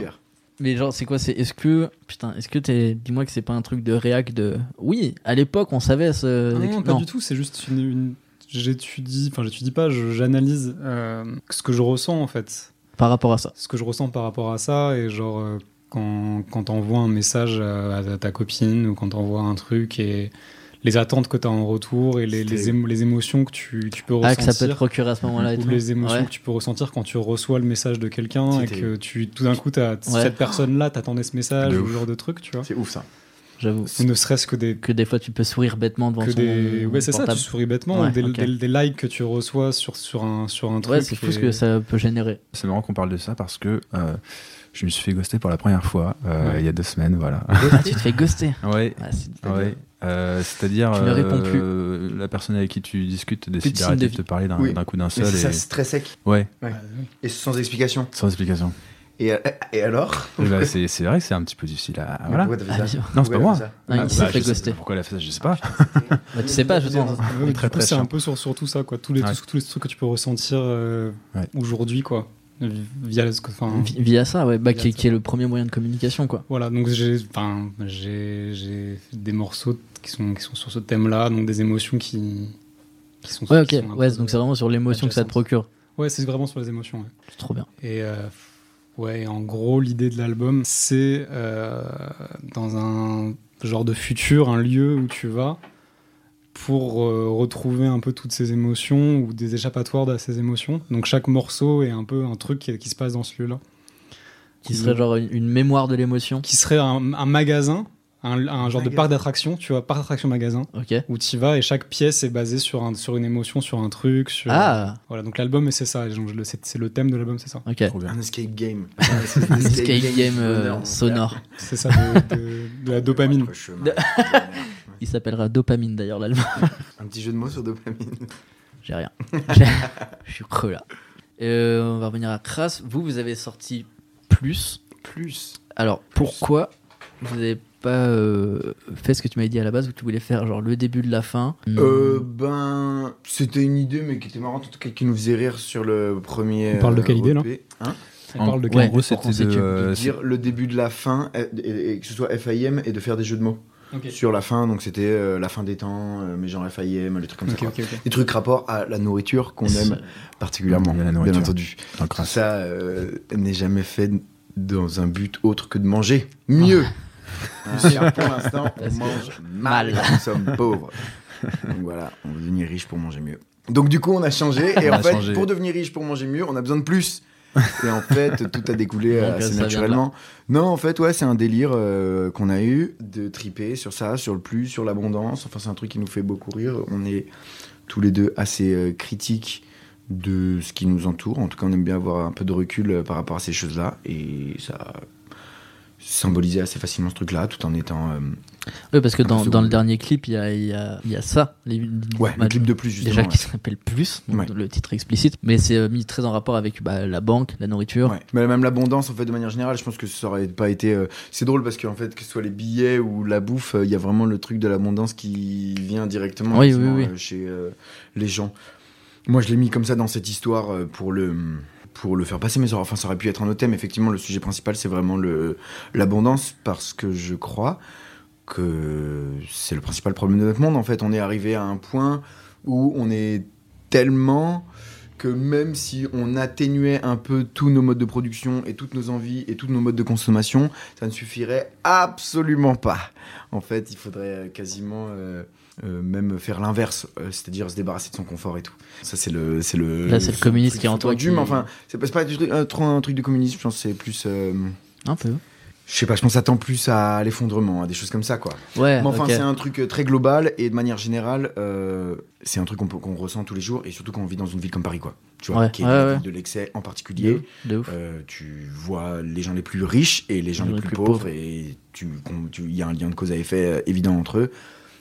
[SPEAKER 4] Mais genre, c'est quoi C'est est-ce que putain, est-ce que t'es dis-moi que c'est pas un truc de réac de oui. À l'époque, on savait ce.
[SPEAKER 6] Ah non, non, pas du tout, c'est juste une, une- j'étudie, enfin j'étudie pas, je- j'analyse euh, ce que je ressens en fait.
[SPEAKER 4] par rapport à ça.
[SPEAKER 6] ce que je ressens par rapport à ça et genre euh, quand, quand t'envoies un message à, à ta copine ou quand t'envoies un truc et les attentes que t'as en retour et les, les,
[SPEAKER 2] C'était-
[SPEAKER 6] émo- les émotions que tu, tu peux
[SPEAKER 4] Ah,
[SPEAKER 6] ressentir
[SPEAKER 4] que ça peut te procurer à ce moment-là et
[SPEAKER 6] ou
[SPEAKER 4] tout. hein,
[SPEAKER 6] les émotions
[SPEAKER 4] Ouais.
[SPEAKER 6] que tu peux ressentir quand tu reçois le message de quelqu'un et
[SPEAKER 2] C'était-
[SPEAKER 6] que tu tout d'un coup t'as
[SPEAKER 4] Ouais.
[SPEAKER 6] cette personne là t'attendais ce message
[SPEAKER 5] De
[SPEAKER 6] ou
[SPEAKER 5] ouf.
[SPEAKER 6] ce genre de truc tu vois
[SPEAKER 2] C'est ouf ça.
[SPEAKER 4] J'avoue.
[SPEAKER 6] ou ne serait-ce que des
[SPEAKER 4] Que des fois tu peux sourire bêtement devant
[SPEAKER 6] que
[SPEAKER 4] son
[SPEAKER 6] des ouais c'est ça tu
[SPEAKER 4] portable.
[SPEAKER 6] souris bêtement
[SPEAKER 4] Ouais,
[SPEAKER 6] ou des,
[SPEAKER 4] ok.
[SPEAKER 6] des- des likes que tu reçois sur sur un sur un truc
[SPEAKER 4] Ouais, c'est fou ce
[SPEAKER 6] et-
[SPEAKER 4] que ça peut générer.
[SPEAKER 5] C'est marrant qu'on parle de ça parce que euh, je me suis fait ghoster pour la première fois euh,
[SPEAKER 6] Ouais.
[SPEAKER 5] il y a deux semaines, voilà.
[SPEAKER 4] Ah, tu te fais ghoster.
[SPEAKER 5] ouais,
[SPEAKER 4] Ah, c'est
[SPEAKER 5] ouais. Euh, C'est-à-dire,
[SPEAKER 4] Tu ne réponds
[SPEAKER 5] euh, la personne avec qui tu discutes décide
[SPEAKER 4] de signe
[SPEAKER 5] d'arrêter
[SPEAKER 4] de
[SPEAKER 5] de te parler d'un
[SPEAKER 2] Oui.
[SPEAKER 5] d'un coup d'un
[SPEAKER 2] Mais
[SPEAKER 5] seul.
[SPEAKER 2] c'est ça,
[SPEAKER 5] et-
[SPEAKER 2] c'est très sec
[SPEAKER 5] Ouais,
[SPEAKER 2] et sans explication.
[SPEAKER 5] sans explication.
[SPEAKER 2] Et, et alors
[SPEAKER 5] Et bah, c'est c'est vrai que c'est un petit peu difficile à. à- Voilà.
[SPEAKER 2] Pourquoi t'as fait
[SPEAKER 4] Ah,
[SPEAKER 2] ça
[SPEAKER 4] bien.
[SPEAKER 5] Non, c'est pas
[SPEAKER 2] Pourquoi
[SPEAKER 5] moi.
[SPEAKER 2] t'as fait ça
[SPEAKER 4] Ah, il s'est
[SPEAKER 5] bah,
[SPEAKER 4] fait
[SPEAKER 5] je sais-
[SPEAKER 4] ghoster.
[SPEAKER 5] Pourquoi elle a fait ça Je sais pas.
[SPEAKER 4] Bah, tu sais pas, justement.
[SPEAKER 6] Ouais, mais
[SPEAKER 5] Très,
[SPEAKER 6] du coup,
[SPEAKER 5] très
[SPEAKER 6] c'est
[SPEAKER 5] cher.
[SPEAKER 6] un peu sur, surtout ça, quoi. Tous les,
[SPEAKER 5] Ouais.
[SPEAKER 6] tous, tous les trucs que tu peux ressentir euh,
[SPEAKER 5] Ouais.
[SPEAKER 6] aujourd'hui, quoi. Vi- Via le- enfin,
[SPEAKER 4] Vi- Via ça, ouais, bah,
[SPEAKER 6] Via
[SPEAKER 4] qui, est-
[SPEAKER 6] ça.
[SPEAKER 4] qui est le premier moyen de communication, quoi.
[SPEAKER 6] voilà, donc j'ai, enfin, j'ai, j'ai des morceaux qui sont, qui sont sur ce thème-là, donc des émotions qui, qui sont.
[SPEAKER 4] Ouais,
[SPEAKER 6] qui
[SPEAKER 4] ok.
[SPEAKER 6] sont un
[SPEAKER 4] Ouais,
[SPEAKER 6] peu-
[SPEAKER 4] donc c'est vraiment sur l'émotion que ça te
[SPEAKER 6] adjacente.
[SPEAKER 4] procure.
[SPEAKER 6] Ouais, c'est vraiment sur les émotions. ouais.
[SPEAKER 4] C'est trop bien.
[SPEAKER 6] Et euh, ouais, en gros, l'idée de l'album, c'est euh, dans un genre de futur, un lieu où tu vas pour euh, retrouver un peu toutes ces émotions ou des échappatoires à ces émotions. Donc chaque morceau est un peu un truc qui, qui se passe dans ce lieu-là,
[SPEAKER 4] Qui serait genre une, une mémoire de l'émotion.
[SPEAKER 6] qui serait un, un magasin, un, un genre de
[SPEAKER 2] Magasin.
[SPEAKER 6] parc d'attractions, tu vois, parc d'attractions magasin.
[SPEAKER 4] Ok.
[SPEAKER 6] Où tu vas et chaque pièce est basée sur, un, sur une émotion, sur un truc. Sur...
[SPEAKER 4] Ah,
[SPEAKER 6] Voilà, donc l'album, c'est ça. donc je le- C'est c'est le thème de l'album, c'est ça.
[SPEAKER 4] ok.
[SPEAKER 5] Trop bien.
[SPEAKER 2] Un escape game. Ah,
[SPEAKER 4] Escape game euh, sonore.
[SPEAKER 6] C'est ça, de, de- de la dopamine.
[SPEAKER 4] Il s'appellera Dopamine d'ailleurs l'album.
[SPEAKER 2] Un petit jeu de mots sur dopamine.
[SPEAKER 4] J'ai rien. Je suis creux là. Euh, on va revenir à Kras. Vous, vous avez sorti plus.
[SPEAKER 2] Plus.
[SPEAKER 4] Alors pourquoi vous n'avez pas euh, fait ce que tu m'avais dit à la base où tu voulais faire genre le début de la fin Hmm.
[SPEAKER 2] Euh, ben, c'était une idée, mais qui était marrante, en tout cas, qui nous faisait rire sur le premier.
[SPEAKER 6] On parle de quelle idée, là
[SPEAKER 2] EP, hein
[SPEAKER 6] On parle de
[SPEAKER 4] Ouais.
[SPEAKER 5] En gros,
[SPEAKER 4] pour qu'on
[SPEAKER 5] c'était
[SPEAKER 4] sait
[SPEAKER 5] de,
[SPEAKER 4] que-
[SPEAKER 5] euh,
[SPEAKER 2] de dire le début de la fin, euh, et, et- et que ce soit FIM, et de faire des jeux de mots. Sur la fin, donc c'était euh, la fin des temps, euh, mais genre FIM, les trucs comme ça.
[SPEAKER 6] Ok,
[SPEAKER 2] quoi.
[SPEAKER 6] ok, ok.
[SPEAKER 2] Des trucs rapport à la nourriture qu'on aime particulièrement,
[SPEAKER 5] Il y a la
[SPEAKER 2] bien
[SPEAKER 5] nourriture.
[SPEAKER 2] entendu.
[SPEAKER 5] Dans Crash.
[SPEAKER 2] Ça euh, n'est jamais fait dans un but autre que de manger mieux. Car pour l'instant, on
[SPEAKER 4] Parce que-
[SPEAKER 2] mange mal. Nous sommes pauvres. Donc voilà, on veut devenir riche pour manger mieux. Donc du coup, on a changé. Et
[SPEAKER 5] On
[SPEAKER 2] en
[SPEAKER 5] a
[SPEAKER 2] fait,
[SPEAKER 5] changé.
[SPEAKER 2] pour devenir riche pour manger mieux, on a besoin de plus. Et en fait, tout a découlé
[SPEAKER 4] Donc,
[SPEAKER 2] euh,
[SPEAKER 4] ça
[SPEAKER 2] assez
[SPEAKER 4] vient de
[SPEAKER 2] naturellement. Non, en fait, ouais, c'est un délire euh, qu'on a eu de triper sur ça, sur le plus, sur l'abondance. Enfin, c'est un truc qui nous fait beaucoup rire. On est tous les deux assez euh, critiques de ce qui nous entoure. En tout cas, on aime bien avoir un peu de recul euh, par rapport à ces choses-là. Et ça symbolisait assez facilement ce truc-là, tout en étant... euh,
[SPEAKER 4] Oui, parce que dans,
[SPEAKER 2] Second.
[SPEAKER 4] dans le dernier clip, il y a, il y a- il y a ça. les-
[SPEAKER 2] Ouais,
[SPEAKER 4] bah,
[SPEAKER 2] le clip de plus, justement.
[SPEAKER 4] Déjà
[SPEAKER 2] ouais.
[SPEAKER 4] qui s'appelle Plus, donc
[SPEAKER 2] Ouais.
[SPEAKER 4] le titre explicite, mais c'est euh, mis très en rapport avec bah, la banque, la nourriture.
[SPEAKER 2] Ouais. Mais même l'abondance, en fait, de manière générale, je pense que ça aurait pas été. euh, C'est drôle parce que, en fait, que ce soit les billets ou la bouffe, euh, il y a vraiment le truc de l'abondance qui vient directement
[SPEAKER 4] Oui,
[SPEAKER 2] effectivement,
[SPEAKER 4] oui, oui.
[SPEAKER 2] euh, chez euh, les gens. Moi, je l'ai mis comme ça dans cette histoire euh, pour le. Pour le faire passer, mais ça aurait- enfin, ça aurait pu être un autre thème. Effectivement, le sujet principal, c'est vraiment le- l'abondance, parce que je crois que c'est le principal problème de notre monde. En fait, on est arrivé à un point où on est tellement que même si on atténuait un peu tous nos modes de production et toutes nos envies et tous nos modes de consommation, ça ne suffirait absolument pas. En fait, il faudrait euh, quasiment euh, euh, même faire l'inverse, euh, c'est-à-dire se débarrasser de son confort et tout. Ça, c'est le, c'est le.
[SPEAKER 4] Là, c'est le communiste qui est en toi
[SPEAKER 2] entendu,
[SPEAKER 4] qui-
[SPEAKER 2] mais enfin, c'est pas, c'est pas du truc- euh, trop un truc de communisme. Je pense que c'est plus. euh,
[SPEAKER 4] Un peu.
[SPEAKER 2] je sais pas, je pense que ça tend plus à l'effondrement, à des choses comme ça, quoi.
[SPEAKER 4] Ouais,
[SPEAKER 2] Mais enfin,
[SPEAKER 4] ok.
[SPEAKER 2] c'est un truc euh, très global et de manière générale, euh, c'est un truc qu'on peut- qu'on ressent tous les jours et surtout quand on vit dans une ville comme Paris, quoi. Tu vois,
[SPEAKER 4] Ouais,
[SPEAKER 2] qui est
[SPEAKER 4] ouais,
[SPEAKER 2] la
[SPEAKER 4] ouais.
[SPEAKER 2] ville de l'excès en
[SPEAKER 4] de
[SPEAKER 2] particulier.
[SPEAKER 4] ouf. de ouf.
[SPEAKER 2] Euh, tu vois les gens les plus riches et les gens les, plus, pauvres, et tu, con- tu- il y a un lien de cause à effet euh, évident entre eux.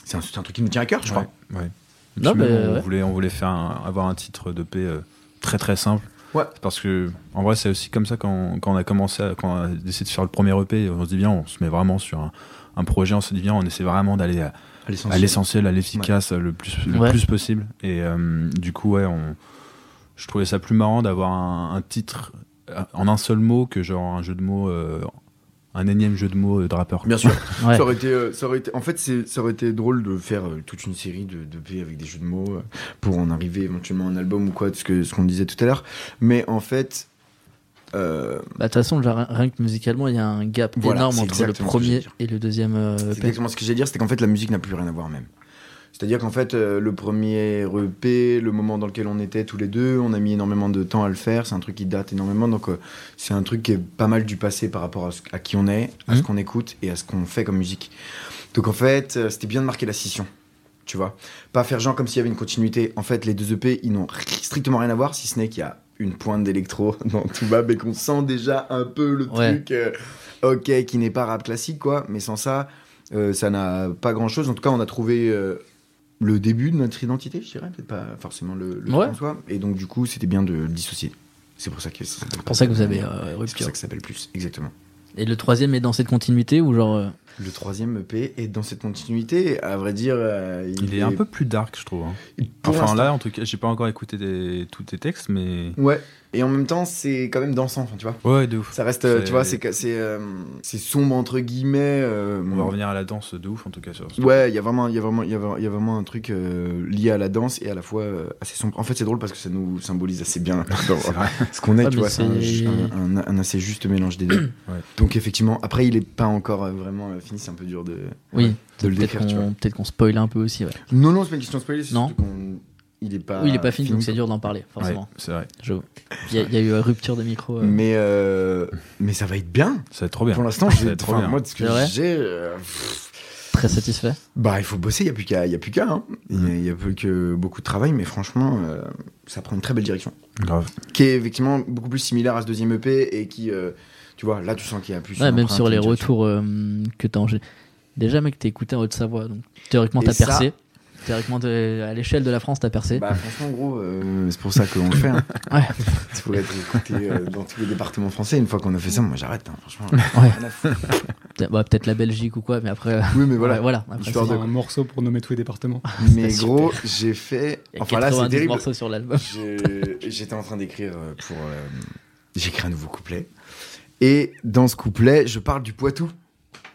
[SPEAKER 2] C'est un, c'est un truc qui nous tient à cœur, je crois.
[SPEAKER 5] Ouais, ouais. Et
[SPEAKER 4] Non,
[SPEAKER 5] puis même,
[SPEAKER 4] mais
[SPEAKER 5] on,
[SPEAKER 4] ouais.
[SPEAKER 5] voulait, on voulait faire un- avoir un titre de paix euh, très très simple.
[SPEAKER 2] Ouais.
[SPEAKER 5] Parce que, en vrai, c'est aussi comme ça quand, quand on a commencé, à- quand on a décidé de faire le premier EP, on se dit bien, on se met vraiment sur un, un projet, on se dit bien, on essaie vraiment d'aller à, à l'essentiel, à l'efficace, euh, le, plus, le
[SPEAKER 4] Ouais.
[SPEAKER 5] plus possible. Et euh, du coup, ouais, on, je trouvais ça plus marrant d'avoir un, un titre euh, en un seul mot que genre un jeu de mots euh, un énième jeu de mots euh, de rappeur.
[SPEAKER 2] Bien sûr.
[SPEAKER 4] Ouais.
[SPEAKER 2] Ça aurait été, euh, ça aurait été, en fait, c'est, ça aurait été drôle de faire euh, toute une série de, de P avec des jeux de mots euh, pour en arriver éventuellement à un album ou quoi, de ce, que, ce qu'on disait tout à l'heure. Mais en fait, euh,
[SPEAKER 4] Bah, de toute façon, genre, rien que musicalement, il y a un gap
[SPEAKER 2] Voilà,
[SPEAKER 4] énorme
[SPEAKER 2] c'est
[SPEAKER 4] entre le
[SPEAKER 2] exactement ce que j'allais
[SPEAKER 4] premier
[SPEAKER 2] dire.
[SPEAKER 4] et le deuxième euh,
[SPEAKER 2] c'est
[SPEAKER 4] EP.
[SPEAKER 2] exactement ce que j'allais dire, c'était qu'en fait, la musique n'a plus rien à voir même. C'est-à-dire qu'en fait, euh, le premier EP, le moment dans lequel on était tous les deux, on a mis énormément de temps à le faire. C'est un truc qui date énormément, donc euh, c'est un truc qui est pas mal du passé par rapport à, ce- à qui on est, à ce
[SPEAKER 4] Mhm.
[SPEAKER 2] qu'on écoute et à ce qu'on fait comme musique. Donc en fait, euh, c'était bien de marquer la scission. Tu vois, pas faire genre comme s'il y avait une continuité. En fait, les deux EP, ils n'ont ri- strictement rien à voir, si ce n'est qu'il y a une pointe d'électro dans tout bab et qu'on sent déjà un peu le
[SPEAKER 4] Ouais.
[SPEAKER 2] truc, euh, ok, qui n'est pas rap classique, quoi. Mais sans ça, euh, ça n'a pas grand chose. En tout cas, on a trouvé euh, le début de notre identité, je dirais, peut-être pas forcément le, le
[SPEAKER 4] Ouais.
[SPEAKER 2] truc en soi. Et donc, du coup, c'était bien de le dissocier. C'est pour ça que ça s'appelle
[SPEAKER 4] C'est pour ça que vous avez euh,
[SPEAKER 2] C'est pour
[SPEAKER 4] rupture.
[SPEAKER 2] ça que ça s'appelle plus, exactement.
[SPEAKER 4] Et le troisième est dans cette continuité ou genre. euh,
[SPEAKER 2] Le troisième EP est dans cette continuité. À vrai dire, euh, il,
[SPEAKER 5] Il est un peu plus dark, je trouve. hein.
[SPEAKER 2] Pour
[SPEAKER 5] enfin
[SPEAKER 2] l'instant-
[SPEAKER 5] là, en tout cas, j'ai pas encore écouté des- tous tes textes, mais
[SPEAKER 2] Ouais. Et en même temps, c'est quand même dansant, enfin, tu vois.
[SPEAKER 5] ouais, de ouf.
[SPEAKER 2] Ça reste, euh,
[SPEAKER 5] C'est-
[SPEAKER 2] tu vois, c'est que- c'est euh, c'est sombre entre guillemets. euh,
[SPEAKER 5] On va revenir à la danse de ouf en tout cas. Sur...
[SPEAKER 2] Ouais, il y a vraiment, il y a vraiment, il y a vraiment- il y a vraiment un truc euh, lié à la danse et à la fois euh, assez sombre. En fait, c'est drôle parce que ça nous symbolise assez bien
[SPEAKER 5] C'est vrai.
[SPEAKER 2] ce qu'on est,
[SPEAKER 4] Ouais, Ah, mais
[SPEAKER 2] tu vois. C'est un,
[SPEAKER 4] c'est-
[SPEAKER 2] un- un- un assez juste mélange des deux.
[SPEAKER 5] Ouais.
[SPEAKER 2] Donc effectivement, après, il est pas encore euh, vraiment euh, fini. C'est un peu dur de,
[SPEAKER 4] Oui,
[SPEAKER 2] de le
[SPEAKER 4] peut-être
[SPEAKER 2] décrire, tu vois.
[SPEAKER 4] qu'on peut spoil un peu aussi. ouais.
[SPEAKER 2] Non, non, c'est pas une question de spoiler. c'est
[SPEAKER 4] Non.
[SPEAKER 2] surtout qu'on- Il est pas.
[SPEAKER 4] oui, il est pas fini, donc c'est dur d'en parler,
[SPEAKER 5] Ouais,
[SPEAKER 4] forcément.
[SPEAKER 5] c'est vrai.
[SPEAKER 4] Je- Il y, a- il y a eu euh, rupture de micro. euh.
[SPEAKER 2] Mais euh, mais ça va être bien.
[SPEAKER 5] Ça va être trop bien.
[SPEAKER 2] Pour l'instant,
[SPEAKER 5] Ça
[SPEAKER 2] j'ai
[SPEAKER 5] va être trop
[SPEAKER 2] enfin,
[SPEAKER 5] bien.
[SPEAKER 2] moi de ce que
[SPEAKER 4] C'est vrai
[SPEAKER 2] j'ai. euh, pff,
[SPEAKER 4] Très satisfait.
[SPEAKER 2] bah, il faut bosser. Il y a plus qu'à. Il y a plus qu'à. hein. Il y a- il y a plus que beaucoup de travail, mais franchement, euh, ça prend une très belle direction,
[SPEAKER 5] Grave.
[SPEAKER 2] qui est effectivement beaucoup plus similaire à ce deuxième EP et qui, euh, tu vois, là, tu sens qu'il y a plus.
[SPEAKER 4] Ouais,
[SPEAKER 2] une
[SPEAKER 4] même
[SPEAKER 2] empreinte,
[SPEAKER 4] sur les
[SPEAKER 2] une direction.
[SPEAKER 4] retours euh, que t'as en gé- Déjà, mec, t'es écouté en Haute-Savoie, donc théoriquement
[SPEAKER 2] Et
[SPEAKER 4] t'as
[SPEAKER 2] ça-
[SPEAKER 4] percé. Théoriquement, t'es- à l'échelle de la France, t'as percé.
[SPEAKER 2] Bah, franchement, gros, euh, c'est pour ça qu'on le fait. Hein.
[SPEAKER 4] Ouais.
[SPEAKER 2] C'est pour être écouté euh, dans tous les départements français. Une fois qu'on a fait ça, moi, j'arrête. hein, franchement. Rien à foutre.
[SPEAKER 4] Peut- bah, Peut-être la Belgique ou quoi, mais après. euh,
[SPEAKER 2] Oui, mais voilà.
[SPEAKER 4] ouais, voilà. après,
[SPEAKER 2] Histoire
[SPEAKER 4] c'est-
[SPEAKER 2] de-
[SPEAKER 6] un morceau pour nommer tous les départements.
[SPEAKER 2] Mais
[SPEAKER 4] C'était
[SPEAKER 2] gros, j'ai fait.
[SPEAKER 4] Il y a
[SPEAKER 2] Enfin là, c'est
[SPEAKER 4] 90
[SPEAKER 2] terrible.
[SPEAKER 4] morceaux sur l'album.
[SPEAKER 2] Je- J'étais en train d'écrire euh, pour. euh, J'écris un nouveau couplet. Et dans ce couplet, je parle du Poitou.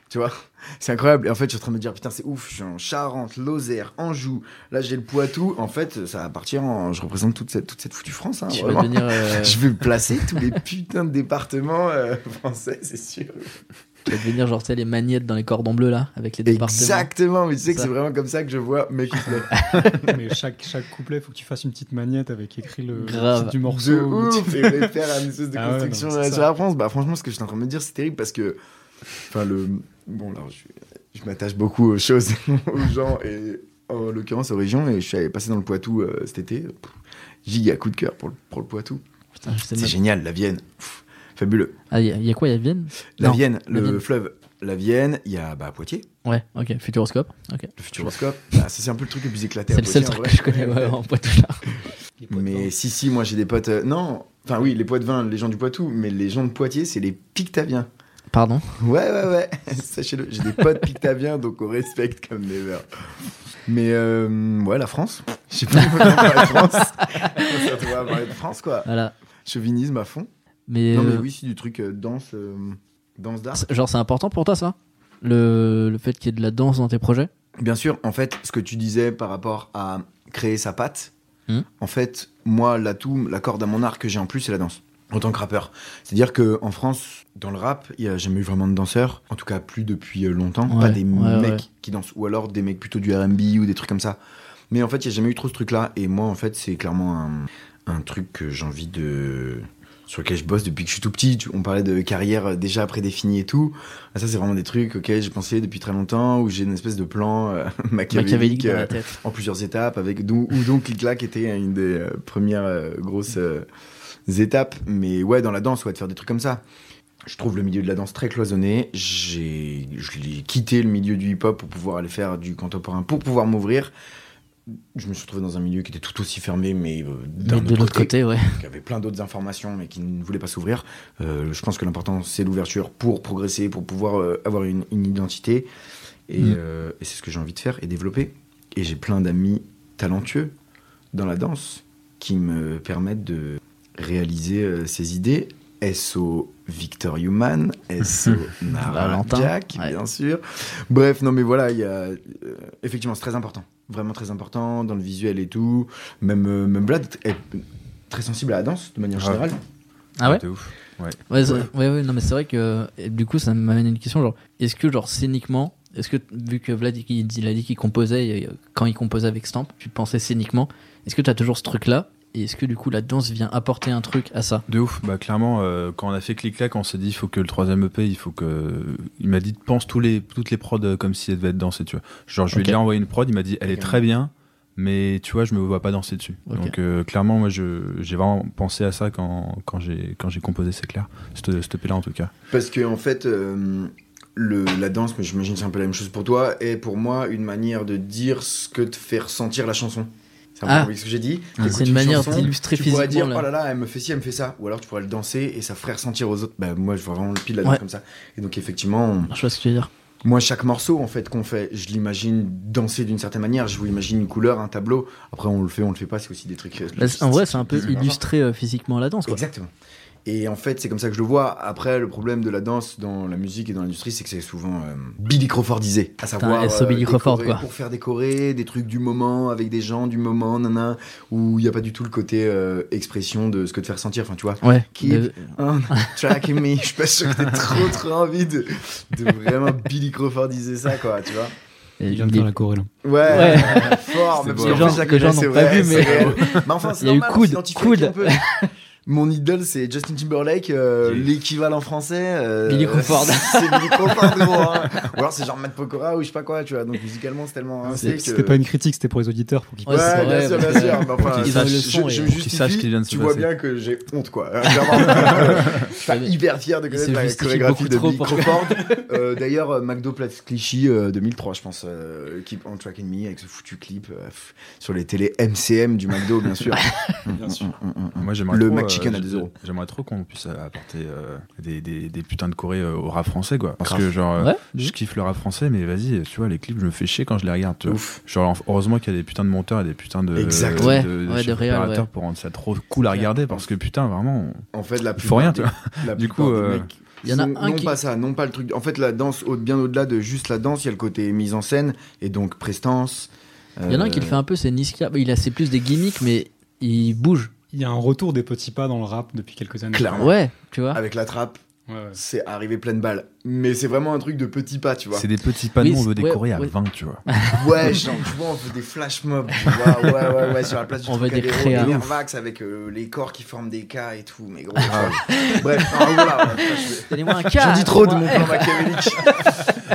[SPEAKER 2] Tu vois C'est incroyable. Et en fait, je suis en train de me dire, putain, c'est ouf, je suis en Charente, Lozère, Anjou. Là, j'ai le Poitou. En fait, ça va partir en. Je représente toute cette, toute cette foutue France. hein,
[SPEAKER 4] Tu vas
[SPEAKER 2] vraiment.
[SPEAKER 4] devenir. euh,
[SPEAKER 2] Je vais placer tous les putains de départements euh, français, c'est sûr.
[SPEAKER 4] tu vas devenir genre, tu sais, les magnettes dans les cordons bleus là, avec les départements.
[SPEAKER 2] Exactement, mais tu sais que
[SPEAKER 4] Ça.
[SPEAKER 2] c'est vraiment comme ça que je vois mes couplets.
[SPEAKER 6] Mais chaque, chaque couplet, faut qu'il fasse une petite magnette avec écrit le
[SPEAKER 4] Grave.
[SPEAKER 6] titre du morceau.
[SPEAKER 2] de ouf et refaire une espèce de
[SPEAKER 6] Ah ouais, non,
[SPEAKER 2] construction
[SPEAKER 6] c'est ça.
[SPEAKER 2] sur la France bah franchement ce que j'étais en train de me dire c'est terrible parce que enfin le bon là je, je m'attache beaucoup aux choses aux gens et en l'occurrence aux régions et je suis allé passer dans le Poitou euh, cet été Pff, giga coup de cœur pour le, pour le Poitou
[SPEAKER 4] Putain, je sais
[SPEAKER 2] c'est
[SPEAKER 4] même-
[SPEAKER 2] génial la Vienne Pff, fabuleux
[SPEAKER 4] Ah, il y, a- il y a quoi Il y a Vienne
[SPEAKER 2] la
[SPEAKER 4] Non,
[SPEAKER 2] Vienne
[SPEAKER 4] la
[SPEAKER 2] le
[SPEAKER 4] Vienne.
[SPEAKER 2] fleuve la Vienne il y a bah Poitiers
[SPEAKER 4] Ouais, ok, Futuroscope. ok.
[SPEAKER 2] le Futuroscope Bah, ça c'est un peu le truc le plus éclaté à
[SPEAKER 4] C'est le seul truc
[SPEAKER 2] Poitiers, en
[SPEAKER 4] que je
[SPEAKER 2] vrai.
[SPEAKER 4] connais ouais, en Poitou-Charentes.
[SPEAKER 6] hein.
[SPEAKER 2] Mais si, si, moi j'ai des potes. euh, non, enfin oui, les potes de vin, les gens du Poitou, mais les gens de Poitiers, c'est les Pictaviens.
[SPEAKER 4] Pardon
[SPEAKER 2] Ouais, ouais, ouais, sachez-le. J'ai des potes Pictaviens, donc on respecte comme des mœurs. Mais euh, ouais, la France. Je sais pas comment parler de France. On se retrouve à parler de France, quoi.
[SPEAKER 4] Voilà.
[SPEAKER 2] Chauvinisme à fond.
[SPEAKER 4] Mais,
[SPEAKER 2] Non, mais
[SPEAKER 4] euh,
[SPEAKER 2] oui, c'est du truc euh, danse, euh, danse d'art.
[SPEAKER 4] c'est- genre, c'est important pour toi ça le, le fait qu'il y ait de la danse dans tes projets
[SPEAKER 2] Bien sûr, en fait, ce que tu disais par rapport à créer sa patte,
[SPEAKER 4] Hmm.
[SPEAKER 2] en fait, moi, l'atout, la corde à mon arc que j'ai en plus, c'est la danse. En tant que rappeur. C'est-à-dire que en France, dans le rap, il n'y a jamais eu vraiment de danseurs. En tout cas, plus depuis euh, longtemps.
[SPEAKER 4] Ouais,
[SPEAKER 2] pas des
[SPEAKER 4] ouais,
[SPEAKER 2] mecs
[SPEAKER 4] ouais.
[SPEAKER 2] qui dansent. Ou alors des mecs plutôt du RB ou des trucs comme ça. Mais en fait, il n'y a jamais eu trop ce truc-là. Et moi, en fait, c'est clairement un, un truc que j'ai envie de. sur lequel je bosse depuis que je suis tout petit. Tu- On parlait de carrière euh, déjà prédéfinie et tout. Ah, Ça, c'est vraiment des trucs auxquels j'ai pensé depuis très longtemps, où j'ai une espèce de plan euh,
[SPEAKER 4] Machiavélique
[SPEAKER 2] machiavélique
[SPEAKER 4] dans
[SPEAKER 2] euh,
[SPEAKER 4] la tête.
[SPEAKER 2] en plusieurs étapes, avec dont- où donc Click-Clack était une des euh, premières euh, grosses euh, étapes. Mais ouais, dans la danse, ouais, de faire des trucs comme ça. Je trouve le milieu de la danse très cloisonné. J'ai, je l'ai quitté le milieu du hip-hop pour pouvoir aller faire du contemporain, pour pouvoir m'ouvrir. Je me suis retrouvé dans un milieu qui était tout aussi fermé, mais euh, d'un
[SPEAKER 4] Mais de
[SPEAKER 2] autre
[SPEAKER 4] l'autre
[SPEAKER 2] côté
[SPEAKER 4] côté, ouais.
[SPEAKER 2] qui avait plein d'autres informations mais qui ne voulaient pas s'ouvrir. Euh, je pense que l'important c'est l'ouverture pour progresser, pour pouvoir euh, avoir une, une identité. Et,
[SPEAKER 4] Mm.
[SPEAKER 2] euh, et c'est ce que j'ai envie de faire et développer. Et j'ai plein d'amis talentueux dans la danse qui me permettent de réaliser euh, ces idées SO Victor Human, SO Nara
[SPEAKER 4] Valentin,
[SPEAKER 2] Jack,
[SPEAKER 4] ouais.
[SPEAKER 2] bien sûr. Bref, non mais voilà, il y a, euh, effectivement, c'est très important. Vraiment très important dans le visuel et tout. Même, euh, même Vlad est très sensible à la danse de manière
[SPEAKER 5] Ouais.
[SPEAKER 2] générale.
[SPEAKER 4] Ah ouais
[SPEAKER 5] de ouf. Ouais.
[SPEAKER 4] Ouais, c'est- ouais, ouais, non, mais c'est vrai que et du coup, ça m'amène à une question genre, est-ce que, genre, scéniquement, est-ce que, vu que Vlad il, il a dit qu'il composait, et, euh, quand il composait avec Stamp, tu pensais scéniquement, est-ce que tu as toujours ce truc-là Et est-ce que, du coup, la danse vient apporter un truc à ça
[SPEAKER 5] De ouf, bah clairement, euh, quand on a fait clic-clac, on s'est dit, il faut que le troisième EP, il faut que. Il m'a dit, pense tous les, toutes les prods euh, comme si elle devait être dansée, tu vois. Genre, je lui ai
[SPEAKER 4] Ok.
[SPEAKER 5] déjà envoyé une prod, il m'a dit, elle est
[SPEAKER 2] Ok.
[SPEAKER 5] très bien, mais tu vois, je me vois pas danser dessus.
[SPEAKER 4] Ok.
[SPEAKER 5] Donc, euh, clairement, moi, je- j'ai vraiment pensé à ça quand, quand j'ai quand j'ai composé, c'est clair. Cette, cette EP-là, en tout cas.
[SPEAKER 2] Parce que en fait, euh, le, la danse, mais j'imagine que c'est un peu la même chose pour toi, est pour moi une manière de dire ce que de faire sentir la chanson. C'est un peu
[SPEAKER 4] Ah.
[SPEAKER 2] compliqué ce que j'ai dit.
[SPEAKER 5] C'est
[SPEAKER 2] T'écoutes
[SPEAKER 4] une manière
[SPEAKER 2] chanson,
[SPEAKER 4] d'illustrer
[SPEAKER 2] Tu pourrais dire,
[SPEAKER 4] physiquement, là.
[SPEAKER 2] oh là là, elle me fait ci, elle me fait ça. Ou alors tu pourrais le danser et ça ferait ressentir aux autres. Bah, moi, je vois vraiment le pile la danse
[SPEAKER 4] Ouais.
[SPEAKER 2] comme ça. Et donc, effectivement, on-
[SPEAKER 4] Je vois ce que tu veux dire.
[SPEAKER 2] moi, chaque morceau en fait qu'on fait, je l'imagine danser d'une certaine manière. Je vous imagine une couleur, un tableau. Après, on le fait, on le fait pas. C'est aussi des trucs. euh,
[SPEAKER 4] Bah, c'est- en vrai, c'est un peu
[SPEAKER 2] Mmh.
[SPEAKER 4] illustrer euh, physiquement la danse, quoi.
[SPEAKER 2] Exactement. Et en fait, c'est comme ça que je le vois. Après, le problème de la danse dans la musique et dans l'industrie, c'est que c'est souvent euh, Billy Crawfordisé. À savoir,
[SPEAKER 4] S.O. Billy
[SPEAKER 2] décorer
[SPEAKER 4] Crawford, quoi.
[SPEAKER 2] pour faire décorer des trucs du moment, avec des gens du moment, nana, où il n'y a pas du tout le côté euh, expression de ce que te faire sentir. Enfin, tu vois,
[SPEAKER 4] Ouais. Euh,
[SPEAKER 2] Qui-
[SPEAKER 4] de-
[SPEAKER 2] on track me, je suis pas sûr que t'aies trop trop envie de, de vraiment Billy Crawfordiser ça, quoi, tu vois.
[SPEAKER 4] et
[SPEAKER 6] Il vient de
[SPEAKER 4] il-
[SPEAKER 6] faire la hein. choré là.
[SPEAKER 2] Ouais,
[SPEAKER 5] C'est bon.
[SPEAKER 2] fort, mais parce qu'en
[SPEAKER 5] Les
[SPEAKER 2] plus,
[SPEAKER 4] gens-
[SPEAKER 2] je la
[SPEAKER 4] les
[SPEAKER 2] connais,
[SPEAKER 4] gens
[SPEAKER 2] c'est
[SPEAKER 4] n'ont pas
[SPEAKER 2] vrai,
[SPEAKER 4] vu,
[SPEAKER 2] c'est
[SPEAKER 4] mais-
[SPEAKER 2] réel. mais enfin, c'est
[SPEAKER 4] Il y a eu
[SPEAKER 2] normal,
[SPEAKER 4] coude,
[SPEAKER 2] on s'identifie
[SPEAKER 4] coude.
[SPEAKER 2] un peu. Mon idole, c'est Justin Timberlake, euh,
[SPEAKER 5] Yes.
[SPEAKER 2] l'équivalent français. euh,
[SPEAKER 4] Billy Crawford.
[SPEAKER 2] c'est Billy Crawford, gros, hein. Ou alors c'est genre Matt Pokora ou je sais pas quoi, tu vois. Donc musicalement, c'est tellement. rincé que-
[SPEAKER 6] C'était pas une critique, c'était pour les auditeurs. Pour qu'ils
[SPEAKER 4] Ouais,
[SPEAKER 2] Ouais,
[SPEAKER 4] c'est
[SPEAKER 2] bien
[SPEAKER 4] vrai,
[SPEAKER 2] sûr,
[SPEAKER 4] parce
[SPEAKER 2] bien
[SPEAKER 4] que-
[SPEAKER 2] sûr. mais enfin,
[SPEAKER 5] Qu'ils
[SPEAKER 2] ça,
[SPEAKER 4] sachent-
[SPEAKER 2] je,
[SPEAKER 4] qu'ils
[SPEAKER 2] je me
[SPEAKER 4] sachent
[SPEAKER 5] ce
[SPEAKER 2] justifie.
[SPEAKER 5] qui vient de se
[SPEAKER 2] tu vois
[SPEAKER 5] passer.
[SPEAKER 2] bien que j'ai honte, quoi. Euh, clairement. Enfin, hyper fier de
[SPEAKER 4] Il
[SPEAKER 2] connaître
[SPEAKER 4] se
[SPEAKER 2] la
[SPEAKER 4] justifie
[SPEAKER 2] chorégraphie
[SPEAKER 4] beaucoup
[SPEAKER 2] de
[SPEAKER 4] trop
[SPEAKER 2] Billy
[SPEAKER 4] pour-
[SPEAKER 2] Crawford. Euh, D'ailleurs, euh, McDo Place Clichy euh, 2003, je pense, euh, Keep on Track and Me avec ce foutu clip euh, pff, sur les télés MCM du McDo, bien sûr.
[SPEAKER 6] Bien sûr.
[SPEAKER 2] Mm, mm, mm, mm.
[SPEAKER 5] Moi, j'aimerais
[SPEAKER 2] Le
[SPEAKER 5] trop, euh,
[SPEAKER 2] McChicken à
[SPEAKER 5] j'ai-
[SPEAKER 2] deux euros.
[SPEAKER 5] J'aimerais trop qu'on puisse apporter euh, des, des, des putains de chorés euh, au rap français, quoi. Parce
[SPEAKER 2] Grave.
[SPEAKER 5] que, genre, euh,
[SPEAKER 4] Ouais.
[SPEAKER 5] je kiffe le rap français, mais vas-y, tu vois, les clips, je me fais chier quand je les regarde, tu vois.
[SPEAKER 2] Ouf.
[SPEAKER 5] Genre, enf- heureusement qu'il y a des putains de monteurs et des putains de,
[SPEAKER 2] Exact.
[SPEAKER 5] de,
[SPEAKER 4] Ouais,
[SPEAKER 5] de- de
[SPEAKER 4] ouais, de
[SPEAKER 5] chefs
[SPEAKER 4] réal,
[SPEAKER 5] opérateurs
[SPEAKER 4] ouais.
[SPEAKER 5] pour rendre ça trop cool à regarder parce que putain, vraiment, on-
[SPEAKER 2] En fait, la
[SPEAKER 5] faut
[SPEAKER 2] plupart
[SPEAKER 5] rien,
[SPEAKER 2] des-
[SPEAKER 5] tu vois.
[SPEAKER 2] la
[SPEAKER 5] Du
[SPEAKER 2] plupart
[SPEAKER 5] coup,
[SPEAKER 2] des
[SPEAKER 5] euh,
[SPEAKER 2] mecs
[SPEAKER 4] Il y en a
[SPEAKER 2] Non-
[SPEAKER 4] un
[SPEAKER 2] non
[SPEAKER 4] qui.
[SPEAKER 2] pas ça, non pas le truc. En fait, la danse, au- bien au-delà de juste la danse, il y a le côté mise en scène et donc prestance. euh,
[SPEAKER 4] Il y en a un qui le fait un peu, c'est Niska. Il a c'est plus des gimmicks, mais il bouge.
[SPEAKER 6] Il y a un retour des petits pas dans le rap depuis quelques années.
[SPEAKER 2] Clairement.
[SPEAKER 4] Bah, Ouais, tu vois.
[SPEAKER 2] Avec la trappe,
[SPEAKER 6] Ouais, ouais.
[SPEAKER 2] c'est arrivé pleine balle. Mais c'est vraiment un truc de petit pas, tu vois.
[SPEAKER 5] c'est des petits panneaux,
[SPEAKER 4] Oui,
[SPEAKER 5] on veut
[SPEAKER 4] c'est-
[SPEAKER 5] décorer à
[SPEAKER 4] ouais, ouais.
[SPEAKER 5] 20, tu vois.
[SPEAKER 2] Ouais, genre, tu vois, on fait des flash mobs, tu vois, ouais, ouais, ouais, sur la place du
[SPEAKER 4] On veut des
[SPEAKER 2] Trocadéro,
[SPEAKER 4] créas.
[SPEAKER 2] des Airvax avec euh, les corps qui forment des cas et tout, mais gros.
[SPEAKER 4] Ah.
[SPEAKER 2] ouais. Bref, enfin, voilà. ouais, je-
[SPEAKER 4] Donnez-moi un
[SPEAKER 2] J'en
[SPEAKER 4] cas,
[SPEAKER 2] dis trop de mon
[SPEAKER 4] donnez-moi-
[SPEAKER 2] plan machiavélique.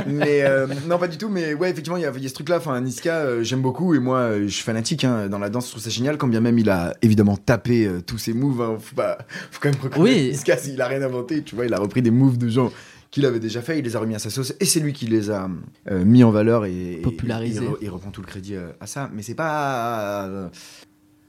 [SPEAKER 2] mais euh, non, pas du tout. Mais ouais, effectivement, il y, a- il y a ce truc-là. Enfin, Niska, euh, j'aime beaucoup. Et moi, euh, je suis fanatique hein, dans la danse. Je trouve ça génial. Quand bien même il a évidemment tapé euh, tous ses moves. hein, faut, pas- faut quand même reconnaître.
[SPEAKER 4] Oui.
[SPEAKER 2] Niska, il a rien inventé. Tu vois, il a repris des moves de gens qu'il avait déjà fait. Il les a remis à sa sauce. Et c'est lui qui les a euh, mis en valeur et
[SPEAKER 4] Popularisé.
[SPEAKER 2] et- et re- Il reprend tout le crédit euh, à ça. Mais c'est pas. euh,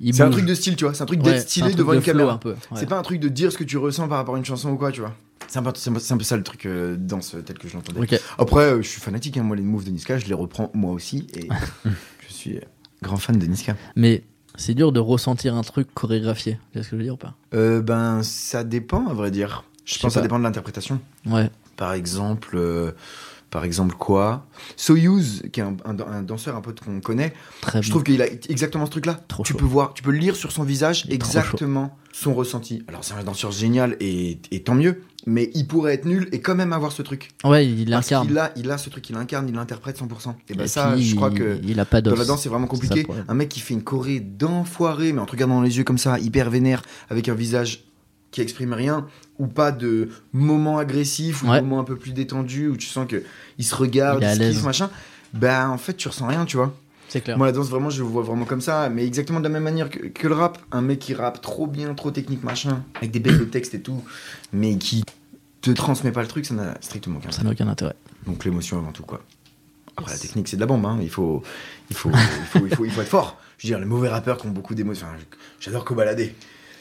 [SPEAKER 4] Il
[SPEAKER 2] c'est un
[SPEAKER 4] bouge.
[SPEAKER 2] truc de style, tu vois. C'est un truc
[SPEAKER 4] Ouais,
[SPEAKER 2] d'être
[SPEAKER 4] c'est un
[SPEAKER 2] stylé
[SPEAKER 4] truc
[SPEAKER 2] devant
[SPEAKER 4] de
[SPEAKER 2] une
[SPEAKER 4] flow hein.
[SPEAKER 2] caméra.
[SPEAKER 4] un peu, ouais.
[SPEAKER 2] C'est pas un truc de dire ce que tu ressens par rapport à une chanson ou quoi, tu vois. C'est un, peu- c'est un peu- c'est un peu ça le truc euh, danse euh, tel que je l'entendais.
[SPEAKER 4] Ok.
[SPEAKER 2] Après, euh, je suis fanatique, hein, moi les moves de Niska, je les reprends moi aussi et je suis euh, grand fan de Niska.
[SPEAKER 4] Mais c'est dur de ressentir un truc chorégraphié. Tu vois ce que je veux dire ou pas
[SPEAKER 2] Euh, ben, ça dépend à vrai dire. Je
[SPEAKER 4] sais
[SPEAKER 2] pense que ça
[SPEAKER 4] pas.
[SPEAKER 2] dépend de l'interprétation.
[SPEAKER 4] Ouais.
[SPEAKER 2] Par exemple, euh, par exemple quoi Soyuz, qui est un, un- un danseur un peu qu'on connaît,
[SPEAKER 4] Très
[SPEAKER 2] Je
[SPEAKER 4] bon.
[SPEAKER 2] trouve qu'il a exactement ce truc-là.
[SPEAKER 4] Trop
[SPEAKER 2] Tu
[SPEAKER 4] chaud.
[SPEAKER 2] peux voir, tu peux lire sur son visage
[SPEAKER 4] Il est trop
[SPEAKER 2] exactement son ressenti. Alors c'est un danseur génial et, et tant mieux, mais il pourrait être nul et quand même avoir ce truc.
[SPEAKER 4] Ouais, il
[SPEAKER 2] Parce
[SPEAKER 4] incarne.
[SPEAKER 2] qu'il a, il a ce truc, il incarne, il l'interprète 100%. Et ben
[SPEAKER 4] Et
[SPEAKER 2] ça,
[SPEAKER 4] puis,
[SPEAKER 2] je crois
[SPEAKER 4] il-
[SPEAKER 2] que
[SPEAKER 4] Il a pas
[SPEAKER 2] dans
[SPEAKER 4] d'os.
[SPEAKER 2] la danse c'est vraiment
[SPEAKER 4] C'est ça
[SPEAKER 2] compliqué.
[SPEAKER 4] le problème.
[SPEAKER 2] Un mec qui fait une choré d'enfoiré, mais en te regardant dans les yeux comme ça, hyper vénère, avec un visage qui exprime rien, ou pas de moment agressif, ou
[SPEAKER 4] Ouais.
[SPEAKER 2] de moment un peu plus détendu, où tu sens que il se regarde,
[SPEAKER 4] Il est
[SPEAKER 2] il,
[SPEAKER 4] à
[SPEAKER 2] se
[SPEAKER 4] l'aise.
[SPEAKER 2] kiffe, machin. Bah en fait tu ressens rien, tu vois.
[SPEAKER 4] C'est clair.
[SPEAKER 2] Moi, la danse, vraiment, je le vois vraiment comme ça, mais exactement de la même manière que, que le rap. Un mec qui rappe trop bien, trop technique, machin, avec des bêtes de texte et tout, mais qui te transmet pas le truc, ça n'a strictement aucun
[SPEAKER 4] Ça
[SPEAKER 2] sens.
[SPEAKER 4] n'a aucun intérêt.
[SPEAKER 2] Donc l'émotion avant tout, quoi. Après,
[SPEAKER 4] Yes.
[SPEAKER 2] la technique, c'est de la bombe, hein. il, faut, il, faut, il, faut, il, faut, il faut être fort. Je veux dire, les mauvais rappeurs qui ont beaucoup d'émotions. Enfin, j'adore Kobalade.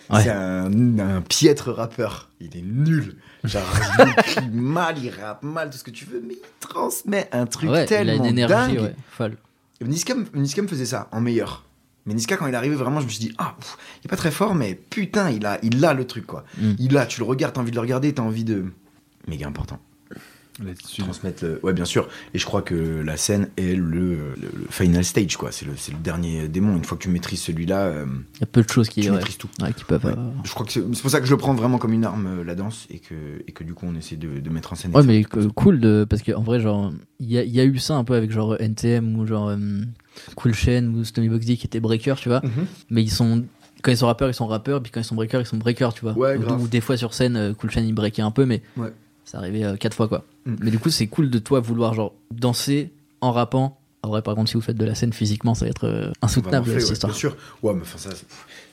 [SPEAKER 4] Ouais.
[SPEAKER 2] C'est un, un piètre rappeur. Il est nul. Genre, il écrit mal, il rappe mal, tout ce que tu veux, mais il transmet un truc
[SPEAKER 4] Ouais, il a
[SPEAKER 2] tellement
[SPEAKER 4] une énergie
[SPEAKER 2] dingue.
[SPEAKER 4] ouais, folle.
[SPEAKER 2] Niska, me- Niska me faisait ça en meilleur. Mais Niska, quand il est arrivé, vraiment, je me suis dit, ah, pff, il est pas très fort, mais putain, il a, il a le truc, quoi.
[SPEAKER 4] Mm.
[SPEAKER 2] Il a, tu le regardes, t'as envie de le regarder, t'as envie de. Méga important.
[SPEAKER 5] là-dessus.
[SPEAKER 2] Transmettre le- Ouais, bien sûr. Et je crois que la scène est le, le- le final stage, quoi. C'est le, c'est le dernier démon. Une fois que tu maîtrises celui-là, euh,
[SPEAKER 4] Il y a peu de choses qui,
[SPEAKER 2] tu
[SPEAKER 4] ouais,
[SPEAKER 2] maîtrises tout.
[SPEAKER 4] ouais, qui peuvent.
[SPEAKER 2] Ouais.
[SPEAKER 4] euh,
[SPEAKER 2] Je crois que c'est c'est pour ça que je le prends vraiment comme une arme, euh, la danse, et que, et que du coup, on essaie de, de mettre en scène.
[SPEAKER 4] Ouais,
[SPEAKER 2] etc.
[SPEAKER 4] mais que- cool de. Parce qu'en vrai, genre, il y a, il y a eu ça un peu avec genre NTM ou genre euh, Cool Chain ou Stommy Boxy qui étaient breakers, tu vois.
[SPEAKER 2] Mhm.
[SPEAKER 4] Mais ils sont. Quand ils sont rappeurs, ils sont rappeurs, puis quand ils sont breakers, ils sont breakers, tu vois.
[SPEAKER 2] Ouais,
[SPEAKER 4] ou,
[SPEAKER 2] grave.
[SPEAKER 4] ou des fois sur scène, euh, Cool Chain il breakait un peu, mais
[SPEAKER 2] Ouais.
[SPEAKER 4] ça arrivait euh, quatre fois, quoi.
[SPEAKER 2] Mm.
[SPEAKER 4] Mais du coup, c'est cool de toi vouloir genre danser en rappant. En vrai, par contre, si vous faites de la scène physiquement, ça va être euh,
[SPEAKER 2] On va
[SPEAKER 4] insoutenable
[SPEAKER 2] morfler,
[SPEAKER 4] cette
[SPEAKER 2] ouais,
[SPEAKER 4] histoire.
[SPEAKER 2] Bien sûr. Ouais, mais enfin, ça, c'est-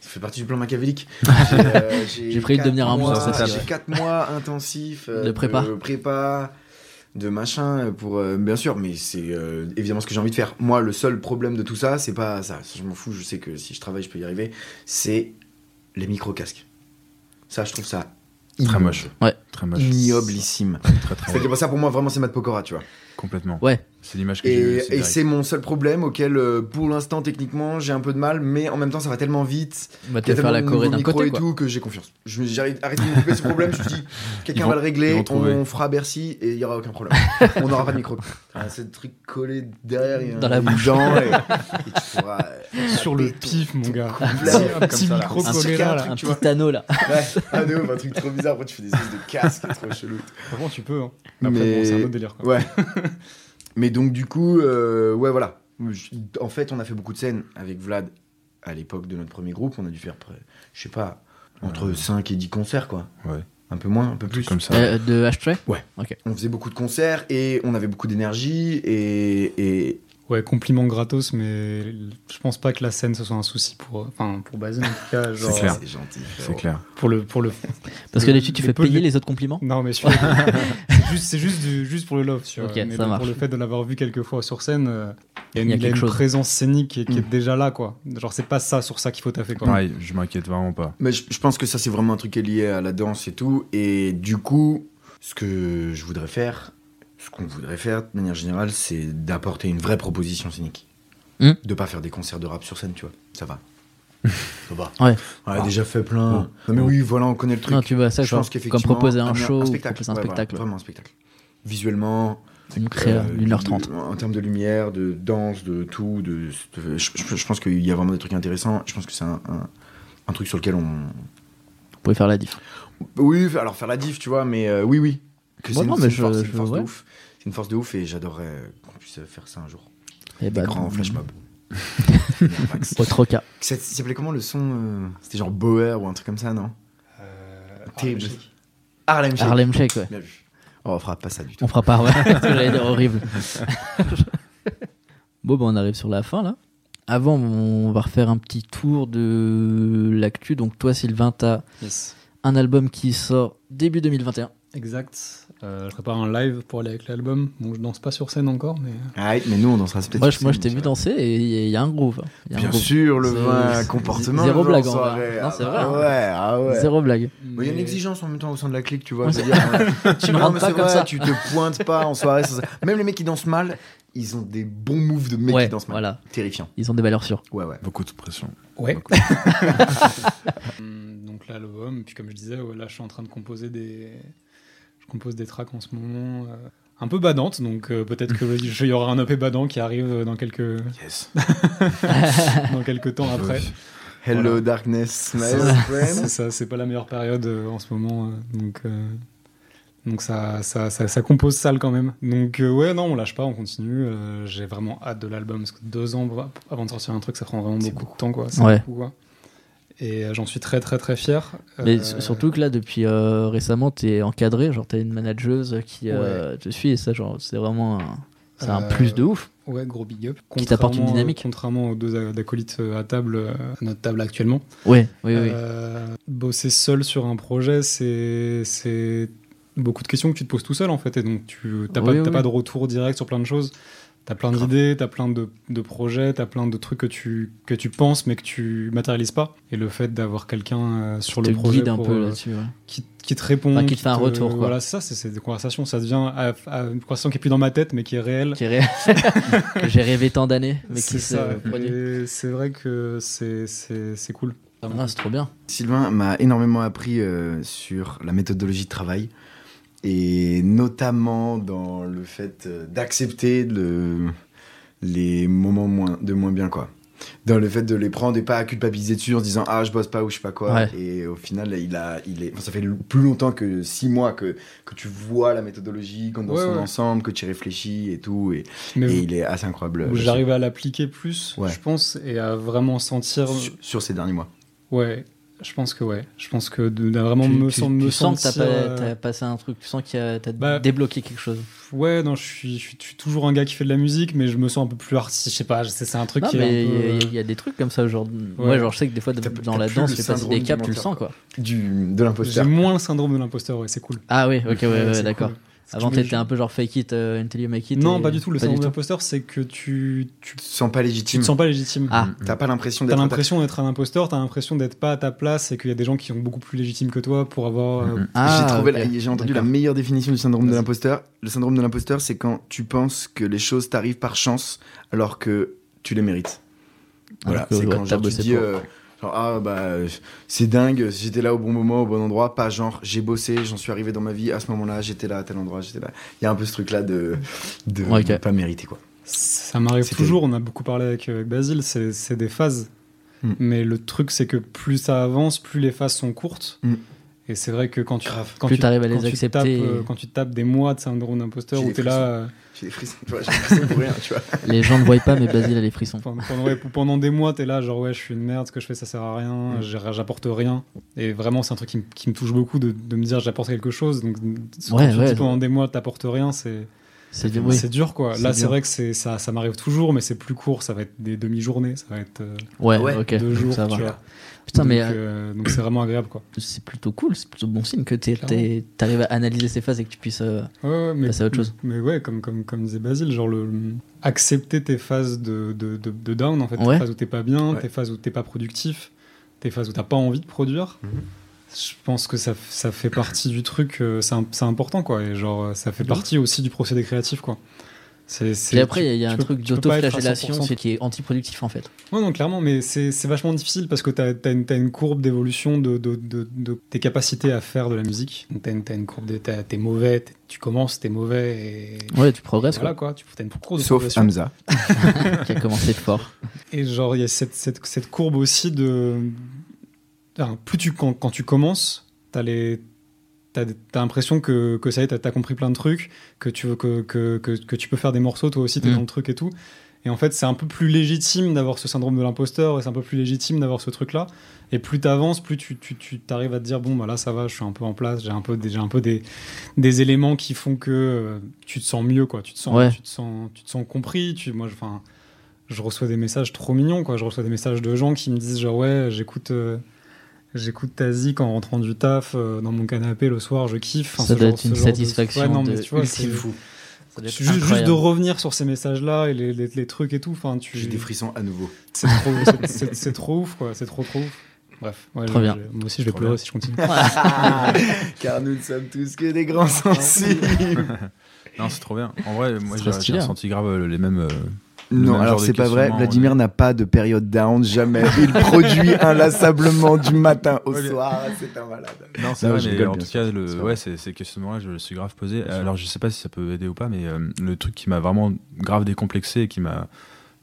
[SPEAKER 2] ça fait partie du plan machiavélique. J'ai, euh,
[SPEAKER 4] J'ai prévu de
[SPEAKER 2] quatre
[SPEAKER 4] devenir un
[SPEAKER 2] mois-
[SPEAKER 5] monstre, c'est ça,
[SPEAKER 2] J'ai
[SPEAKER 4] ouais.
[SPEAKER 2] 4 mois intensifs euh,
[SPEAKER 4] De prépa.
[SPEAKER 2] de prépa, de machin, euh, pour. euh, bien sûr, mais c'est euh, évidemment ce que j'ai envie de faire. Moi, le seul problème de tout ça, c'est pas ça. Je m'en fous, je sais que si je travaille, je peux y arriver. C'est les micro-casques. Ça, je trouve ça.
[SPEAKER 5] Très
[SPEAKER 2] ignoble.
[SPEAKER 5] moche.
[SPEAKER 4] Ouais.
[SPEAKER 5] Très moche.
[SPEAKER 2] Ignoblissime.
[SPEAKER 5] Très, très
[SPEAKER 2] C'est-à-dire, ça, pour moi, vraiment, c'est Matt Pokora, tu vois.
[SPEAKER 5] Complètement.
[SPEAKER 4] Mm. Ouais.
[SPEAKER 5] C'est l'image que j'ai eue,
[SPEAKER 2] Et,
[SPEAKER 5] c'est
[SPEAKER 2] et
[SPEAKER 5] direct.
[SPEAKER 2] c'est mon seul problème auquel, euh, pour l'instant, techniquement, j'ai un peu de mal, mais en même temps, ça va tellement vite.
[SPEAKER 4] On va
[SPEAKER 2] Il y
[SPEAKER 4] te
[SPEAKER 2] a
[SPEAKER 4] faire
[SPEAKER 2] tellement
[SPEAKER 4] la
[SPEAKER 2] de
[SPEAKER 4] Corée
[SPEAKER 2] nouveaux
[SPEAKER 4] d'un
[SPEAKER 2] micros
[SPEAKER 4] côté,
[SPEAKER 2] et
[SPEAKER 4] quoi.
[SPEAKER 2] tout que j'ai confiance. Je me dis, j'arrête arrêtez de me couper ce problème. Je me dis,
[SPEAKER 5] Ils
[SPEAKER 2] quelqu'un va
[SPEAKER 5] vont-
[SPEAKER 2] le régler,
[SPEAKER 5] ils vont
[SPEAKER 2] on
[SPEAKER 5] trouver.
[SPEAKER 2] fera Bercy et il y aura aucun problème. on n'aura pas de micro. Ah, c'est le truc collé derrière, il y a
[SPEAKER 4] Dans
[SPEAKER 2] un
[SPEAKER 4] la bouche.
[SPEAKER 2] dedans et, et tu pourras.
[SPEAKER 6] Sur le pif, mon gars.
[SPEAKER 2] Complètement.
[SPEAKER 6] Un petit
[SPEAKER 5] Comme ça, là.
[SPEAKER 6] micro
[SPEAKER 4] Un
[SPEAKER 6] collé
[SPEAKER 4] petit,
[SPEAKER 6] là.
[SPEAKER 2] truc,
[SPEAKER 4] un
[SPEAKER 2] tu
[SPEAKER 4] petit anneau, là.
[SPEAKER 2] Ouais, ah, de ouf, un truc trop bizarre. Après, tu fais des espèces de casques trop chelou.
[SPEAKER 6] Franchement, tu peux. Hein. Mais après,
[SPEAKER 2] Mais-
[SPEAKER 6] bon, c'est un autre délire. Quoi.
[SPEAKER 2] Ouais. Mais donc, du coup, euh, ouais, voilà. Je- En fait, on a fait beaucoup de scènes avec Vlad à l'époque de notre premier groupe. On a dû faire, près- je sais pas, entre 5 et 10 concerts, quoi.
[SPEAKER 5] Ouais.
[SPEAKER 2] Un peu moins, un peu plus.
[SPEAKER 5] Comme ça.
[SPEAKER 4] Euh, de Ashtray
[SPEAKER 2] On faisait beaucoup de concerts et on avait beaucoup d'énergie. Et, et
[SPEAKER 6] Ouais, compliment gratos, mais je pense pas que la scène ce soit un souci pour, euh, enfin, pour Bazen en tout cas. Genre,
[SPEAKER 5] clair.
[SPEAKER 2] C'est gentil.
[SPEAKER 5] C'est clair.
[SPEAKER 6] Pour le, pour le.
[SPEAKER 4] Parce que
[SPEAKER 6] Le-
[SPEAKER 4] d'habitude, tu
[SPEAKER 6] les
[SPEAKER 4] fais
[SPEAKER 6] pots de-
[SPEAKER 4] payer les autres compliments.
[SPEAKER 6] Non, mais sur- c'est juste, c'est juste, du- juste pour le love. Sur,
[SPEAKER 4] Ok,
[SPEAKER 6] mais
[SPEAKER 4] ça
[SPEAKER 6] bon,
[SPEAKER 4] marche.
[SPEAKER 6] pour le fait de l'avoir vu quelques fois sur scène, euh, il y a une,
[SPEAKER 4] Il y a
[SPEAKER 6] il a
[SPEAKER 4] quelque
[SPEAKER 6] une
[SPEAKER 4] chose.
[SPEAKER 6] présence scénique qui, est- qui est
[SPEAKER 2] Mm.
[SPEAKER 6] déjà là, quoi. Genre, c'est pas ça sur ça qu'il faut taffer, quoi.
[SPEAKER 5] Pareil, je m'inquiète vraiment pas.
[SPEAKER 2] Mais je, je pense que ça, c'est vraiment un truc qui est lié à la danse et tout. Et du coup, ce que je voudrais faire, ce qu'on voudrait faire de manière générale, c'est d'apporter une vraie proposition scénique.
[SPEAKER 4] Hmm.
[SPEAKER 2] De pas faire des concerts de rap sur scène, tu vois. Ça va. ça va.
[SPEAKER 4] Ouais. Ah.
[SPEAKER 2] On a déjà fait plein. Non, mais
[SPEAKER 5] Bon.
[SPEAKER 2] oui, voilà, on connaît le truc.
[SPEAKER 4] Non, tu vois, ça,
[SPEAKER 2] je pense
[SPEAKER 4] comme
[SPEAKER 2] qu'effectivement.
[SPEAKER 4] proposer un
[SPEAKER 2] mais
[SPEAKER 4] show, ou
[SPEAKER 2] spectacle.
[SPEAKER 4] proposer un
[SPEAKER 2] Ouais, voilà,
[SPEAKER 4] spectacle.
[SPEAKER 2] vraiment un spectacle. Visuellement,
[SPEAKER 4] Une créa
[SPEAKER 2] euh,
[SPEAKER 4] d'une heure trente.
[SPEAKER 2] de- En termes de lumière, de danse, de tout, de, de- je, je- je pense qu'il y a vraiment des trucs intéressants. Je pense que c'est un, un- un truc sur lequel on.
[SPEAKER 4] Vous pouvez faire la diff.
[SPEAKER 2] Oui, alors faire la diff, tu vois, mais euh, oui, oui. Que
[SPEAKER 4] Bon,
[SPEAKER 2] c'est
[SPEAKER 4] non,
[SPEAKER 2] une,
[SPEAKER 4] mais
[SPEAKER 2] c'est une force,
[SPEAKER 4] je-
[SPEAKER 2] c'est une
[SPEAKER 4] je-
[SPEAKER 2] force
[SPEAKER 4] ouais.
[SPEAKER 2] de ouf. C'est une force de ouf et j'adorerais qu'on puisse faire ça un jour.
[SPEAKER 4] Et
[SPEAKER 2] Des
[SPEAKER 4] bah,
[SPEAKER 2] grands flash mobs. Max.
[SPEAKER 4] Autre cas.
[SPEAKER 2] Ça ça s'appelait comment le son euh, C'était genre Boer ou un truc comme ça, non
[SPEAKER 6] Euh, ah,
[SPEAKER 2] Terrible. Harlem Shake.
[SPEAKER 4] Harlem Shake, ouais.
[SPEAKER 2] Bien vu. Oh, on fera pas ça du tout.
[SPEAKER 4] On fera pas, ouais. C'est ce que j'allais dire, horrible. bon, ben on arrive sur la fin, là. Avant, on va refaire un petit tour de l'actu. Donc, toi, Sylvain, t'as
[SPEAKER 6] Yes.
[SPEAKER 4] un album qui sort début 2021.
[SPEAKER 6] Exact. Euh, je prépare un live pour aller avec l'album. Bon, je danse pas sur scène encore, mais.
[SPEAKER 2] Ah, mais nous, on dansera peut-être.
[SPEAKER 4] Moi,
[SPEAKER 2] sur
[SPEAKER 4] je, moi, je
[SPEAKER 2] scène,
[SPEAKER 4] t'ai vu
[SPEAKER 2] ça.
[SPEAKER 4] danser et il y a- il y, a un groove. hein. Il y a un
[SPEAKER 2] Bien
[SPEAKER 4] groove.
[SPEAKER 2] sûr, le
[SPEAKER 4] C'est-
[SPEAKER 2] vin,
[SPEAKER 4] c'est-
[SPEAKER 2] comportement.
[SPEAKER 4] zéro
[SPEAKER 2] le genre
[SPEAKER 4] blague, en
[SPEAKER 2] soirée.
[SPEAKER 4] vrai. Non,
[SPEAKER 2] Ah
[SPEAKER 4] c'est
[SPEAKER 2] bah
[SPEAKER 4] vrai. hein.
[SPEAKER 2] Ouais, ah ouais.
[SPEAKER 4] Zéro blague.
[SPEAKER 2] Mais il y a une
[SPEAKER 6] mais-
[SPEAKER 2] exigence en même temps au sein de la clique, tu vois.
[SPEAKER 4] Ouais,
[SPEAKER 2] de dire, euh,
[SPEAKER 4] Tu me
[SPEAKER 2] non,
[SPEAKER 4] rentres
[SPEAKER 2] mais
[SPEAKER 4] pas
[SPEAKER 2] c'est
[SPEAKER 4] comme
[SPEAKER 2] vrai,
[SPEAKER 4] ça.
[SPEAKER 2] Tu te pointes pas en soirée. sans ça. Même les mecs qui dansent mal, ils ont des bons moves de mecs
[SPEAKER 4] Ouais,
[SPEAKER 2] qui dansent mal.
[SPEAKER 4] voilà.
[SPEAKER 2] Terrifiant.
[SPEAKER 4] Ils ont des valeurs sûres.
[SPEAKER 2] Ouais, ouais.
[SPEAKER 5] Beaucoup de pression.
[SPEAKER 6] Ouais.
[SPEAKER 2] Bah,
[SPEAKER 5] Beaucoup.
[SPEAKER 6] Hum, Donc là, l'album, puis comme je disais, ouais, là, je suis en train de composer des. Je compose des tracks en ce moment. euh, Un peu badantes, donc euh, peut-être qu'il y aura un EP badant qui arrive euh, dans quelques,
[SPEAKER 5] Yes.
[SPEAKER 6] dans quelques temps après.
[SPEAKER 2] Hello
[SPEAKER 6] Voilà.
[SPEAKER 2] darkness, my
[SPEAKER 6] C'est-
[SPEAKER 2] friend.
[SPEAKER 6] C'est ça, c'est pas la meilleure période euh, en ce moment. euh, donc euh, donc ça, ça, ça, ça compose sale quand même. Donc euh, ouais, non, on lâche pas, on continue. euh, J'ai vraiment hâte de l'album parce que deux ans bah, avant de sortir un truc, ça prend vraiment beaucoup, de temps. Quoi, c'est
[SPEAKER 4] Ouais.
[SPEAKER 6] beaucoup, quoi. Et euh, j'en suis très très très fier.
[SPEAKER 4] Mais
[SPEAKER 6] Euh,
[SPEAKER 4] s- surtout que là, depuis euh, récemment, t'es encadré. Genre, t'as une manageuse qui euh, te suit et ça, genre, c'est vraiment un, c'est un
[SPEAKER 6] Euh,
[SPEAKER 4] plus de ouf.
[SPEAKER 6] Ouais, gros big up.
[SPEAKER 4] Qui t'apporte une
[SPEAKER 6] Contrairement, euh,
[SPEAKER 4] dynamique.
[SPEAKER 6] contrairement aux deux euh, acolytes euh, à table, euh, à notre table actuellement.
[SPEAKER 4] Ouais, oui, oui.
[SPEAKER 6] Euh, bosser seul sur un projet, c'est c'est beaucoup de questions que tu te poses tout seul en fait, et donc tu t'as pas,
[SPEAKER 4] Oui, oui.
[SPEAKER 6] t'as pas de retour direct sur plein de choses. T'as plein d'idées, t'as plein de, de projets, t'as plein de trucs que tu, que tu penses mais que tu matérialises pas. Et le fait d'avoir quelqu'un euh, sur
[SPEAKER 4] te
[SPEAKER 6] le projet
[SPEAKER 4] guide un
[SPEAKER 6] pour,
[SPEAKER 4] peu
[SPEAKER 6] euh,
[SPEAKER 4] là-dessus. ouais.
[SPEAKER 6] qui, qui te répond,
[SPEAKER 4] Enfin, qui te fait un retour, quoi.
[SPEAKER 6] Voilà, ça, c'est- c'est des conversations. Ça devient à- à une conversation qui est plus dans ma tête mais qui est réelle.
[SPEAKER 4] Qui est ré- que J'ai rêvé tant d'années, mais
[SPEAKER 6] C'est
[SPEAKER 4] qui s'est
[SPEAKER 6] ça.
[SPEAKER 4] euh, produit.
[SPEAKER 6] Et C'est vrai que c'est- c'est c'est cool.
[SPEAKER 4] Ah, c'est trop bien.
[SPEAKER 2] Sylvain m'a énormément appris euh, sur la méthodologie de travail et notamment dans le fait euh, d'accepter le- les moments moins, de moins bien quoi. Dans le fait de les prendre et pas à culpabiliser dessus en se disant ah je bosse pas ou je sais pas quoi
[SPEAKER 4] Ouais.
[SPEAKER 2] et au final il a il est enfin, ça fait l- plus longtemps que six mois que que tu vois la méthodologie quand dans
[SPEAKER 6] Ouais,
[SPEAKER 2] son
[SPEAKER 6] ouais.
[SPEAKER 2] ensemble que tu y réfléchis et tout et,
[SPEAKER 6] Mais
[SPEAKER 2] et
[SPEAKER 6] vous-
[SPEAKER 2] il est assez incroyable
[SPEAKER 6] où
[SPEAKER 2] là-dessus.
[SPEAKER 6] j'arrive à l'appliquer plus,
[SPEAKER 2] Ouais.
[SPEAKER 6] je pense, et à vraiment sentir.
[SPEAKER 2] sur, sur ces derniers mois.
[SPEAKER 6] Ouais, je pense que ouais. Je pense que de, de vraiment
[SPEAKER 4] tu,
[SPEAKER 6] me,
[SPEAKER 4] tu-
[SPEAKER 6] sen-
[SPEAKER 4] tu
[SPEAKER 6] me
[SPEAKER 4] sens que t'as
[SPEAKER 6] sentir,
[SPEAKER 4] pas-
[SPEAKER 6] euh,
[SPEAKER 4] t'as passé un truc, tu sens que t'as
[SPEAKER 6] Bah,
[SPEAKER 4] débloqué quelque chose.
[SPEAKER 6] Ouais, non, je suis, je suis- je suis toujours un gars qui fait de la musique, mais je me sens un peu plus artiste. Je sais pas, c'est c'est un truc
[SPEAKER 4] Non,
[SPEAKER 6] qui
[SPEAKER 4] mais
[SPEAKER 6] est.
[SPEAKER 4] il
[SPEAKER 6] un peu, euh,
[SPEAKER 4] y, a- il y a des trucs comme ça. Genre, ouais. genre je sais que des fois
[SPEAKER 2] T'as-
[SPEAKER 4] dans
[SPEAKER 2] t'as
[SPEAKER 4] la
[SPEAKER 2] plus
[SPEAKER 4] danse,
[SPEAKER 2] le
[SPEAKER 4] tu fais passer
[SPEAKER 2] syndrome
[SPEAKER 4] des
[SPEAKER 2] du
[SPEAKER 4] caps, tu le
[SPEAKER 2] menteur,
[SPEAKER 4] sens quoi.
[SPEAKER 2] Du de
[SPEAKER 6] J'ai
[SPEAKER 2] l'imposteur.
[SPEAKER 6] moins le syndrome de l'imposteur, ouais, c'est cool.
[SPEAKER 4] Ah oui, ok, ouais,
[SPEAKER 6] Ouais,
[SPEAKER 4] ouais,
[SPEAKER 6] c'est
[SPEAKER 4] d'accord.
[SPEAKER 6] cool. Parce que
[SPEAKER 4] Avant,
[SPEAKER 6] je me-
[SPEAKER 4] t'étais un peu genre fake it euh, until you make it.
[SPEAKER 6] Non,
[SPEAKER 4] et-
[SPEAKER 6] pas du tout. Le syndrome de
[SPEAKER 4] tout.
[SPEAKER 6] l'imposteur, c'est que tu, tu,
[SPEAKER 2] Tu te sens pas
[SPEAKER 6] tu
[SPEAKER 2] légitime.
[SPEAKER 6] te sens pas légitime.
[SPEAKER 4] Ah.
[SPEAKER 5] Mm.
[SPEAKER 2] T'as pas l'impression
[SPEAKER 6] T'as
[SPEAKER 2] d'être
[SPEAKER 6] l'impression d'être un imposteur, t'as l'impression d'être pas à ta place et qu'il y a des gens qui sont beaucoup plus légitimes que toi pour avoir. euh,
[SPEAKER 5] Mhm.
[SPEAKER 4] Ah,
[SPEAKER 2] j'ai trouvé, la-
[SPEAKER 4] ok.
[SPEAKER 2] j'ai entendu la
[SPEAKER 4] D'accord.
[SPEAKER 2] meilleure définition du syndrome de
[SPEAKER 6] Vas-y.
[SPEAKER 2] l'imposteur. Le syndrome de l'imposteur, c'est quand tu penses que les choses t'arrivent par chance alors que tu les mérites. Voilà,
[SPEAKER 4] Alors que,
[SPEAKER 2] c'est
[SPEAKER 4] ouais,
[SPEAKER 2] quand
[SPEAKER 4] t'as
[SPEAKER 2] genre, tu
[SPEAKER 4] bossé
[SPEAKER 2] te dis,
[SPEAKER 4] pour.
[SPEAKER 2] euh, genre, ah bah euh, c'est dingue, j'étais là au bon moment, au bon endroit, pas genre j'ai bossé, j'en suis arrivé dans ma vie à ce moment-là, j'étais là à tel endroit, j'étais là. Il y a un peu ce truc là de de
[SPEAKER 4] Ouais, ok.
[SPEAKER 2] de pas mériter quoi.
[SPEAKER 6] Ça m'arrive
[SPEAKER 2] C'était-
[SPEAKER 6] toujours, on a beaucoup parlé avec, avec Basile, c'est c'est des phases.
[SPEAKER 2] Mm.
[SPEAKER 6] Mais le truc, c'est que plus ça avance, plus les phases sont courtes.
[SPEAKER 2] Mm.
[SPEAKER 6] Et c'est vrai que quand tu.
[SPEAKER 2] Grave.
[SPEAKER 6] Quand
[SPEAKER 4] Plus
[SPEAKER 6] tu-
[SPEAKER 4] t'arrives à les
[SPEAKER 6] quand tu
[SPEAKER 4] accepter
[SPEAKER 6] tapes,
[SPEAKER 4] et-
[SPEAKER 6] euh, quand tu tapes des mois de syndrome d'imposteur
[SPEAKER 2] J'ai
[SPEAKER 6] où
[SPEAKER 2] des
[SPEAKER 6] t'es là. euh,
[SPEAKER 2] J'ai des frissons, tu vois, j'ai des frissons pour rien, tu vois.
[SPEAKER 4] Les gens ne voient pas, mais Basile a les frissons.
[SPEAKER 6] Pendant, pendant- ouais, pendant des mois, t'es là, genre ouais, je suis une merde, ce que je fais, ça sert à rien,
[SPEAKER 2] Mm.
[SPEAKER 6] j'ai- j'apporte rien. Et vraiment, c'est un truc qui, me- qui me touche beaucoup de, de me dire j'apporte quelque chose. Donc, quand
[SPEAKER 4] Ouais,
[SPEAKER 6] tu
[SPEAKER 4] ouais.
[SPEAKER 6] dis pendant des mois, t'apportes rien, c'est
[SPEAKER 4] C'est du- oui.
[SPEAKER 6] c'est dur quoi.
[SPEAKER 4] C'est
[SPEAKER 6] Là, c'est
[SPEAKER 4] dur.
[SPEAKER 6] vrai que c'est- ça, ça m'arrive toujours, mais c'est plus court, ça va être des demi-journées, ça va être euh,
[SPEAKER 4] Ouais,
[SPEAKER 2] Ah ouais,
[SPEAKER 4] ok.
[SPEAKER 6] deux
[SPEAKER 4] donc
[SPEAKER 6] jours,
[SPEAKER 4] ça va.
[SPEAKER 6] tu vois.
[SPEAKER 4] Putain,
[SPEAKER 6] donc,
[SPEAKER 4] mais euh,
[SPEAKER 6] euh, donc c'est vraiment agréable quoi.
[SPEAKER 4] c'est plutôt cool, c'est plutôt bon signe que t'es-
[SPEAKER 6] Clairement.
[SPEAKER 4] t'es- t'arrives à analyser ces phases et que tu puisses. euh,
[SPEAKER 6] Ouais, ouais, mais,
[SPEAKER 4] Passer à autre chose.
[SPEAKER 6] Mais ouais, comme, comme, comme disait Basile, genre le, accepter tes phases de, de, de, de down, en fait,
[SPEAKER 4] Ouais.
[SPEAKER 6] tes phases où t'es pas bien,
[SPEAKER 2] Ouais.
[SPEAKER 6] tes phases où t'es pas productif, tes phases où t'as pas envie de produire.
[SPEAKER 2] Mhm.
[SPEAKER 6] Je pense que ça, ça fait partie du truc, euh, c'est, im- c'est important quoi, et genre euh, ça fait partie aussi du procédé créatif quoi. C'est, c'est,
[SPEAKER 4] Et après,
[SPEAKER 6] tu-
[SPEAKER 4] il y a- il y a
[SPEAKER 6] tu
[SPEAKER 4] un
[SPEAKER 6] peux-
[SPEAKER 4] truc
[SPEAKER 6] tu peux pas être à
[SPEAKER 4] d'autoflagellation
[SPEAKER 6] 100%.
[SPEAKER 4] c'est qui est anti-productif en fait.
[SPEAKER 6] Ouais, non, clairement, mais c'est c'est vachement difficile parce que t'as as une, t'as une courbe d'évolution de, de, de, de tes capacités à faire de la musique. Donc, T'as une, t'as une courbe de. t'as- T'es mauvais, t'es- tu commences, t'es mauvais. Et...
[SPEAKER 4] Ouais, tu progresses
[SPEAKER 6] Voilà quoi, tu t'as une courbe de
[SPEAKER 2] Sauf
[SPEAKER 6] progression.
[SPEAKER 2] Hamza.
[SPEAKER 4] quoi. Qui a commencé fort.
[SPEAKER 6] Et genre, il y a cette, cette, cette courbe aussi de. Enfin, plus tu, quand, quand tu commences, t'as les. T'as t'as l'impression que, que ça y est, t'as- t'as compris plein de trucs, que tu, veux, que, que, que, que tu peux faire des morceaux, toi aussi, t'es
[SPEAKER 4] Mm.
[SPEAKER 6] dans le truc et tout. Et en fait, c'est un peu plus légitime d'avoir ce syndrome de l'imposteur, et c'est un peu plus légitime d'avoir ce truc-là. Et plus t'avances, plus tu, tu, tu t'arrives à te dire, bon, bah là, ça va, je suis un peu en place, j'ai un peu, des, j'ai un peu des, des éléments qui font que euh, tu te sens mieux, quoi. Tu te sens,
[SPEAKER 4] Ouais.
[SPEAKER 6] tu te sens, tu te sens compris, tu, moi, enfin je reçois des messages trop mignons, quoi. Je reçois des messages de gens qui me disent genre ouais, j'écoute, euh, j'écoute Tazik en rentrant du taf euh, dans mon canapé le soir, je kiffe. Enfin,
[SPEAKER 4] Ça
[SPEAKER 6] ce
[SPEAKER 4] doit
[SPEAKER 6] genre-
[SPEAKER 4] être
[SPEAKER 6] ce
[SPEAKER 4] une
[SPEAKER 6] genre de-
[SPEAKER 4] satisfaction
[SPEAKER 6] Ouais, non, mais
[SPEAKER 4] de-
[SPEAKER 6] tu vois,
[SPEAKER 4] ultime.
[SPEAKER 6] c'est
[SPEAKER 4] Fou. Ça doit être
[SPEAKER 6] Juste, juste de
[SPEAKER 4] incroyable.
[SPEAKER 6] revenir sur ces messages-là et les, les- les trucs et tout. Enfin, tu.
[SPEAKER 2] J'ai des frissons à nouveau.
[SPEAKER 6] C'est trop, c'est- c'est- c'est trop ouf, quoi. C'est trop trop ouf. Bref, ouais,
[SPEAKER 4] Très
[SPEAKER 6] je-
[SPEAKER 4] bien.
[SPEAKER 6] je- moi aussi je vais
[SPEAKER 5] Trop
[SPEAKER 6] pleurer
[SPEAKER 5] bien.
[SPEAKER 6] si je continue.
[SPEAKER 4] Ah.
[SPEAKER 2] Car nous ne sommes tous que des grands sensibles.
[SPEAKER 5] Non, c'est trop bien. En vrai, moi,
[SPEAKER 4] C'est
[SPEAKER 5] j'ai
[SPEAKER 4] trop
[SPEAKER 5] j'ai
[SPEAKER 4] stylé. hein.
[SPEAKER 5] ressenti grave euh, les mêmes. euh, le
[SPEAKER 2] Non,
[SPEAKER 5] même
[SPEAKER 2] alors
[SPEAKER 5] genre de
[SPEAKER 2] c'est pas vrai,
[SPEAKER 5] questionnement,
[SPEAKER 2] Vladimir
[SPEAKER 5] ouais.
[SPEAKER 2] n'a pas de période down, jamais. Il produit inlassablement du matin au
[SPEAKER 5] Ouais, bien.
[SPEAKER 2] soir, c'est un malade.
[SPEAKER 5] Non, c'est
[SPEAKER 2] Non,
[SPEAKER 5] vrai,
[SPEAKER 2] je
[SPEAKER 5] mais
[SPEAKER 2] rigole,
[SPEAKER 5] en
[SPEAKER 2] bien
[SPEAKER 5] tout
[SPEAKER 2] sûr,
[SPEAKER 5] cas,
[SPEAKER 2] c'est
[SPEAKER 5] le,
[SPEAKER 2] vrai.
[SPEAKER 5] ouais, ces, ces questionnements-là, je me suis grave posé.
[SPEAKER 2] sûr.
[SPEAKER 5] Alors, je sais pas si ça peut aider ou pas, mais euh, le truc qui m'a vraiment grave décomplexé et qui m'a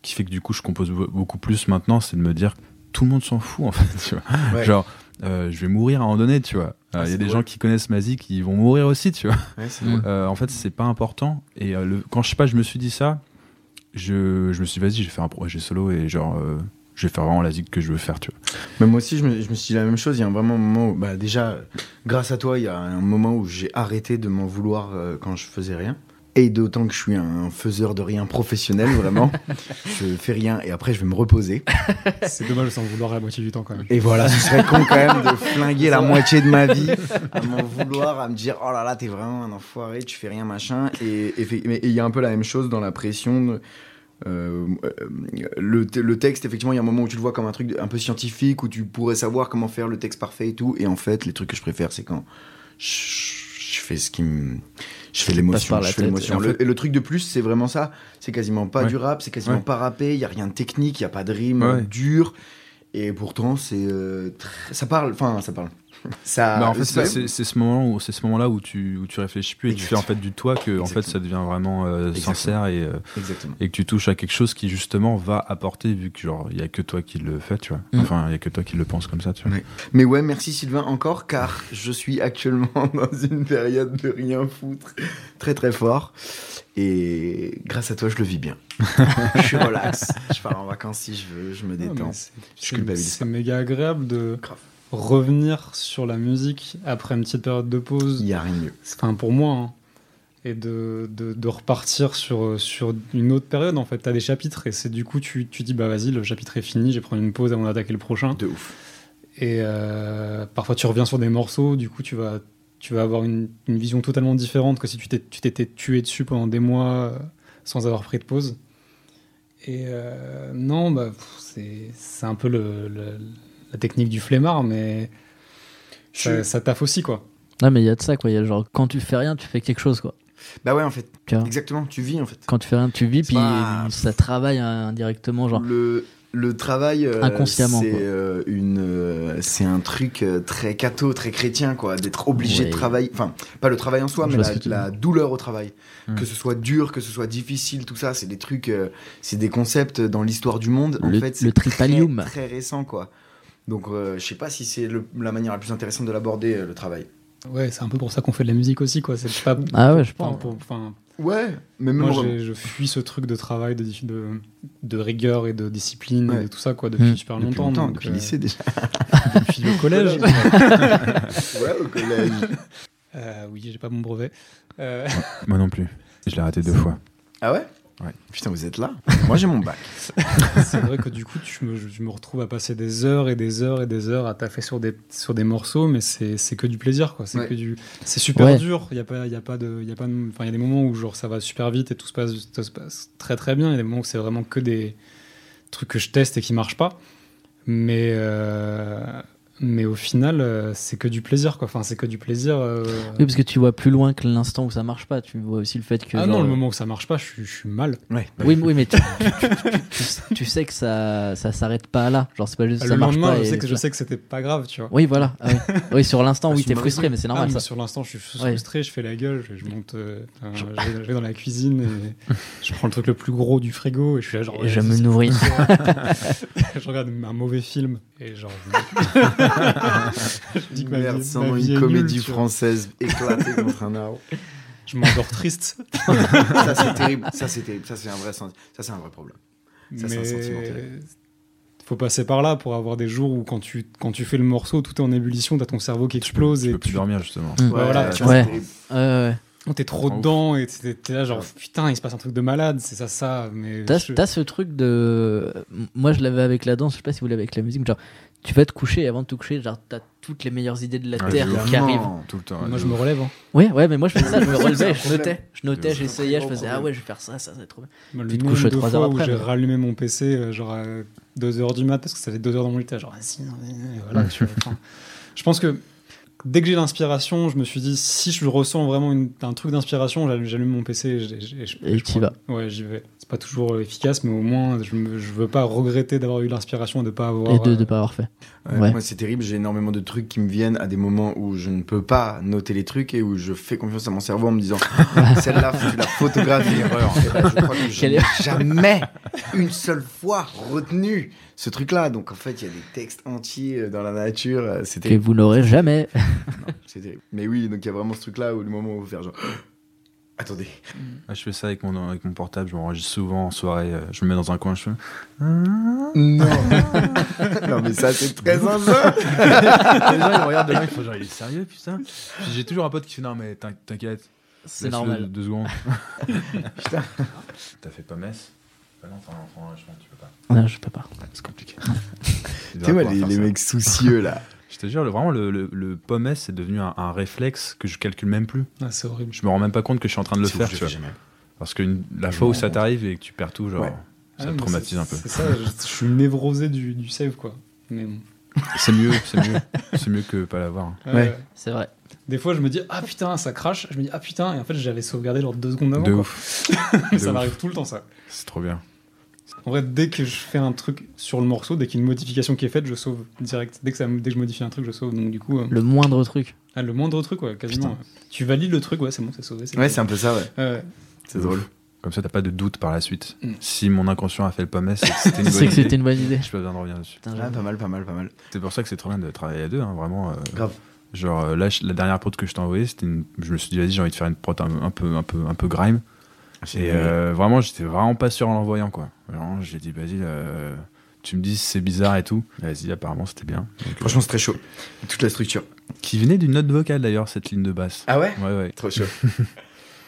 [SPEAKER 5] qui fait que du coup, je compose be- beaucoup plus maintenant, c'est de me dire tout le monde s'en fout en fait. Tu vois.
[SPEAKER 2] Ouais.
[SPEAKER 5] Genre, euh, je vais mourir à un moment donné, tu vois.
[SPEAKER 2] Ah,
[SPEAKER 5] Euh, Il y
[SPEAKER 2] c'est
[SPEAKER 5] a des
[SPEAKER 2] drôle.
[SPEAKER 5] gens qui connaissent ma zik, ils vont mourir aussi, tu vois.
[SPEAKER 4] drôle.
[SPEAKER 5] Euh, en fait, c'est pas important. Et euh, le- quand je sais pas, je me suis dit ça, je, je me suis dit, vas-y, je vais faire un projet solo et genre, euh, je vais faire vraiment la zik que je veux faire, tu vois.
[SPEAKER 2] Mais moi aussi, je me, je me suis dit la même chose. Il y a un vraiment moment où, bah, déjà, euh, grâce à toi, il y a un moment où j'ai arrêté de m'en vouloir euh, quand je faisais rien. et d'autant que je suis un faiseur de rien professionnel, vraiment. je fais rien et après je vais me reposer.
[SPEAKER 6] C'est dommage sans vouloir la moitié du temps quand même.
[SPEAKER 2] Et voilà, ce serait con quand même de flinguer la moitié de ma vie, à m'en vouloir, à me dire oh là là, t'es vraiment un enfoiré, tu fais rien, machin. Et et fait- mais il y a un peu la même chose dans la pression. de- euh, euh, le, te- le texte, effectivement, il y a un moment où tu le vois comme un truc de- un peu scientifique, où tu pourrais savoir comment faire le texte parfait et tout. Et en fait, les trucs que je préfère, c'est quand je, je fais ce qui me. Je fais l'émotion.
[SPEAKER 4] par la
[SPEAKER 2] Je fais
[SPEAKER 4] tête.
[SPEAKER 2] l'émotion.
[SPEAKER 4] Et en
[SPEAKER 2] Le, et le truc de plus, c'est vraiment ça. C'est quasiment pas
[SPEAKER 5] Ouais.
[SPEAKER 2] du rap, c'est quasiment
[SPEAKER 5] Ouais.
[SPEAKER 2] pas rappé, il y a rien de technique, il y a pas de rime
[SPEAKER 5] Ouais.
[SPEAKER 2] dure. Et pourtant, c'est. euh, tr- ça parle, enfin, ça parle. Ça,
[SPEAKER 5] Bah, en fait,
[SPEAKER 2] ça-
[SPEAKER 5] c'est c'est- c'est ce moment où c'est ce moment-là où tu où tu réfléchis plus et tu fais en fait du toi que en fait
[SPEAKER 2] Exactement.
[SPEAKER 5] ça devient vraiment euh,
[SPEAKER 2] Exactement.
[SPEAKER 5] sincère et euh,
[SPEAKER 2] Exactement.
[SPEAKER 5] et que tu touches à quelque chose qui justement va apporter vu que genre il y a que toi qui le fais tu vois
[SPEAKER 4] Mm.
[SPEAKER 5] enfin il y a que toi qui le pense comme ça tu vois
[SPEAKER 2] Mais ouais, merci Sylvain encore, car je suis actuellement dans une période de rien foutre très très fort. Et grâce à toi, je le vis bien. je suis relax. Je pars en vacances si je veux, je me
[SPEAKER 6] Non,
[SPEAKER 2] détends.
[SPEAKER 6] mais c'est-
[SPEAKER 2] Je
[SPEAKER 6] c'est-
[SPEAKER 2] culpabilise
[SPEAKER 6] C'est méga agréable de
[SPEAKER 2] Grave.
[SPEAKER 6] revenir sur la musique après une petite période de pause.
[SPEAKER 2] Il n'y a rien de mieux.
[SPEAKER 6] C'est- Enfin, pour moi, hein. et de, de- de repartir sur, sur une autre période. En fait, t'as des chapitres et c'est du coup, tu, tu dis, bah vas-y, le chapitre est fini, j'ai pris une pause avant d'attaquer le
[SPEAKER 5] Hein
[SPEAKER 6] prochain.
[SPEAKER 2] De ouf.
[SPEAKER 6] Et euh, parfois, tu reviens sur des morceaux, du coup, tu vas, tu vas avoir une, une vision totalement différente que si tu t'es- tu t'étais tué dessus pendant des mois euh, sans avoir pris de pause. Et euh, non, bah, pff, c'est c'est un peu le- le- la technique du flemmard, mais ça, ça taffe aussi, quoi.
[SPEAKER 4] Non, mais il y a de ça, quoi. Il y a genre, quand tu fais rien, tu fais quelque chose, quoi.
[SPEAKER 2] Bah ouais, en fait.
[SPEAKER 4] Tu vois
[SPEAKER 2] Exactement, tu vis en fait.
[SPEAKER 4] Quand tu fais rien, tu vis,
[SPEAKER 2] C'est
[SPEAKER 4] puis
[SPEAKER 2] pas-
[SPEAKER 4] ça travaille euh, indirectement, genre.
[SPEAKER 2] Le, le travail, euh,
[SPEAKER 4] Inconsciemment,
[SPEAKER 2] c'est
[SPEAKER 4] quoi.
[SPEAKER 2] euh, une, euh, c'est un truc euh, très catho, très chrétien, quoi, d'être obligé
[SPEAKER 4] Ouais.
[SPEAKER 2] de travailler. Enfin, pas le travail en soi,
[SPEAKER 4] Je
[SPEAKER 2] mais
[SPEAKER 4] vois
[SPEAKER 2] la,
[SPEAKER 4] ce que tu Mmh.
[SPEAKER 2] la douleur au travail.
[SPEAKER 5] Mm.
[SPEAKER 2] Que ce soit dur, que ce soit difficile, tout ça, c'est des trucs, euh, c'est des concepts dans l'histoire du monde.
[SPEAKER 4] Le-
[SPEAKER 2] en fait,
[SPEAKER 4] le
[SPEAKER 2] c'est très,
[SPEAKER 4] tripalium.
[SPEAKER 2] Très, récent, quoi. Donc, euh, je sais pas si c'est le- la manière la plus intéressante de l'aborder, euh, le travail.
[SPEAKER 6] Ouais, c'est un peu pour ça qu'on fait de la musique aussi, quoi. C'est pas.
[SPEAKER 4] Ah ouais, je
[SPEAKER 6] enfin,
[SPEAKER 4] pense.
[SPEAKER 6] pour- enfin,
[SPEAKER 2] Ouais, mais même
[SPEAKER 6] moi,
[SPEAKER 2] en-
[SPEAKER 6] j'ai- je fuis ce truc de travail, de, de, de rigueur et de discipline,
[SPEAKER 2] Ouais.
[SPEAKER 6] et de tout ça, quoi, depuis
[SPEAKER 4] Mm.
[SPEAKER 6] super
[SPEAKER 2] depuis
[SPEAKER 6] longtemps.
[SPEAKER 2] longtemps,
[SPEAKER 6] donc,
[SPEAKER 2] depuis
[SPEAKER 6] euh,
[SPEAKER 2] le lycée déjà.
[SPEAKER 6] depuis le collège.
[SPEAKER 2] ouais, au collège.
[SPEAKER 6] Euh, oui, j'ai pas mon brevet. Euh,
[SPEAKER 5] moi non plus je l'ai raté deux fois
[SPEAKER 2] Ah ouais
[SPEAKER 5] Ouais.
[SPEAKER 2] Putain, vous êtes là Moi, j'ai mon bac.
[SPEAKER 6] c'est vrai que du coup, tu me, je, je me retrouve à passer des heures et des heures et des heures à taffer sur des, sur des morceaux, mais c'est c'est que du plaisir, quoi. C'est
[SPEAKER 2] Ouais.
[SPEAKER 6] que du, c'est super
[SPEAKER 4] Ouais.
[SPEAKER 6] dur. Il y a pas, il y a pas de, il y a pas, de- enfin, il y a des moments où genre ça va super vite et tout se passe, tout se passe très très bien. Il y a des moments où c'est vraiment que des trucs que je teste et qui marchent pas. Mais euh, mais au final, euh, c'est que du plaisir, quoi. Enfin, c'est que du plaisir. euh,
[SPEAKER 4] Oui, parce que tu vois plus loin que l'instant où ça marche pas. Tu vois aussi le fait que.
[SPEAKER 6] ah
[SPEAKER 4] genre,
[SPEAKER 6] non, le
[SPEAKER 4] euh,
[SPEAKER 6] moment où ça marche pas, je, suis- je suis mal.
[SPEAKER 2] Ouais. bah
[SPEAKER 4] Oui, mais- oui, mais tu, tu- tu- tu- tu sais que ça, ça s'arrête pas là. Genre, c'est pas juste
[SPEAKER 6] le
[SPEAKER 4] ça marche
[SPEAKER 6] lendemain,
[SPEAKER 4] pas.
[SPEAKER 6] je,
[SPEAKER 4] et
[SPEAKER 6] sais que, je
[SPEAKER 4] voilà.
[SPEAKER 6] sais que c'était pas grave, tu vois.
[SPEAKER 4] Oui, voilà. Ah oui. Oui, sur l'instant, oui,
[SPEAKER 2] Je
[SPEAKER 4] t'es
[SPEAKER 2] me
[SPEAKER 4] frustré, mais c'est
[SPEAKER 6] Ah,
[SPEAKER 4] normal
[SPEAKER 6] mais
[SPEAKER 4] ça.
[SPEAKER 6] sur l'instant, je suis fr-
[SPEAKER 4] Ouais.
[SPEAKER 6] frustré, je fais la gueule, je, je monte, euh, enfin, je, vais- je vais dans la cuisine et je prends le truc le plus gros du frigo et je suis là genre.
[SPEAKER 4] Et
[SPEAKER 6] ouais,
[SPEAKER 4] je
[SPEAKER 6] c'est-
[SPEAKER 4] me nourris.
[SPEAKER 6] je regarde un mauvais film et genre. Je, je dis que ma
[SPEAKER 2] Merde,
[SPEAKER 6] vie-
[SPEAKER 2] sans
[SPEAKER 6] ma vie est
[SPEAKER 2] une
[SPEAKER 6] nulle,
[SPEAKER 2] comédie
[SPEAKER 6] tu vois.
[SPEAKER 2] française éclatée contre un arbre.
[SPEAKER 6] Je m'endors triste.
[SPEAKER 2] Ça c'est terrible, ça c'est terrible, ça c'est un vrai senti- ça c'est un vrai problème. Ça, c'est un sentiment
[SPEAKER 6] mais
[SPEAKER 2] terrible.
[SPEAKER 6] faut passer par là pour avoir des jours où quand tu quand tu fais le morceau, tout est en ébullition, t'as ton cerveau qui explose
[SPEAKER 5] je
[SPEAKER 6] et
[SPEAKER 5] peux plus
[SPEAKER 6] tu
[SPEAKER 5] dormir justement
[SPEAKER 4] Mm.
[SPEAKER 6] Ouais, voilà,
[SPEAKER 2] Euh, ça,
[SPEAKER 6] tu
[SPEAKER 2] c'est
[SPEAKER 4] vois.
[SPEAKER 2] terrible.
[SPEAKER 4] Ouais, ouais.
[SPEAKER 6] t'es trop
[SPEAKER 5] Ouf.
[SPEAKER 6] dedans et t'es t'es là genre putain, il se passe un truc de malade, c'est ça ça. Mais
[SPEAKER 4] T'as
[SPEAKER 6] je-
[SPEAKER 4] t'as ce truc de. Moi, je l'avais avec la danse, je sais pas si vous l'avez avec la musique. mais Genre, tu vas te coucher et avant de te coucher, genre, t'as toutes les meilleures idées de la
[SPEAKER 5] Ouais,
[SPEAKER 4] terre
[SPEAKER 5] de ouf.
[SPEAKER 4] qui arrivent.
[SPEAKER 2] Vraiment.
[SPEAKER 5] tout le temps
[SPEAKER 6] moi
[SPEAKER 5] de
[SPEAKER 6] je me
[SPEAKER 5] ouf.
[SPEAKER 6] relève. hein.
[SPEAKER 4] Ouais, ouais, mais moi, je faisais ça, je me
[SPEAKER 2] C'est un
[SPEAKER 4] relevais, je
[SPEAKER 2] problème.
[SPEAKER 4] notais, je notais,
[SPEAKER 5] C'est un
[SPEAKER 4] j'essayais,
[SPEAKER 2] très
[SPEAKER 4] je
[SPEAKER 2] gros
[SPEAKER 4] faisais, ah
[SPEAKER 2] problème.
[SPEAKER 4] ouais, je vais faire ça, ça, ça va être trop bien. Tu
[SPEAKER 6] Bah, Le
[SPEAKER 4] te
[SPEAKER 6] nombre
[SPEAKER 4] couches
[SPEAKER 6] de
[SPEAKER 4] trois
[SPEAKER 6] fois
[SPEAKER 4] heures
[SPEAKER 6] où
[SPEAKER 4] après,
[SPEAKER 6] j'ai
[SPEAKER 4] mais-
[SPEAKER 6] rallumé mon PC, euh, genre à 2h du mat, parce que ça fait 2h dans mon lit, t'es genre, vas-y, non, mais, euh, voilà, tu vois, enfin. je pense que dès que j'ai l'inspiration, je me suis dit, si je ressens vraiment une- un truc d'inspiration, j'allume j'allume mon PC et, je- je- je-
[SPEAKER 4] Et
[SPEAKER 6] je
[SPEAKER 4] t'y
[SPEAKER 6] prends-
[SPEAKER 4] vas.
[SPEAKER 6] Ouais, j'y vais. C'est pas toujours euh, efficace, mais au moins, je, me- je veux pas regretter d'avoir eu l'inspiration et de pas avoir.
[SPEAKER 4] Et de,
[SPEAKER 6] euh,
[SPEAKER 4] de pas avoir fait.
[SPEAKER 2] Ouais,
[SPEAKER 4] Ouais.
[SPEAKER 2] Moi c'est terrible, j'ai énormément de trucs qui me viennent à des moments où je ne peux pas noter les trucs et où je fais confiance à mon cerveau en me disant celle-là faut que tu la photographies. Et ben, je crois que je
[SPEAKER 4] Quelle
[SPEAKER 2] n'ai jamais une seule fois retenu ce truc-là. Donc en fait il y a des textes entiers euh, dans la nature, euh, c'est
[SPEAKER 4] Que
[SPEAKER 2] terrible.
[SPEAKER 4] vous n'aurez jamais.
[SPEAKER 2] C'est terrible. Mais oui donc il y a vraiment ce truc-là où le moment où vous faire genre attendez.
[SPEAKER 5] Ah, je fais ça avec mon avec mon portable je m'enregistre souvent en soirée euh, je me mets dans un coin je fais
[SPEAKER 2] Non. non, mais ça, c'est très sympa.
[SPEAKER 5] Les gens, ils me regardent de loin, ils font genre, il est sérieux, putain Puis J'ai toujours un pote qui fait, non, mais t'in- t'inquiète,
[SPEAKER 4] C'est
[SPEAKER 5] Laisse-le
[SPEAKER 4] normal.
[SPEAKER 5] Deux secondes.
[SPEAKER 2] Putain.
[SPEAKER 5] T'as fait pas messe Bah non, t'as un enfant, je pense, tu peux pas.
[SPEAKER 4] Non, je peux pas.
[SPEAKER 5] C'est compliqué.
[SPEAKER 2] Tu sais, ouais, les, les mecs soucieux là.
[SPEAKER 5] Je te jure, le- vraiment, le, le, le pommes, c'est devenu un, un réflexe que je calcule même plus.
[SPEAKER 6] Ah, c'est horrible.
[SPEAKER 5] Je me rends même pas compte que je suis en train de le
[SPEAKER 2] C'est
[SPEAKER 5] faire,
[SPEAKER 2] ouf, je
[SPEAKER 5] tu vois.
[SPEAKER 2] jamais.
[SPEAKER 5] Parce que une- la
[SPEAKER 2] Je
[SPEAKER 5] fois
[SPEAKER 2] me
[SPEAKER 5] où
[SPEAKER 2] rends
[SPEAKER 5] ça
[SPEAKER 2] compte.
[SPEAKER 5] t'arrive et que tu perds tout, genre,
[SPEAKER 2] Ouais.
[SPEAKER 5] ça
[SPEAKER 6] Ah,
[SPEAKER 5] te
[SPEAKER 6] mais
[SPEAKER 5] traumatise
[SPEAKER 6] c'est-
[SPEAKER 5] un peu.
[SPEAKER 6] C'est ça, je, je suis névrosé du, du save, quoi. Mais bon.
[SPEAKER 5] C'est mieux, c'est mieux. c'est mieux que pas l'avoir.
[SPEAKER 6] Euh,
[SPEAKER 2] Ouais.
[SPEAKER 4] C'est vrai.
[SPEAKER 6] Des fois, je me dis, ah putain, ça crache. Je me dis, ah putain, et en fait, j'avais sauvegardé genre deux
[SPEAKER 2] Ah
[SPEAKER 6] secondes avant.
[SPEAKER 5] De
[SPEAKER 6] quoi.
[SPEAKER 5] ouf. De
[SPEAKER 6] Mais ça
[SPEAKER 5] ouf.
[SPEAKER 6] m'arrive tout le temps, ça.
[SPEAKER 5] C'est trop bien.
[SPEAKER 6] En vrai, dès que je fais un truc sur le morceau, dès qu'il y a une modification qui est faite, je sauve direct. Dès que, ça, me- dès que je modifie un truc, je sauve. Donc, du coup, euh,
[SPEAKER 4] Le moindre truc.
[SPEAKER 6] ah, le moindre truc, ouais, quasiment. ouais. Tu valides le truc, ouais, c'est bon, c'est sauvé.
[SPEAKER 2] Ouais,
[SPEAKER 6] cool.
[SPEAKER 2] c'est un peu ça, ouais.
[SPEAKER 6] Ouais.
[SPEAKER 2] C'est drôle.
[SPEAKER 5] Comme ça, t'as pas de doute par la suite.
[SPEAKER 6] Mm.
[SPEAKER 5] Si mon inconscient a fait le pommes, c'est que c'était une bonne
[SPEAKER 4] C'est que c'était
[SPEAKER 5] idée.
[SPEAKER 4] une bonne idée.
[SPEAKER 5] Je peux bien de revenir dessus.
[SPEAKER 4] Putain,
[SPEAKER 2] Ah, pas mal, pas mal, pas mal.
[SPEAKER 5] C'est pour ça que c'est trop bien de travailler à deux, hein, vraiment. euh,
[SPEAKER 2] Grave.
[SPEAKER 5] Genre euh, là, je- la dernière prod que je t'ai envoyée, c'était une- je me suis dit vas-y, j'ai envie de faire une prod un, un peu, un peu, un peu grime. Et euh, vraiment, j'étais vraiment pas sûr en l'envoyant quoi. Vraiment, j'ai dit vas-y, euh, tu me dis si c'est bizarre et tout. Vas-y, apparemment c'était bien. Donc, euh,
[SPEAKER 2] Franchement, c'est très chaud. Toute la structure.
[SPEAKER 5] qui venait d'une note vocale d'ailleurs cette ligne de basse.
[SPEAKER 2] Ah ouais
[SPEAKER 5] Ouais ouais.
[SPEAKER 2] Trop chaud.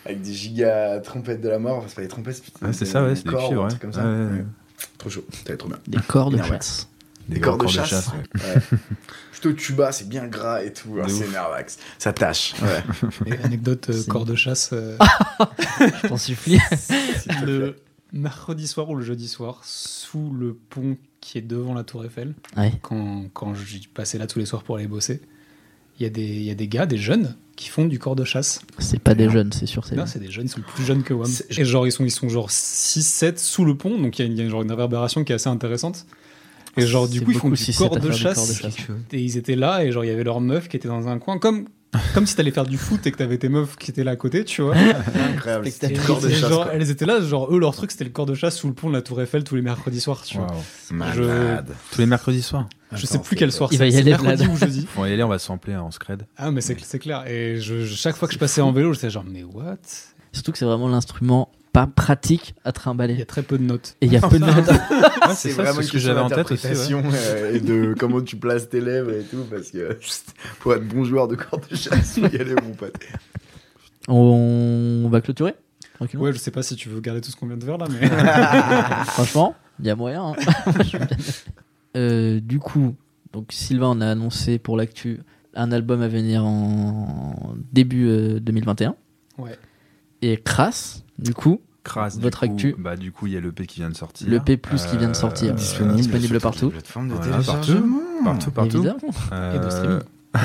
[SPEAKER 2] Avec des giga trompettes de la mort. Enfin, c'est pas des trompettes, c'est
[SPEAKER 5] Ouais, c'est ça, ouais, c'est des
[SPEAKER 2] cordes,
[SPEAKER 5] fibres,
[SPEAKER 2] un
[SPEAKER 5] ouais.
[SPEAKER 2] truc comme ça.
[SPEAKER 5] Ouais, ouais.
[SPEAKER 2] Ouais. Trop chaud. Ça va être trop bien.
[SPEAKER 4] Des corps de
[SPEAKER 2] Énervé.
[SPEAKER 4] chasse.
[SPEAKER 2] Des cordes de
[SPEAKER 5] grands
[SPEAKER 2] chasse.
[SPEAKER 5] ouais.
[SPEAKER 2] Ouais. Plutôt tuba, c'est bien gras et tout. hein,
[SPEAKER 5] De
[SPEAKER 2] C'est
[SPEAKER 5] ouf.
[SPEAKER 2] Nervax. Ça tâche. Ouais.
[SPEAKER 6] Et anecdote euh,
[SPEAKER 4] C'est-
[SPEAKER 6] corps de chasse. euh,
[SPEAKER 4] Je t'en supplie.
[SPEAKER 2] Ah, S'il te plaît.
[SPEAKER 6] le mercredi soir ou le jeudi soir, sous le pont qui est devant la Tour Eiffel,
[SPEAKER 4] Ouais.
[SPEAKER 6] quand, quand j'y passais là tous les soirs pour aller bosser, il y, a des- il y a des gars, des jeunes, qui font du corps de chasse.
[SPEAKER 4] C'est pas des jeunes, c'est sûr. C'est
[SPEAKER 6] Non, c'est des jeunes, ils sont plus jeunes que WAM.
[SPEAKER 2] C'est-
[SPEAKER 6] Et genre, ils sont, ils sont genre 6-7 sous le pont, donc il y a, une- il y a genre une réverbération qui est assez intéressante. Et genre, du
[SPEAKER 4] C'est
[SPEAKER 6] coup, ils font
[SPEAKER 4] beaucoup
[SPEAKER 6] du,
[SPEAKER 4] si c'est
[SPEAKER 6] corps
[SPEAKER 4] pas
[SPEAKER 6] de
[SPEAKER 4] faire du corps de
[SPEAKER 6] chasse.
[SPEAKER 4] chasse.
[SPEAKER 6] Et ils étaient là, et genre, il y avait leur meuf qui était dans un coin, comme, comme si t'allais faire du foot et que t'avais tes meufs qui étaient là à côté, tu vois.
[SPEAKER 2] Incroyable. C'était
[SPEAKER 4] Spectacle.
[SPEAKER 2] le corps de
[SPEAKER 6] Et
[SPEAKER 2] chasse.
[SPEAKER 6] genre,
[SPEAKER 2] quoi.
[SPEAKER 6] elles étaient là, genre, eux, leur truc, c'était le corps de chasse sous le pont de la Tour Eiffel tous les mercredis soirs, tu vois.
[SPEAKER 5] Waouh.
[SPEAKER 2] Malade.
[SPEAKER 5] Tous les mercredis soirs.
[SPEAKER 6] Je sais
[SPEAKER 2] Attends,
[SPEAKER 6] plus
[SPEAKER 2] c'est-
[SPEAKER 6] quel soir
[SPEAKER 4] Il va
[SPEAKER 6] c'est,
[SPEAKER 4] y
[SPEAKER 6] c'est
[SPEAKER 4] aller,
[SPEAKER 6] mercredi
[SPEAKER 4] Vlad.
[SPEAKER 6] ou jeudi.
[SPEAKER 5] On va y aller, on va s'ampler en scred.
[SPEAKER 6] Ah, mais c'est, c'est clair. Et je, je- chaque fois que je passais en vélo, j'étais genre, mais what
[SPEAKER 4] Surtout que c'est vraiment l'instrument pas pratique à
[SPEAKER 6] Il y
[SPEAKER 4] trimballer.
[SPEAKER 6] a très peu de notes. hein.
[SPEAKER 4] Et il y a peu de
[SPEAKER 5] Ouais,
[SPEAKER 2] Ah, C'est
[SPEAKER 5] c'est ça,
[SPEAKER 2] vraiment
[SPEAKER 5] c'est
[SPEAKER 2] une
[SPEAKER 5] ce que j'avais en tête aussi. ouais.
[SPEAKER 2] question et de comment tu places tes lèvres et tout, parce que juste, pour être bon joueur de corps de chasse, faut y aller, mon pote.
[SPEAKER 5] Euh,
[SPEAKER 4] On va clôturer tranquillement.
[SPEAKER 6] Ouais, je sais pas si tu veux garder tout ce qu'on vient de faire là, mais.
[SPEAKER 4] Franchement, il y a moyen. hein. Moi, je suis bien. Euh, du coup, donc Sylvain, on a annoncé pour l'actu un album à venir en début euh, 2021.
[SPEAKER 6] Ouais.
[SPEAKER 4] Et Crass, du coup,
[SPEAKER 5] Crasse, du
[SPEAKER 4] Votre
[SPEAKER 5] coup,
[SPEAKER 4] actu.
[SPEAKER 5] Bah, du coup, il y a le P qui vient de sortir.
[SPEAKER 4] le P+, qui vient de sortir. euh, Disponible sur toutes les
[SPEAKER 2] plateformes
[SPEAKER 5] de téléchargement. Partout, partout.
[SPEAKER 4] évidemment,
[SPEAKER 5] Euh,
[SPEAKER 6] Et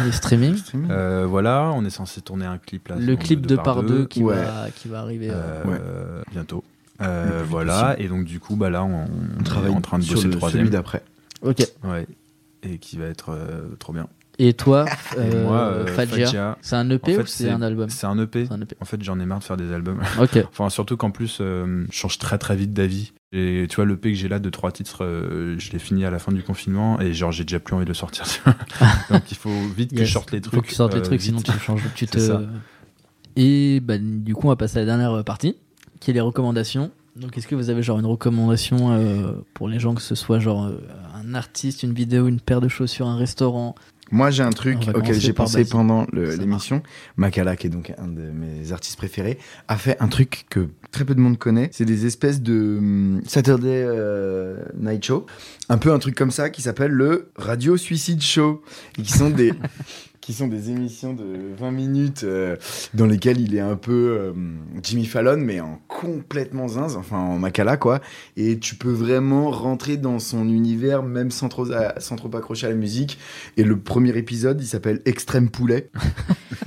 [SPEAKER 6] de streaming.
[SPEAKER 4] le streaming.
[SPEAKER 5] euh, voilà, on est censé tourner un clip là.
[SPEAKER 4] Le
[SPEAKER 5] donc,
[SPEAKER 4] clip de
[SPEAKER 5] deux
[SPEAKER 4] par deux qui,
[SPEAKER 2] Ouais.
[SPEAKER 4] va, qui va arriver. euh,
[SPEAKER 5] euh, bientôt. Euh, voilà, et donc du coup, bah là, on, on travaille en train de bosser
[SPEAKER 2] sur
[SPEAKER 5] le
[SPEAKER 2] le, celui
[SPEAKER 5] troisième.
[SPEAKER 2] d'après.
[SPEAKER 4] euh. Ok.
[SPEAKER 5] Ouais. Et qui va être euh, trop bien.
[SPEAKER 4] Et toi,
[SPEAKER 5] Et
[SPEAKER 4] euh,
[SPEAKER 5] moi, euh,
[SPEAKER 4] Fadja,
[SPEAKER 5] Fadja,
[SPEAKER 4] c'est un EP
[SPEAKER 5] en fait,
[SPEAKER 4] ou c'est un album
[SPEAKER 5] C'est un EP.
[SPEAKER 4] C'est un EP.
[SPEAKER 5] En fait, j'en ai marre de faire des albums.
[SPEAKER 4] Ok.
[SPEAKER 5] Enfin, surtout qu'en plus, euh, je change très très vite d'avis. Et tu vois, l'EP que j'ai là de trois titres, euh, je l'ai fini à la fin du confinement et genre, j'ai déjà plus envie de le sortir. Donc il faut vite que
[SPEAKER 4] Yes.
[SPEAKER 5] je sorte les
[SPEAKER 4] Faut
[SPEAKER 5] trucs.
[SPEAKER 4] que tu sortes les
[SPEAKER 5] euh,
[SPEAKER 4] trucs,
[SPEAKER 5] vite.
[SPEAKER 4] sinon tu changes. Tu
[SPEAKER 5] C'est ça.
[SPEAKER 4] te... Et bah, du coup, on va passer à la dernière euh, partie, qui est les recommandations. Donc, est-ce que vous avez genre une recommandation euh, pour les gens, que ce soit genre euh, un artiste, une vidéo, une paire de chaussures, un restaurant
[SPEAKER 2] Moi, j'ai un
[SPEAKER 4] On
[SPEAKER 2] truc
[SPEAKER 4] va
[SPEAKER 2] auquel
[SPEAKER 4] commencer
[SPEAKER 2] j'ai
[SPEAKER 4] par
[SPEAKER 2] pensé
[SPEAKER 4] Basile.
[SPEAKER 2] pendant le-
[SPEAKER 4] Ça
[SPEAKER 2] l'émission. Makala, qui est donc un de mes artistes préférés, a fait un truc que très peu de monde connaît. C'est des espèces de hum, Saturday euh, Night Show. Un peu un truc comme ça qui s'appelle le Radio Suicide Show. Et qui sont des. qui sont des émissions de 20 minutes euh, dans lesquelles il est un peu euh, Jimmy Fallon, mais en complètement zinz, enfin en Makala, quoi. Et tu peux vraiment rentrer dans son univers, même sans trop, euh, sans trop accrocher à la musique. Et le premier épisode, il s'appelle Extrême Poulet.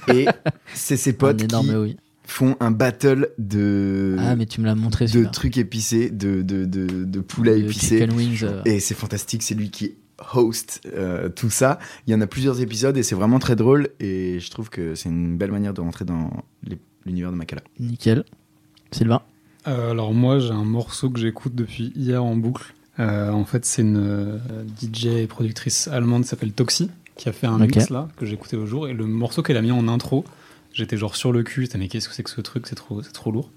[SPEAKER 2] et c'est ses potes
[SPEAKER 4] Un
[SPEAKER 2] qui
[SPEAKER 4] énorme, oui.
[SPEAKER 2] font un battle de,
[SPEAKER 4] Ah, mais tu me l'as montré,
[SPEAKER 2] de
[SPEAKER 4] celui-là.
[SPEAKER 2] trucs épicés, de, de, de, de poulet
[SPEAKER 4] De
[SPEAKER 2] épicé.
[SPEAKER 4] Chicken Wings. euh,
[SPEAKER 2] Et c'est fantastique, c'est lui qui host euh, tout ça. Il y en a plusieurs épisodes et c'est vraiment très drôle. Et je trouve que c'est une belle manière de rentrer dans les- l'univers de Makala.
[SPEAKER 4] Nickel. Sylvain.
[SPEAKER 6] Euh, alors, moi, j'ai un morceau que j'écoute depuis hier en boucle. Euh, en fait, c'est une euh, DJ et productrice allemande qui s'appelle Toxi, qui a fait un
[SPEAKER 4] Ok.
[SPEAKER 6] mix là, que j'écoutais au jour. Et le morceau qu'elle a mis en intro, j'étais genre sur le cul, j'étais mais qu'est-ce que c'est que ce truc, c'est trop, c'est trop lourd.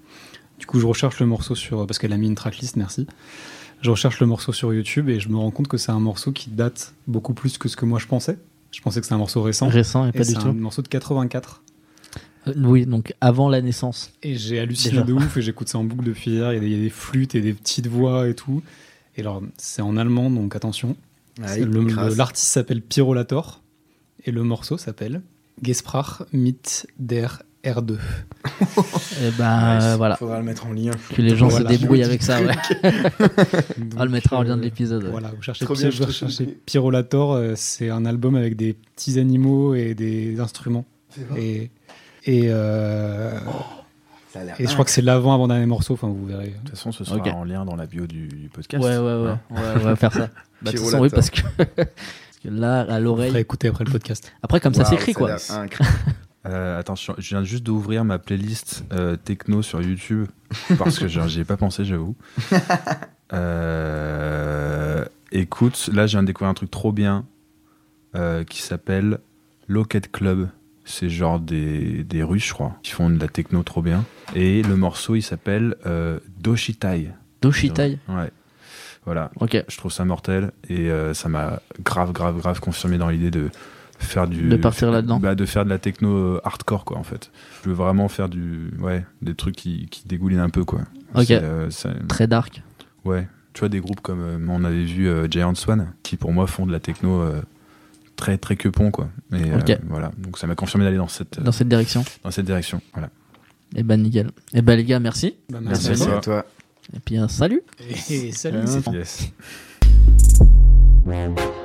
[SPEAKER 6] Du coup, je recherche le morceau sur. Parce qu'elle a mis une tracklist, merci. Je recherche le morceau sur YouTube et je me rends compte que c'est un morceau qui date beaucoup plus que ce que moi je pensais. Je pensais que c'est un morceau récent.
[SPEAKER 4] Récent et
[SPEAKER 6] Et
[SPEAKER 4] pas du
[SPEAKER 6] c'est un
[SPEAKER 4] tout.
[SPEAKER 6] morceau de 84.
[SPEAKER 4] Euh, oui, donc avant la naissance.
[SPEAKER 6] Et j'ai halluciné
[SPEAKER 4] Déjà.
[SPEAKER 6] de ouf et j'écoute ça en boucle depuis hier. Il y, a des- il y a des flûtes et des petites voix et tout. Et alors, c'est en allemand, donc attention.
[SPEAKER 2] Ah,
[SPEAKER 6] C'est
[SPEAKER 2] il
[SPEAKER 6] le-
[SPEAKER 2] crasse.
[SPEAKER 6] le- L'artiste s'appelle Pirolator et le morceau s'appelle Gesprach mit der R2.
[SPEAKER 4] Ah, Et ben
[SPEAKER 2] Nice.
[SPEAKER 4] euh, voilà,
[SPEAKER 2] Faudra le mettre en lien.
[SPEAKER 4] que les gens
[SPEAKER 6] Voilà.
[SPEAKER 4] se débrouillent avec ça. Ouais. On le mettra en lien de l'épisode.
[SPEAKER 6] l'épisode.
[SPEAKER 4] ouais.
[SPEAKER 6] euh, Voilà, vous cherchez,
[SPEAKER 2] Trop
[SPEAKER 6] Pi-
[SPEAKER 2] bien,
[SPEAKER 6] vous
[SPEAKER 2] je te
[SPEAKER 6] recherchez
[SPEAKER 2] souhaite-
[SPEAKER 6] Pyrolator, euh, c'est un album avec des petits animaux et des instruments. Et, et, euh,
[SPEAKER 2] Ça a l'air
[SPEAKER 6] et je crois que c'est l'avant avant dernier morceau, enfin vous verrez.
[SPEAKER 5] toute façon, ce sera
[SPEAKER 4] Ok.
[SPEAKER 5] en lien dans la bio du, du podcast.
[SPEAKER 4] Ouais, ouais, ouais,
[SPEAKER 5] Hein.
[SPEAKER 4] on va- on va faire ça. Bah, de toute façon, oui,
[SPEAKER 2] Pyrolator.
[SPEAKER 4] parce que, parce que là, à
[SPEAKER 6] Vous ferez
[SPEAKER 4] l'oreille.
[SPEAKER 6] écouter après le podcast.
[SPEAKER 4] Après, comme ça
[SPEAKER 2] Waouh,
[SPEAKER 4] s'écrit,
[SPEAKER 2] a
[SPEAKER 4] quoi.
[SPEAKER 2] l'air incroyable.
[SPEAKER 5] Euh, attention, je viens juste d'ouvrir ma playlist euh, techno sur YouTube parce que genre, j'y ai pas pensé, j'avoue. Euh, écoute, là, je viens de découvrir un truc trop bien euh, qui s'appelle Locket Club. C'est genre des, des Russes, je crois, qui font de la techno trop bien. Et le morceau, il s'appelle euh, Doshitai.
[SPEAKER 4] Doshitai.
[SPEAKER 5] Ouais. Voilà.
[SPEAKER 4] Ok.
[SPEAKER 5] Je trouve ça mortel et euh, ça m'a grave, grave, grave confirmé dans l'idée de faire du.
[SPEAKER 4] De partir là-dedans.
[SPEAKER 5] Bah, de faire de la techno euh, hardcore, quoi, en fait. Je veux vraiment faire du. Ouais, des trucs qui, qui dégoulinent un peu, quoi.
[SPEAKER 4] Ok.
[SPEAKER 5] C'est, euh, ça-
[SPEAKER 4] Très dark.
[SPEAKER 5] ouais. Tu vois, des groupes comme euh, on avait vu euh, Giant Swan, qui pour moi font de la techno euh, très, très quepon, quoi. Et euh,
[SPEAKER 4] Ok.
[SPEAKER 5] voilà. Donc ça m'a confirmé d'aller dans cette,
[SPEAKER 4] Dans cette direction.
[SPEAKER 5] dans cette direction. Voilà.
[SPEAKER 4] Et ben, nickel. Et ben, les gars, merci.
[SPEAKER 6] Bah,
[SPEAKER 5] Merci
[SPEAKER 6] à
[SPEAKER 5] à
[SPEAKER 6] vous.
[SPEAKER 2] Merci à toi.
[SPEAKER 4] Et puis, un salut.
[SPEAKER 6] Et salut.
[SPEAKER 4] Euh,
[SPEAKER 5] Yes.